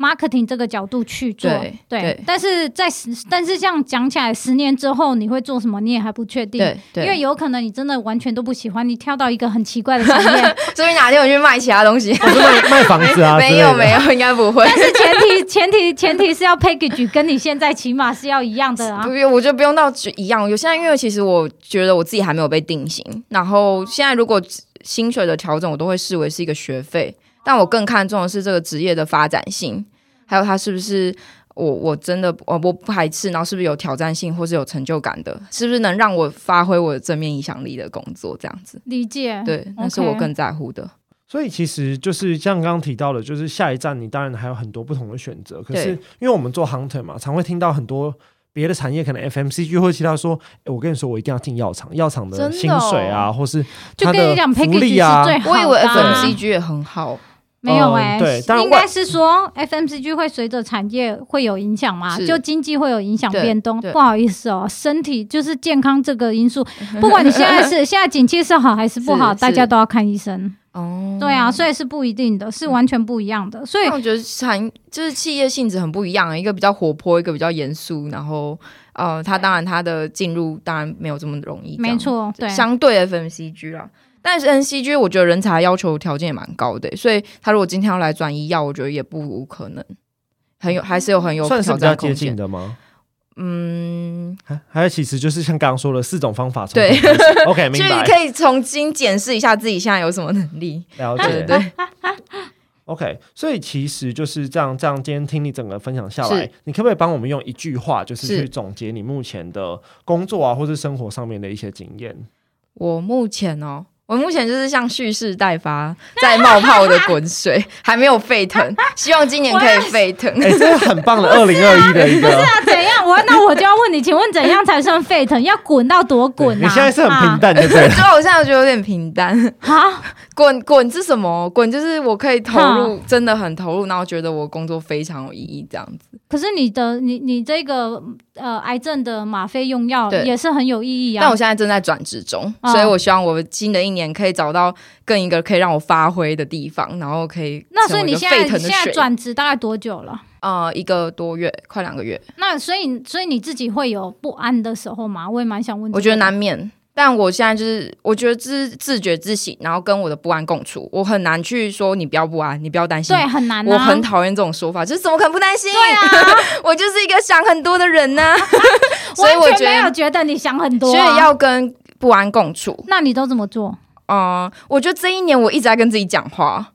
[SPEAKER 1] marketing 这个角度去做，
[SPEAKER 3] 对对
[SPEAKER 1] 但是在十，但是像讲起来，十年之后你会做什么，你也还不确定。
[SPEAKER 3] 对对，
[SPEAKER 1] 因为有可能你真的完全都不喜欢，你跳到一个很奇怪的产
[SPEAKER 3] [LAUGHS]
[SPEAKER 1] 业，
[SPEAKER 3] 所以哪天我去卖其他东西，
[SPEAKER 2] 哦或是卖卖房子啊？
[SPEAKER 3] 没有没。有，应该不会。
[SPEAKER 1] 但是前提前提前提是要 package 跟你现在起码是要一样的啊
[SPEAKER 3] 不。用，我就不用到一样。有现在，因为其实我觉得我自己还没有被定型，然后现在如果薪水的调整，我都会视为是一个学费，但我更看重的是这个职业的发展性，还有它是不是我我真的呃我我不排斥，然后是不是有挑战性或是有成就感的，是不是能让我发挥我的正面影响力的工作这样子？
[SPEAKER 1] 理解，
[SPEAKER 3] 对，那是我
[SPEAKER 1] 嗯 OK
[SPEAKER 3] 更在乎的。
[SPEAKER 2] 所以其实就是像刚刚提到的，就是下一站你当然还有很多不同的选择。可是
[SPEAKER 3] 对
[SPEAKER 2] 因为我们做 hunter 嘛，常会听到很多别的产业，可能 FMCG 或者其他说，诶我跟你说，我一定要进药厂，药厂
[SPEAKER 1] 真
[SPEAKER 2] 的
[SPEAKER 1] 的
[SPEAKER 2] 薪水啊，
[SPEAKER 1] 哦
[SPEAKER 2] 或是
[SPEAKER 1] 就跟你讲
[SPEAKER 2] 它的
[SPEAKER 1] package
[SPEAKER 2] 福利啊
[SPEAKER 1] 是最好的、
[SPEAKER 3] 我
[SPEAKER 1] 啊。
[SPEAKER 3] 以为 FMCG 也很好，
[SPEAKER 1] 没有哎、
[SPEAKER 2] 嗯对但
[SPEAKER 1] 应
[SPEAKER 2] 外
[SPEAKER 1] 该是说 FMCG 会随着产业会有影响嘛，
[SPEAKER 3] 是
[SPEAKER 1] 就经济会有影响
[SPEAKER 3] 对
[SPEAKER 1] 变动。
[SPEAKER 3] 对
[SPEAKER 1] 不好意思哦，身体就是健康这个
[SPEAKER 2] [LAUGHS]
[SPEAKER 1] 因素，不管你现在是现在景气是好还是不好，
[SPEAKER 3] 是
[SPEAKER 1] 大家
[SPEAKER 3] 是
[SPEAKER 1] 都要看医生。
[SPEAKER 3] 哦
[SPEAKER 1] 对
[SPEAKER 2] 嗯
[SPEAKER 1] 啊，所以是不一定的，是完全不一样的。所以
[SPEAKER 3] 但我觉得产就是企业性质很不一样，一个比较活泼，一个比较严肃。然后，呃，它当然它的进入当然没有这么容易，
[SPEAKER 1] 没，错，对，
[SPEAKER 3] 相对 FMCG 啦。但是 NCG 我觉得人才要求条件也蛮高的，所以他如果今天要来转医药，我觉得也不无可能，很
[SPEAKER 1] 嗯
[SPEAKER 3] 有还是有很有
[SPEAKER 2] 算是
[SPEAKER 3] 挑
[SPEAKER 2] 比较
[SPEAKER 3] 战
[SPEAKER 2] 接
[SPEAKER 3] 空
[SPEAKER 2] 近
[SPEAKER 3] 间。
[SPEAKER 2] 的吗？
[SPEAKER 3] 嗯，
[SPEAKER 2] 还还有其实就是像刚刚说的四种方法从
[SPEAKER 3] 对
[SPEAKER 2] 头开始，OK，
[SPEAKER 3] [LAUGHS] 就
[SPEAKER 2] 明
[SPEAKER 3] 是
[SPEAKER 2] 白，
[SPEAKER 3] 可以重新检视一下自己现在有什么能
[SPEAKER 2] [LAUGHS]
[SPEAKER 3] 力。
[SPEAKER 2] 了
[SPEAKER 3] 对
[SPEAKER 2] 解，
[SPEAKER 3] [LAUGHS] 对。
[SPEAKER 2] OK，所以其实就是这样，这样今天听你整个分享下来
[SPEAKER 3] 是，
[SPEAKER 2] 你可不可以帮我们用一句话，就是
[SPEAKER 3] 是
[SPEAKER 2] 去总结你目前的工作啊，或是生活上面的一些经验？
[SPEAKER 3] 我目前哦，我目前就是像蓄势待发，在冒泡的滚水， [LAUGHS] 还没有沸腾，希望今年可以沸
[SPEAKER 1] [LAUGHS]
[SPEAKER 3] 腾。
[SPEAKER 2] 哎、这是很棒的二零二一的一个。
[SPEAKER 1] 那啊怎样？我那我就要问你，请问怎样才算沸腾？要滚到多滚啊？
[SPEAKER 2] 你现在是很平
[SPEAKER 1] 啊
[SPEAKER 2] 淡，对不对了？ [LAUGHS]
[SPEAKER 3] 就我现在觉得有点平淡， [LAUGHS]
[SPEAKER 1] 好，
[SPEAKER 3] 滚滚是什么？滚就是我可以投入，真的很投入，然后觉得我工作非常有意义这样子。
[SPEAKER 1] 可是你的你你这个呃癌症的吗啡用药
[SPEAKER 3] 对
[SPEAKER 1] 也是很有意义啊。
[SPEAKER 3] 但我现在正在转职中，
[SPEAKER 1] 嗯
[SPEAKER 3] 所以我希望我新的一年可以找到更一个可以让我发挥的地方，然后可以
[SPEAKER 1] 那所
[SPEAKER 3] 成
[SPEAKER 1] 以
[SPEAKER 3] 为
[SPEAKER 1] 你
[SPEAKER 3] 一个
[SPEAKER 1] 现
[SPEAKER 3] 沸
[SPEAKER 1] 在
[SPEAKER 3] 腾
[SPEAKER 1] 现
[SPEAKER 3] 的
[SPEAKER 1] 在
[SPEAKER 3] 水。
[SPEAKER 1] 转职大概多久了？
[SPEAKER 3] 呃，一个多月，快两个月。
[SPEAKER 1] 那所以所以你自己会有不安的时候吗？我也蛮想问这个。
[SPEAKER 3] 我觉得难免。但我现在就是，我觉得自自觉自省，然后跟我的不安共处，我很难去说你不要不安，你不要担心。
[SPEAKER 1] 对，很难、啊。
[SPEAKER 3] 我很讨厌这种说法，就是怎么可能不担心？
[SPEAKER 1] 对啊，
[SPEAKER 3] [LAUGHS] 我就是一个想很多的人呢、所以我
[SPEAKER 1] 完
[SPEAKER 3] 觉
[SPEAKER 1] 全没有
[SPEAKER 3] 得，
[SPEAKER 1] 觉得你想很多、
[SPEAKER 3] 所
[SPEAKER 1] 啊。
[SPEAKER 3] 以要跟不安共处。
[SPEAKER 1] 那你都怎么做？
[SPEAKER 3] 嗯、我觉得这一年我一直在跟自己讲话。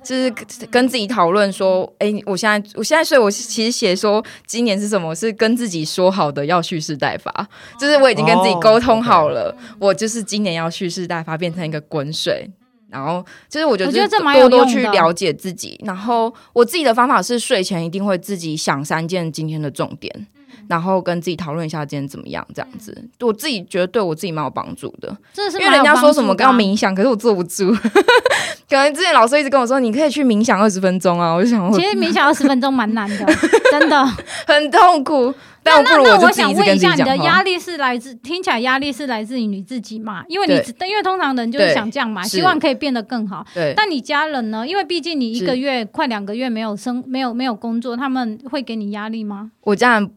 [SPEAKER 3] 就是跟自己讨论说，诶，我现在，我现在，所以我其实写说今年是什么，是跟自己说好的要蓄势待发，就是我已经跟自己沟通好
[SPEAKER 1] 哦
[SPEAKER 3] 了，我就是今年要蓄势待发，变成一个滚水。然后就是我觉得
[SPEAKER 1] 我觉得
[SPEAKER 3] 就是
[SPEAKER 1] 这蛮有
[SPEAKER 3] 多多
[SPEAKER 1] 用
[SPEAKER 3] 去
[SPEAKER 1] 的啊
[SPEAKER 3] 了解自己，然后我自己的方法是睡前一定会自己想三件今天的重点，
[SPEAKER 1] 嗯
[SPEAKER 3] 然后跟自己讨论一下今天怎么样这样子，我自己觉得对我自己蛮有帮助的。
[SPEAKER 1] 这是
[SPEAKER 3] 因为人家说什么要
[SPEAKER 1] 名。
[SPEAKER 3] 冥想，可是我做不住。 [LAUGHS] 可能之前老师一直跟我说，你可以去冥想二十分钟啊，我就想我
[SPEAKER 1] 其实冥想二十分钟蛮难的，真的。
[SPEAKER 3] [LAUGHS] 很痛苦，但我不
[SPEAKER 1] 那
[SPEAKER 3] 如
[SPEAKER 1] 那
[SPEAKER 3] 就
[SPEAKER 1] 我
[SPEAKER 3] 自己
[SPEAKER 1] 想
[SPEAKER 3] 一直
[SPEAKER 1] 问
[SPEAKER 3] 跟
[SPEAKER 1] 一
[SPEAKER 3] 自
[SPEAKER 1] 下，
[SPEAKER 3] 己
[SPEAKER 1] 你的
[SPEAKER 3] 讲
[SPEAKER 1] 压
[SPEAKER 3] 话。
[SPEAKER 1] 力是来自听起来压力是来自于你自己嘛？因为你
[SPEAKER 3] 对
[SPEAKER 1] 只因为通常人就是
[SPEAKER 3] 对
[SPEAKER 1] 想这样嘛，
[SPEAKER 3] 是
[SPEAKER 1] 希望可以变得更好。
[SPEAKER 3] 对，
[SPEAKER 1] 但你家人呢？因为毕竟你一
[SPEAKER 3] 是
[SPEAKER 1] 个月快两个月没有生没有没有工作，他们会给你压力
[SPEAKER 3] [LAUGHS]
[SPEAKER 1] 吗？
[SPEAKER 3] 我家人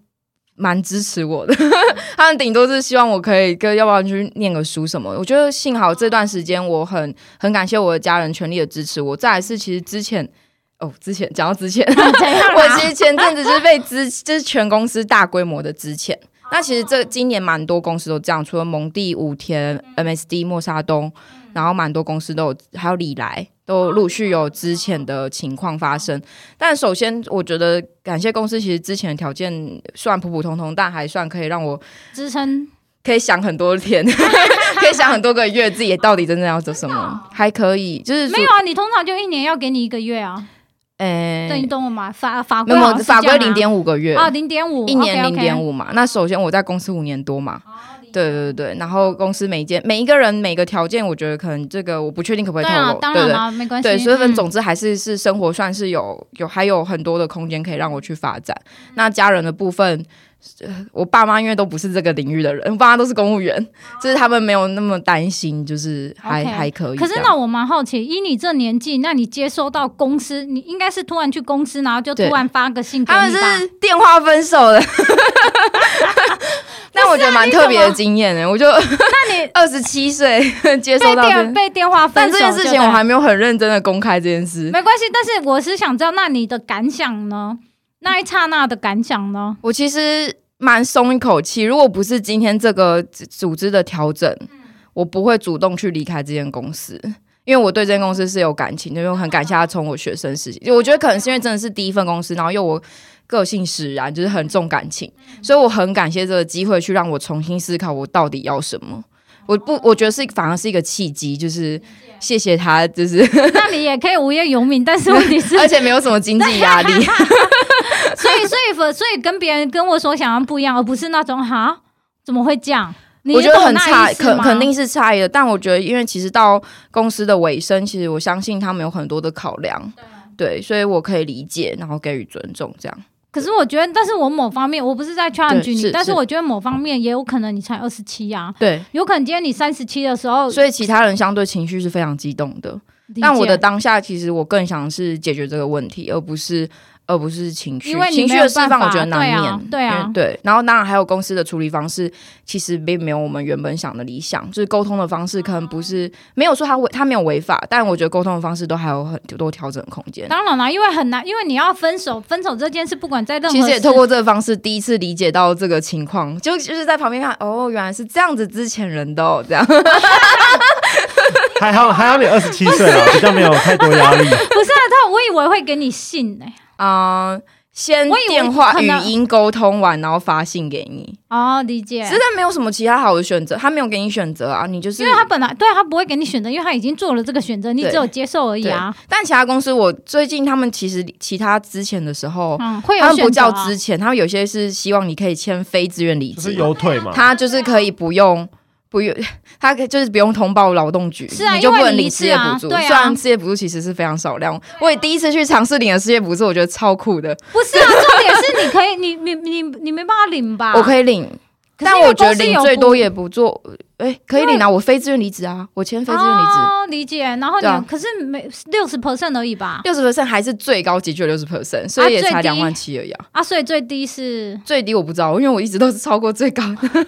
[SPEAKER 3] 蛮支持我的， [LAUGHS] 他们顶多是希望我可以跟要不要去念个书什么。我觉得幸好这段时间我很很感谢我的家人全力的支持我。再来是其实之前哦，之前讲到之前，
[SPEAKER 1] 怎样
[SPEAKER 3] [LAUGHS] 我
[SPEAKER 1] 啦？
[SPEAKER 3] 其实前阵子就是被资，就是全公司大规模的资遣。
[SPEAKER 1] 哦
[SPEAKER 3] 那其实这今年蛮多公司都这样，除了蒙地、五
[SPEAKER 1] 嗯
[SPEAKER 3] 田、MSD、默沙东，然后蛮多公司都有，还有李来都陆续有资遣的情况发
[SPEAKER 1] 哦
[SPEAKER 3] 生。但首先，我觉得感谢公司，其实之前的条件虽然普普通通，但还算可以让我
[SPEAKER 1] 支撑
[SPEAKER 3] 可以想很多天， [LAUGHS] 可以想很多个月，自己到底真正要做什么，还可以就是说
[SPEAKER 1] 哦没有，啊？你通常就一年要给你一个月啊？
[SPEAKER 3] 诶、
[SPEAKER 1] 对，你懂我吗？法法
[SPEAKER 3] 没
[SPEAKER 1] 规
[SPEAKER 3] 有没
[SPEAKER 1] 好像
[SPEAKER 3] 有
[SPEAKER 1] 是
[SPEAKER 3] 法
[SPEAKER 1] 这
[SPEAKER 3] 规
[SPEAKER 1] 样
[SPEAKER 3] 零点五个月
[SPEAKER 1] 啊，零点五，哦
[SPEAKER 3] 一年零点
[SPEAKER 1] 五。
[SPEAKER 3] 五嘛。那首先我在公司五年多嘛，对对对。然后公司每一件每一个人每个条件，我觉得可能这个我不确定可不可
[SPEAKER 1] 对
[SPEAKER 3] 以透
[SPEAKER 1] 啊
[SPEAKER 3] 露，，
[SPEAKER 1] 当
[SPEAKER 3] 对
[SPEAKER 1] 然
[SPEAKER 3] 对
[SPEAKER 1] 啦，没关系。
[SPEAKER 3] 对，所以
[SPEAKER 1] 嗯
[SPEAKER 3] 总之还是是生活算是有有还有很多的空间可以让我去发展。
[SPEAKER 1] 嗯
[SPEAKER 3] 那家人的部分。呃我爸妈因为都不是这个领域的人，我爸妈都是公务员，就是他们没有那么担心，就是还
[SPEAKER 1] OK
[SPEAKER 3] 还可以这
[SPEAKER 1] 可
[SPEAKER 3] 样。
[SPEAKER 1] 是那我蛮好奇，以你这年纪，那你接收到公司，你应该是突然去公司，然后就突
[SPEAKER 3] 对
[SPEAKER 1] 然发个信给
[SPEAKER 3] 他们
[SPEAKER 1] 你吧？
[SPEAKER 3] 是电话分手
[SPEAKER 1] [LAUGHS]
[SPEAKER 3] 的。但我觉
[SPEAKER 1] 啊
[SPEAKER 3] 得蛮特别的经验呢、欸我就那
[SPEAKER 1] 你
[SPEAKER 3] 二十七岁 [LAUGHS] 接
[SPEAKER 1] 被
[SPEAKER 3] 受到这
[SPEAKER 1] 电，被电话分
[SPEAKER 3] 但
[SPEAKER 1] 手就
[SPEAKER 3] 这
[SPEAKER 1] 对了，
[SPEAKER 3] 件事情我还没有很认真的公开这件事。
[SPEAKER 1] 没关系。但是我是想知道，那你的感想呢？那一刹那的感想呢？
[SPEAKER 3] 我其实蛮松一口气，如果不是今天这个组织的调整，我不会主动去离开这间公司。因为我对这间公司是有感情的，因为我很感谢他从我学生时期，我觉得可能是因为真的是第一份公司，然后又我个性使然，就是很重感情，所以我很感谢这个机会，去让我重新思考我到底要什么。我不，我觉得是反而是一个契机，就是谢谢他，就是
[SPEAKER 1] 那你也可以无业游民，但
[SPEAKER 3] [LAUGHS]
[SPEAKER 1] 是问题是
[SPEAKER 3] 而且没有什么经济压力。
[SPEAKER 1] 所以，所以，所以跟别人跟我所想象不一样，而不是那种哈，怎么会这样？你
[SPEAKER 3] 我觉得
[SPEAKER 1] 懂
[SPEAKER 3] 很
[SPEAKER 1] 那
[SPEAKER 3] 差，
[SPEAKER 1] 意思
[SPEAKER 3] 肯
[SPEAKER 1] 吗
[SPEAKER 3] 肯定是差异的。但我觉得，因为其实到公司的尾声，其实我相信他们有很多的考量，
[SPEAKER 1] 啊
[SPEAKER 3] 对，所以我可以理解，然后给予尊重，这样。
[SPEAKER 1] 可是我觉得，但是我某方面，我不是在
[SPEAKER 3] 对
[SPEAKER 1] challenge 你，
[SPEAKER 3] 是
[SPEAKER 1] 但是
[SPEAKER 3] 是
[SPEAKER 1] 我觉得某方面也有可能你才二十七啊，
[SPEAKER 3] 对，
[SPEAKER 1] 有可能今天你三十七的时候，
[SPEAKER 3] 所以其他人相对情绪是非常激动的。
[SPEAKER 1] 理
[SPEAKER 3] 但我
[SPEAKER 1] 解
[SPEAKER 3] 的当下，其实我更想是解决这个问题，而不是而不是情绪
[SPEAKER 1] 因为。你
[SPEAKER 3] 情绪
[SPEAKER 1] 没有
[SPEAKER 3] 的释
[SPEAKER 1] 办
[SPEAKER 3] 放，
[SPEAKER 1] 法
[SPEAKER 3] 我觉得难
[SPEAKER 1] 对
[SPEAKER 3] 免
[SPEAKER 1] 啊。对啊
[SPEAKER 3] 嗯对。然后当然还有公司的处理方式，其实并没有我们原本想的理想，就是沟通的方式可能不是没有说他违他没有违法，但我觉得沟通的方式都还有很多调整空间。
[SPEAKER 1] 当然啦，因为很难，因为你要分手，分手这件事不管在任何
[SPEAKER 3] 其实也
[SPEAKER 1] 时
[SPEAKER 3] 透过这个方式，第一次理解到这个情况，就就是在旁边看，哦，原来是这样子，之前人都有这样。 [LAUGHS]
[SPEAKER 2] 还好还好你二十七岁啊了，比较没有太多压力。
[SPEAKER 1] 不是啊，他我以为会给你信呢、
[SPEAKER 3] 嗯、先
[SPEAKER 1] 我以为
[SPEAKER 3] 电话
[SPEAKER 1] 可
[SPEAKER 3] 语
[SPEAKER 1] 能
[SPEAKER 3] 音沟通完，然后发信给你，
[SPEAKER 1] 哦，理解。
[SPEAKER 3] 实在没有什么其他好的选择，他没有给你选择啊，你就是
[SPEAKER 1] 因为他本来对他不会给你选择，因为他已经做了这个选择，你
[SPEAKER 3] 对
[SPEAKER 1] 只有接受而已啊。
[SPEAKER 3] 但其他公司，我最近他们其实其他之前的时候，
[SPEAKER 1] 嗯，会有
[SPEAKER 3] 哦他
[SPEAKER 1] 选
[SPEAKER 3] 们
[SPEAKER 1] 择、啊、
[SPEAKER 3] 不叫之前，他们有些是希望你可以签非自愿离
[SPEAKER 2] 就是
[SPEAKER 3] 职，
[SPEAKER 2] 有腿嘛，
[SPEAKER 3] 他就是可以不用。不用， [LAUGHS] 他可以就是不用通报劳动局，
[SPEAKER 1] 是啊
[SPEAKER 3] 你就
[SPEAKER 1] 因为
[SPEAKER 3] 不能
[SPEAKER 1] 你
[SPEAKER 3] 领
[SPEAKER 1] 一
[SPEAKER 3] 失
[SPEAKER 1] 次
[SPEAKER 3] 业
[SPEAKER 1] 啊
[SPEAKER 3] 补助。
[SPEAKER 1] 对啊
[SPEAKER 3] 虽然失业补助其实是非常少量，我也第一次去尝试领了失业补助，我觉得超酷的。
[SPEAKER 1] 不
[SPEAKER 3] [LAUGHS]
[SPEAKER 1] 是啊，重点是你可以，你你你你没办法领吧？
[SPEAKER 3] 我可以领，
[SPEAKER 1] 啊可是
[SPEAKER 3] 但
[SPEAKER 1] 因为
[SPEAKER 3] 我觉得
[SPEAKER 1] 公司
[SPEAKER 3] 领
[SPEAKER 1] 有
[SPEAKER 3] 最多
[SPEAKER 1] 补
[SPEAKER 3] 也不做，哎、可以
[SPEAKER 1] 因为
[SPEAKER 3] 领啊，我非自愿离职啊，我签非自愿离职。
[SPEAKER 1] 哦，理解。然后你、
[SPEAKER 3] 对啊
[SPEAKER 1] 可是没六十 percent 而已吧？
[SPEAKER 3] 六十 percent 还是最高级就六十 percent，所以也才两万七而已啊。
[SPEAKER 1] 啊，所以最低
[SPEAKER 3] [LAUGHS]
[SPEAKER 1] 是
[SPEAKER 3] 最低我不知道，因为我一直都是超过最高
[SPEAKER 1] [LAUGHS]
[SPEAKER 3] 的。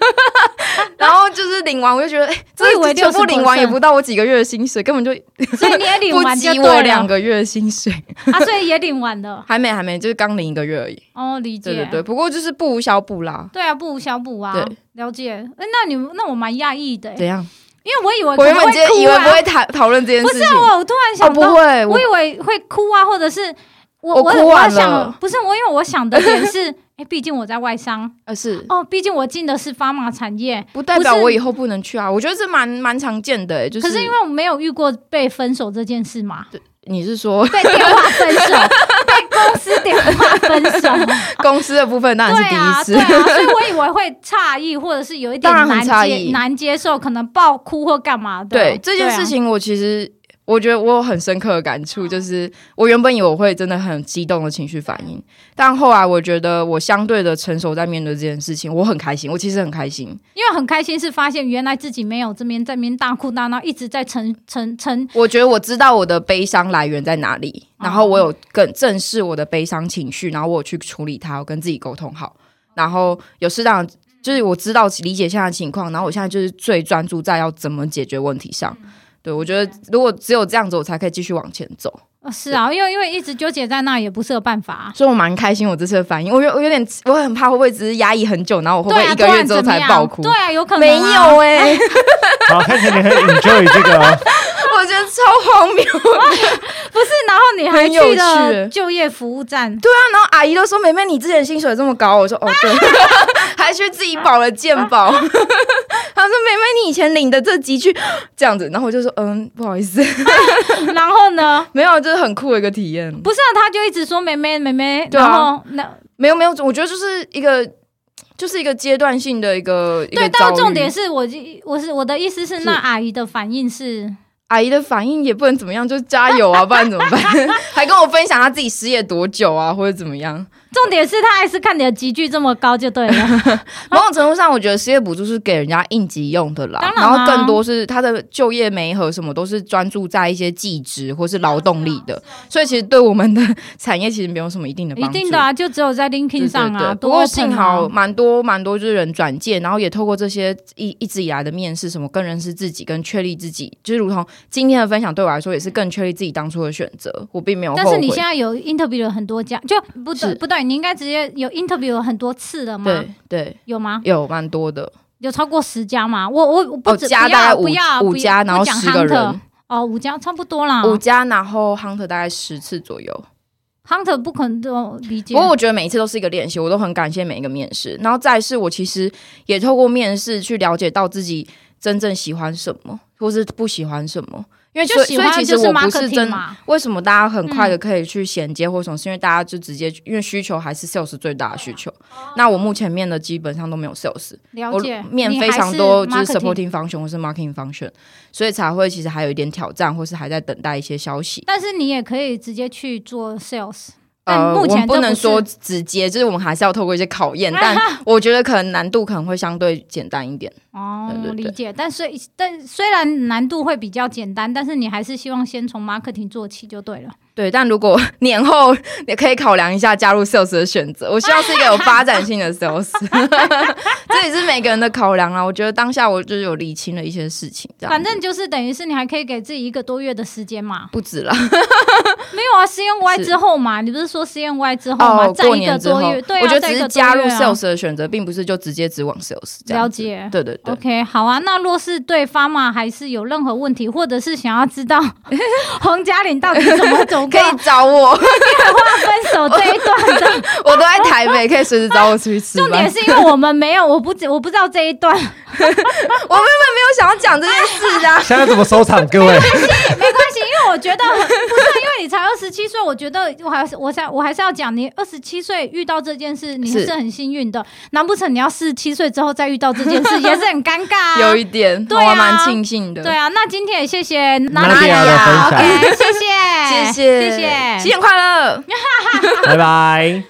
[SPEAKER 3] 然后就是领完，我就觉得，哎、这
[SPEAKER 1] 我以为
[SPEAKER 3] 全部
[SPEAKER 1] 60%
[SPEAKER 3] 领完也不到我几个月的薪水，根本就
[SPEAKER 1] 所以你也领
[SPEAKER 3] 不
[SPEAKER 1] 完就
[SPEAKER 3] 及
[SPEAKER 1] 对
[SPEAKER 3] 我
[SPEAKER 1] 了
[SPEAKER 3] 两个月的薪水，
[SPEAKER 1] [LAUGHS] 啊，所以也领完了。
[SPEAKER 3] 还没还没，就是刚领一个月
[SPEAKER 1] [LAUGHS]
[SPEAKER 3] 而已。
[SPEAKER 1] 哦，理解。
[SPEAKER 3] 对对对，不过就是不无小补啦。
[SPEAKER 1] 对啊，不无小补啊
[SPEAKER 3] 对，
[SPEAKER 1] 了解。哎，那你那我蛮讶异的欸，
[SPEAKER 3] 怎样？
[SPEAKER 1] 因为我以为
[SPEAKER 3] 我原
[SPEAKER 1] 可能
[SPEAKER 3] 本今天以为
[SPEAKER 1] 哭啊
[SPEAKER 3] 不会讨讨论这件
[SPEAKER 1] 不
[SPEAKER 3] 事
[SPEAKER 1] 是
[SPEAKER 3] 情，
[SPEAKER 1] 啊我，我突然
[SPEAKER 3] 哦
[SPEAKER 1] 想
[SPEAKER 3] 不
[SPEAKER 1] 到，
[SPEAKER 3] 会，
[SPEAKER 1] 我
[SPEAKER 3] 我
[SPEAKER 1] 以为会哭啊，或者是我
[SPEAKER 3] 我
[SPEAKER 1] 我
[SPEAKER 3] 哭啊完
[SPEAKER 1] 我想
[SPEAKER 3] 了
[SPEAKER 1] 不是我，因为我想的点
[SPEAKER 3] [LAUGHS]
[SPEAKER 1] 是，哎，毕竟我在外商
[SPEAKER 3] 呃是
[SPEAKER 1] 哦，毕竟我进的是发马产业，
[SPEAKER 3] 不代表
[SPEAKER 1] 不是
[SPEAKER 3] 我以后不能去啊。我觉得这蛮蛮常见的、哎就
[SPEAKER 1] 可是
[SPEAKER 3] 是
[SPEAKER 1] 因为我没有遇过被分手这件事嘛，
[SPEAKER 3] 你是说 [LAUGHS]
[SPEAKER 1] 被电话分手，被公司电话分手，
[SPEAKER 3] 公司的部分当然是
[SPEAKER 1] 对啊，
[SPEAKER 3] 第
[SPEAKER 1] 对
[SPEAKER 3] 一
[SPEAKER 1] 啊，
[SPEAKER 3] 次，
[SPEAKER 1] 所以我以为会诧异，或者是有一点
[SPEAKER 3] 当然很
[SPEAKER 1] 难
[SPEAKER 3] 诧
[SPEAKER 1] 接
[SPEAKER 3] 异
[SPEAKER 1] 难接受，可能爆哭或干嘛的。
[SPEAKER 3] 对这件
[SPEAKER 1] 啊
[SPEAKER 3] 事，情，我其实我觉得我有很深刻的感触，就是我原本以为我会真的很激动的情绪反应，但后来我觉得我相对的成熟在面对这件事情，我很开心，我其实很开心。
[SPEAKER 1] 因为很开心是发现原来自己没有这边这边大哭大闹，一直在沉沉沉，
[SPEAKER 3] 我觉得我知道我的悲伤来源在哪里，
[SPEAKER 1] 哦
[SPEAKER 3] 然后我有更正视我的悲伤情绪，然后我有去处理它，我跟自己沟通好，然后有适当的就是我知道理解现在的情况，然后我现在就是最专注在要怎么解决问题上。对，我觉得如果只有这样子，我才可以继续往前走。
[SPEAKER 1] 呃是啊，因为因为一直纠结在那也不是个办法、啊。
[SPEAKER 3] 所以我蛮开心我这次的反应，我有我有点我很怕会不会只是压抑很久，然后我会不
[SPEAKER 1] 对
[SPEAKER 3] 会
[SPEAKER 1] 啊，
[SPEAKER 3] 一个
[SPEAKER 1] 突
[SPEAKER 3] 月
[SPEAKER 1] 然
[SPEAKER 3] 之后
[SPEAKER 1] 怎么
[SPEAKER 3] 才
[SPEAKER 1] 样
[SPEAKER 3] 爆哭？
[SPEAKER 1] 对啊，有可能、
[SPEAKER 3] 没有
[SPEAKER 1] 哎、 [LAUGHS]
[SPEAKER 3] 哎、
[SPEAKER 2] 好，看起来你很 enjoy 这个哦。。
[SPEAKER 3] 我觉得超荒
[SPEAKER 1] [LAUGHS]
[SPEAKER 3] 谬。
[SPEAKER 1] 不是，然后你还
[SPEAKER 3] 很有
[SPEAKER 1] 去了
[SPEAKER 3] 趣
[SPEAKER 1] 就业服务站，
[SPEAKER 3] 对啊，然后阿姨都说：“妹妹，你之前薪水这么高。”我说：“哦，
[SPEAKER 1] [LAUGHS]
[SPEAKER 3] 对，还去自己保了健保。” [LAUGHS] 她说：“妹妹，你以前领的这几句这样子。”然后我就说：“嗯，不好意思， [LAUGHS]
[SPEAKER 1] 然后呢？
[SPEAKER 3] 没有，啊这是很酷的一个体验。
[SPEAKER 1] 不是啊，他就一直说妹妹妹妹，
[SPEAKER 3] 对啊
[SPEAKER 1] 然后那
[SPEAKER 3] 没有，没有，我觉得就是一个，就是一个阶段性的一个一
[SPEAKER 1] 对，
[SPEAKER 3] 个
[SPEAKER 1] 但
[SPEAKER 3] 遭
[SPEAKER 1] 重
[SPEAKER 3] 遇。
[SPEAKER 1] 点是我我是我的意思是，
[SPEAKER 3] 是
[SPEAKER 1] 那阿姨的反应是
[SPEAKER 3] 阿姨的反应也不能怎么样，就加油啊，不然怎么
[SPEAKER 1] [LAUGHS]
[SPEAKER 3] 办？还跟我分享她自己失业多久啊，或者怎么样。
[SPEAKER 1] 重点是她还是看你的集距这么高就对了，
[SPEAKER 3] 某种程度上，我觉得失业补助是给人家应急用的啦，
[SPEAKER 1] 当然
[SPEAKER 3] 然
[SPEAKER 1] 啊
[SPEAKER 3] 后更多是他的就业媒和什么都是专注在一些技职或是劳动力
[SPEAKER 1] 啊
[SPEAKER 3] 的，所以其实对我们的产业其实没有什么一定的
[SPEAKER 1] 一
[SPEAKER 3] 帮助。
[SPEAKER 1] 定的啊，就只有在 LinkedIn
[SPEAKER 3] 对
[SPEAKER 1] 上
[SPEAKER 3] 对
[SPEAKER 1] 啊，
[SPEAKER 3] 对，
[SPEAKER 1] 多
[SPEAKER 3] 不过
[SPEAKER 1] open 啊
[SPEAKER 3] 幸好蛮多蛮多就是人转介，然后也透过这些一一直以来的面试，什么更认识自己，跟确立自己，就是如同今天的分享对我来说也是更确立自己当初的选择，我并没有后悔。
[SPEAKER 1] 但是你现在有 interview 了很多家，就不对
[SPEAKER 3] 是
[SPEAKER 1] 不对，你应该直接有 interview 了很多次了吗？
[SPEAKER 3] 对对
[SPEAKER 1] 有吗？
[SPEAKER 3] 有蛮多的，
[SPEAKER 1] 有超过十家吗？我我我不
[SPEAKER 3] 哦
[SPEAKER 1] 止
[SPEAKER 3] 加
[SPEAKER 1] 不
[SPEAKER 3] 大概
[SPEAKER 1] 要
[SPEAKER 3] 五
[SPEAKER 1] 不要
[SPEAKER 3] 五
[SPEAKER 1] 不要
[SPEAKER 3] 家，然后
[SPEAKER 1] 不讲
[SPEAKER 3] 十个
[SPEAKER 1] hunter
[SPEAKER 3] 人。
[SPEAKER 1] 哦，五家差不多啦。
[SPEAKER 3] 五家，然后 Hunter 大概十次左右。
[SPEAKER 1] Hunter 不可能都理解
[SPEAKER 3] 不。过我觉得每一次都是一个练习，我都很感谢每一个面试。然后再是我其实也透过面试去了解到自己真正喜欢什么，或是不喜欢什么。因为
[SPEAKER 1] 就
[SPEAKER 3] 所以
[SPEAKER 1] 喜
[SPEAKER 3] 所以
[SPEAKER 1] 欢
[SPEAKER 3] 其
[SPEAKER 1] 就
[SPEAKER 3] 实
[SPEAKER 1] 是
[SPEAKER 3] 我不是
[SPEAKER 1] marketing
[SPEAKER 3] 真
[SPEAKER 1] 嘛，
[SPEAKER 3] 为什么大家很快的可以去衔接或什么？是因为大家就直接，因为需求还是 sales 最大的需求。那我目前面的基本上都没有 sales，
[SPEAKER 1] 哦了
[SPEAKER 3] 我
[SPEAKER 1] 解
[SPEAKER 3] 面
[SPEAKER 1] 你
[SPEAKER 3] 非
[SPEAKER 1] 还
[SPEAKER 3] 常多就是
[SPEAKER 1] marketing
[SPEAKER 3] supporting function 或是 marketing function，所以才会其实还有一点挑战，或是还在等待一些消息。
[SPEAKER 1] 但是你也可以直接去做 sales，但
[SPEAKER 3] 呃，
[SPEAKER 1] 目
[SPEAKER 3] 我
[SPEAKER 1] 前
[SPEAKER 3] 们
[SPEAKER 1] 这
[SPEAKER 3] 不能
[SPEAKER 1] 是
[SPEAKER 3] 说直接，就是我们还是要透过一些考
[SPEAKER 1] [LAUGHS]
[SPEAKER 3] 验，但我觉得可能难度可能会相对简单一点。
[SPEAKER 1] 哦，
[SPEAKER 3] 对对对
[SPEAKER 1] 理解。但虽但虽然难度会比较简单，但是你还是希望先从 marketing 做起就对了。
[SPEAKER 3] 对，但如果 [LAUGHS] 年后也可以考量一下加入 sales 的选择，我希望是一个有发展性的 sales，这也是每个人的考量啦。啊我觉得当下我就是有理清了一些事情，这样
[SPEAKER 1] 反正就是等于是你还可以给自己一个多月的时间嘛。
[SPEAKER 3] 不止啦。
[SPEAKER 1] 没有啊，CNY
[SPEAKER 3] 是
[SPEAKER 1] 之后嘛，你不是说 CNY 之后嘛，
[SPEAKER 3] 哦，
[SPEAKER 1] 再
[SPEAKER 3] 过
[SPEAKER 1] 一个
[SPEAKER 3] 年之后
[SPEAKER 1] 多月，，对啊，
[SPEAKER 3] 我觉得
[SPEAKER 1] 再一
[SPEAKER 3] 只
[SPEAKER 1] 个
[SPEAKER 3] 是
[SPEAKER 1] 多月啊
[SPEAKER 3] 加入 sales 的选择，并不是就直接只往 sales 这
[SPEAKER 1] 了
[SPEAKER 3] 样子。
[SPEAKER 1] 解。
[SPEAKER 3] 对对对。
[SPEAKER 1] OK，好啊。那若是对发嘛还是有任何问题，或者是想要知
[SPEAKER 3] [LAUGHS]
[SPEAKER 1] 道洪嘉玲到底怎么走
[SPEAKER 3] 可
[SPEAKER 1] 过
[SPEAKER 3] 以找我， [LAUGHS]
[SPEAKER 1] 分手这一段的，
[SPEAKER 3] 我都在台北，可以随时找我出去吃
[SPEAKER 1] 重
[SPEAKER 3] 饭
[SPEAKER 1] 点。是因为我们没有，我不知我不知道这一段， [LAUGHS]
[SPEAKER 3] 我根本没有想要讲这件事的、啊
[SPEAKER 2] 现在怎么收场，各位？
[SPEAKER 1] 没关系，因为我觉得不是因为你才二十七岁，我觉得我还是我才我还是要讲，你二十七岁遇到这件事，你
[SPEAKER 3] 是
[SPEAKER 1] 是很幸运的。难不成你要四十七岁之后再遇到这件
[SPEAKER 3] [LAUGHS]
[SPEAKER 1] 事，也是很尴尬、啊？
[SPEAKER 3] 有一点，
[SPEAKER 1] 对啊
[SPEAKER 3] 我还蛮庆幸的。
[SPEAKER 1] 对啊，那今天也谢谢娜
[SPEAKER 2] 娜迪亚的分享，
[SPEAKER 1] ，OK，谢谢，
[SPEAKER 3] 谢谢，
[SPEAKER 1] 谢谢，
[SPEAKER 3] 新年快乐！
[SPEAKER 2] 拜拜。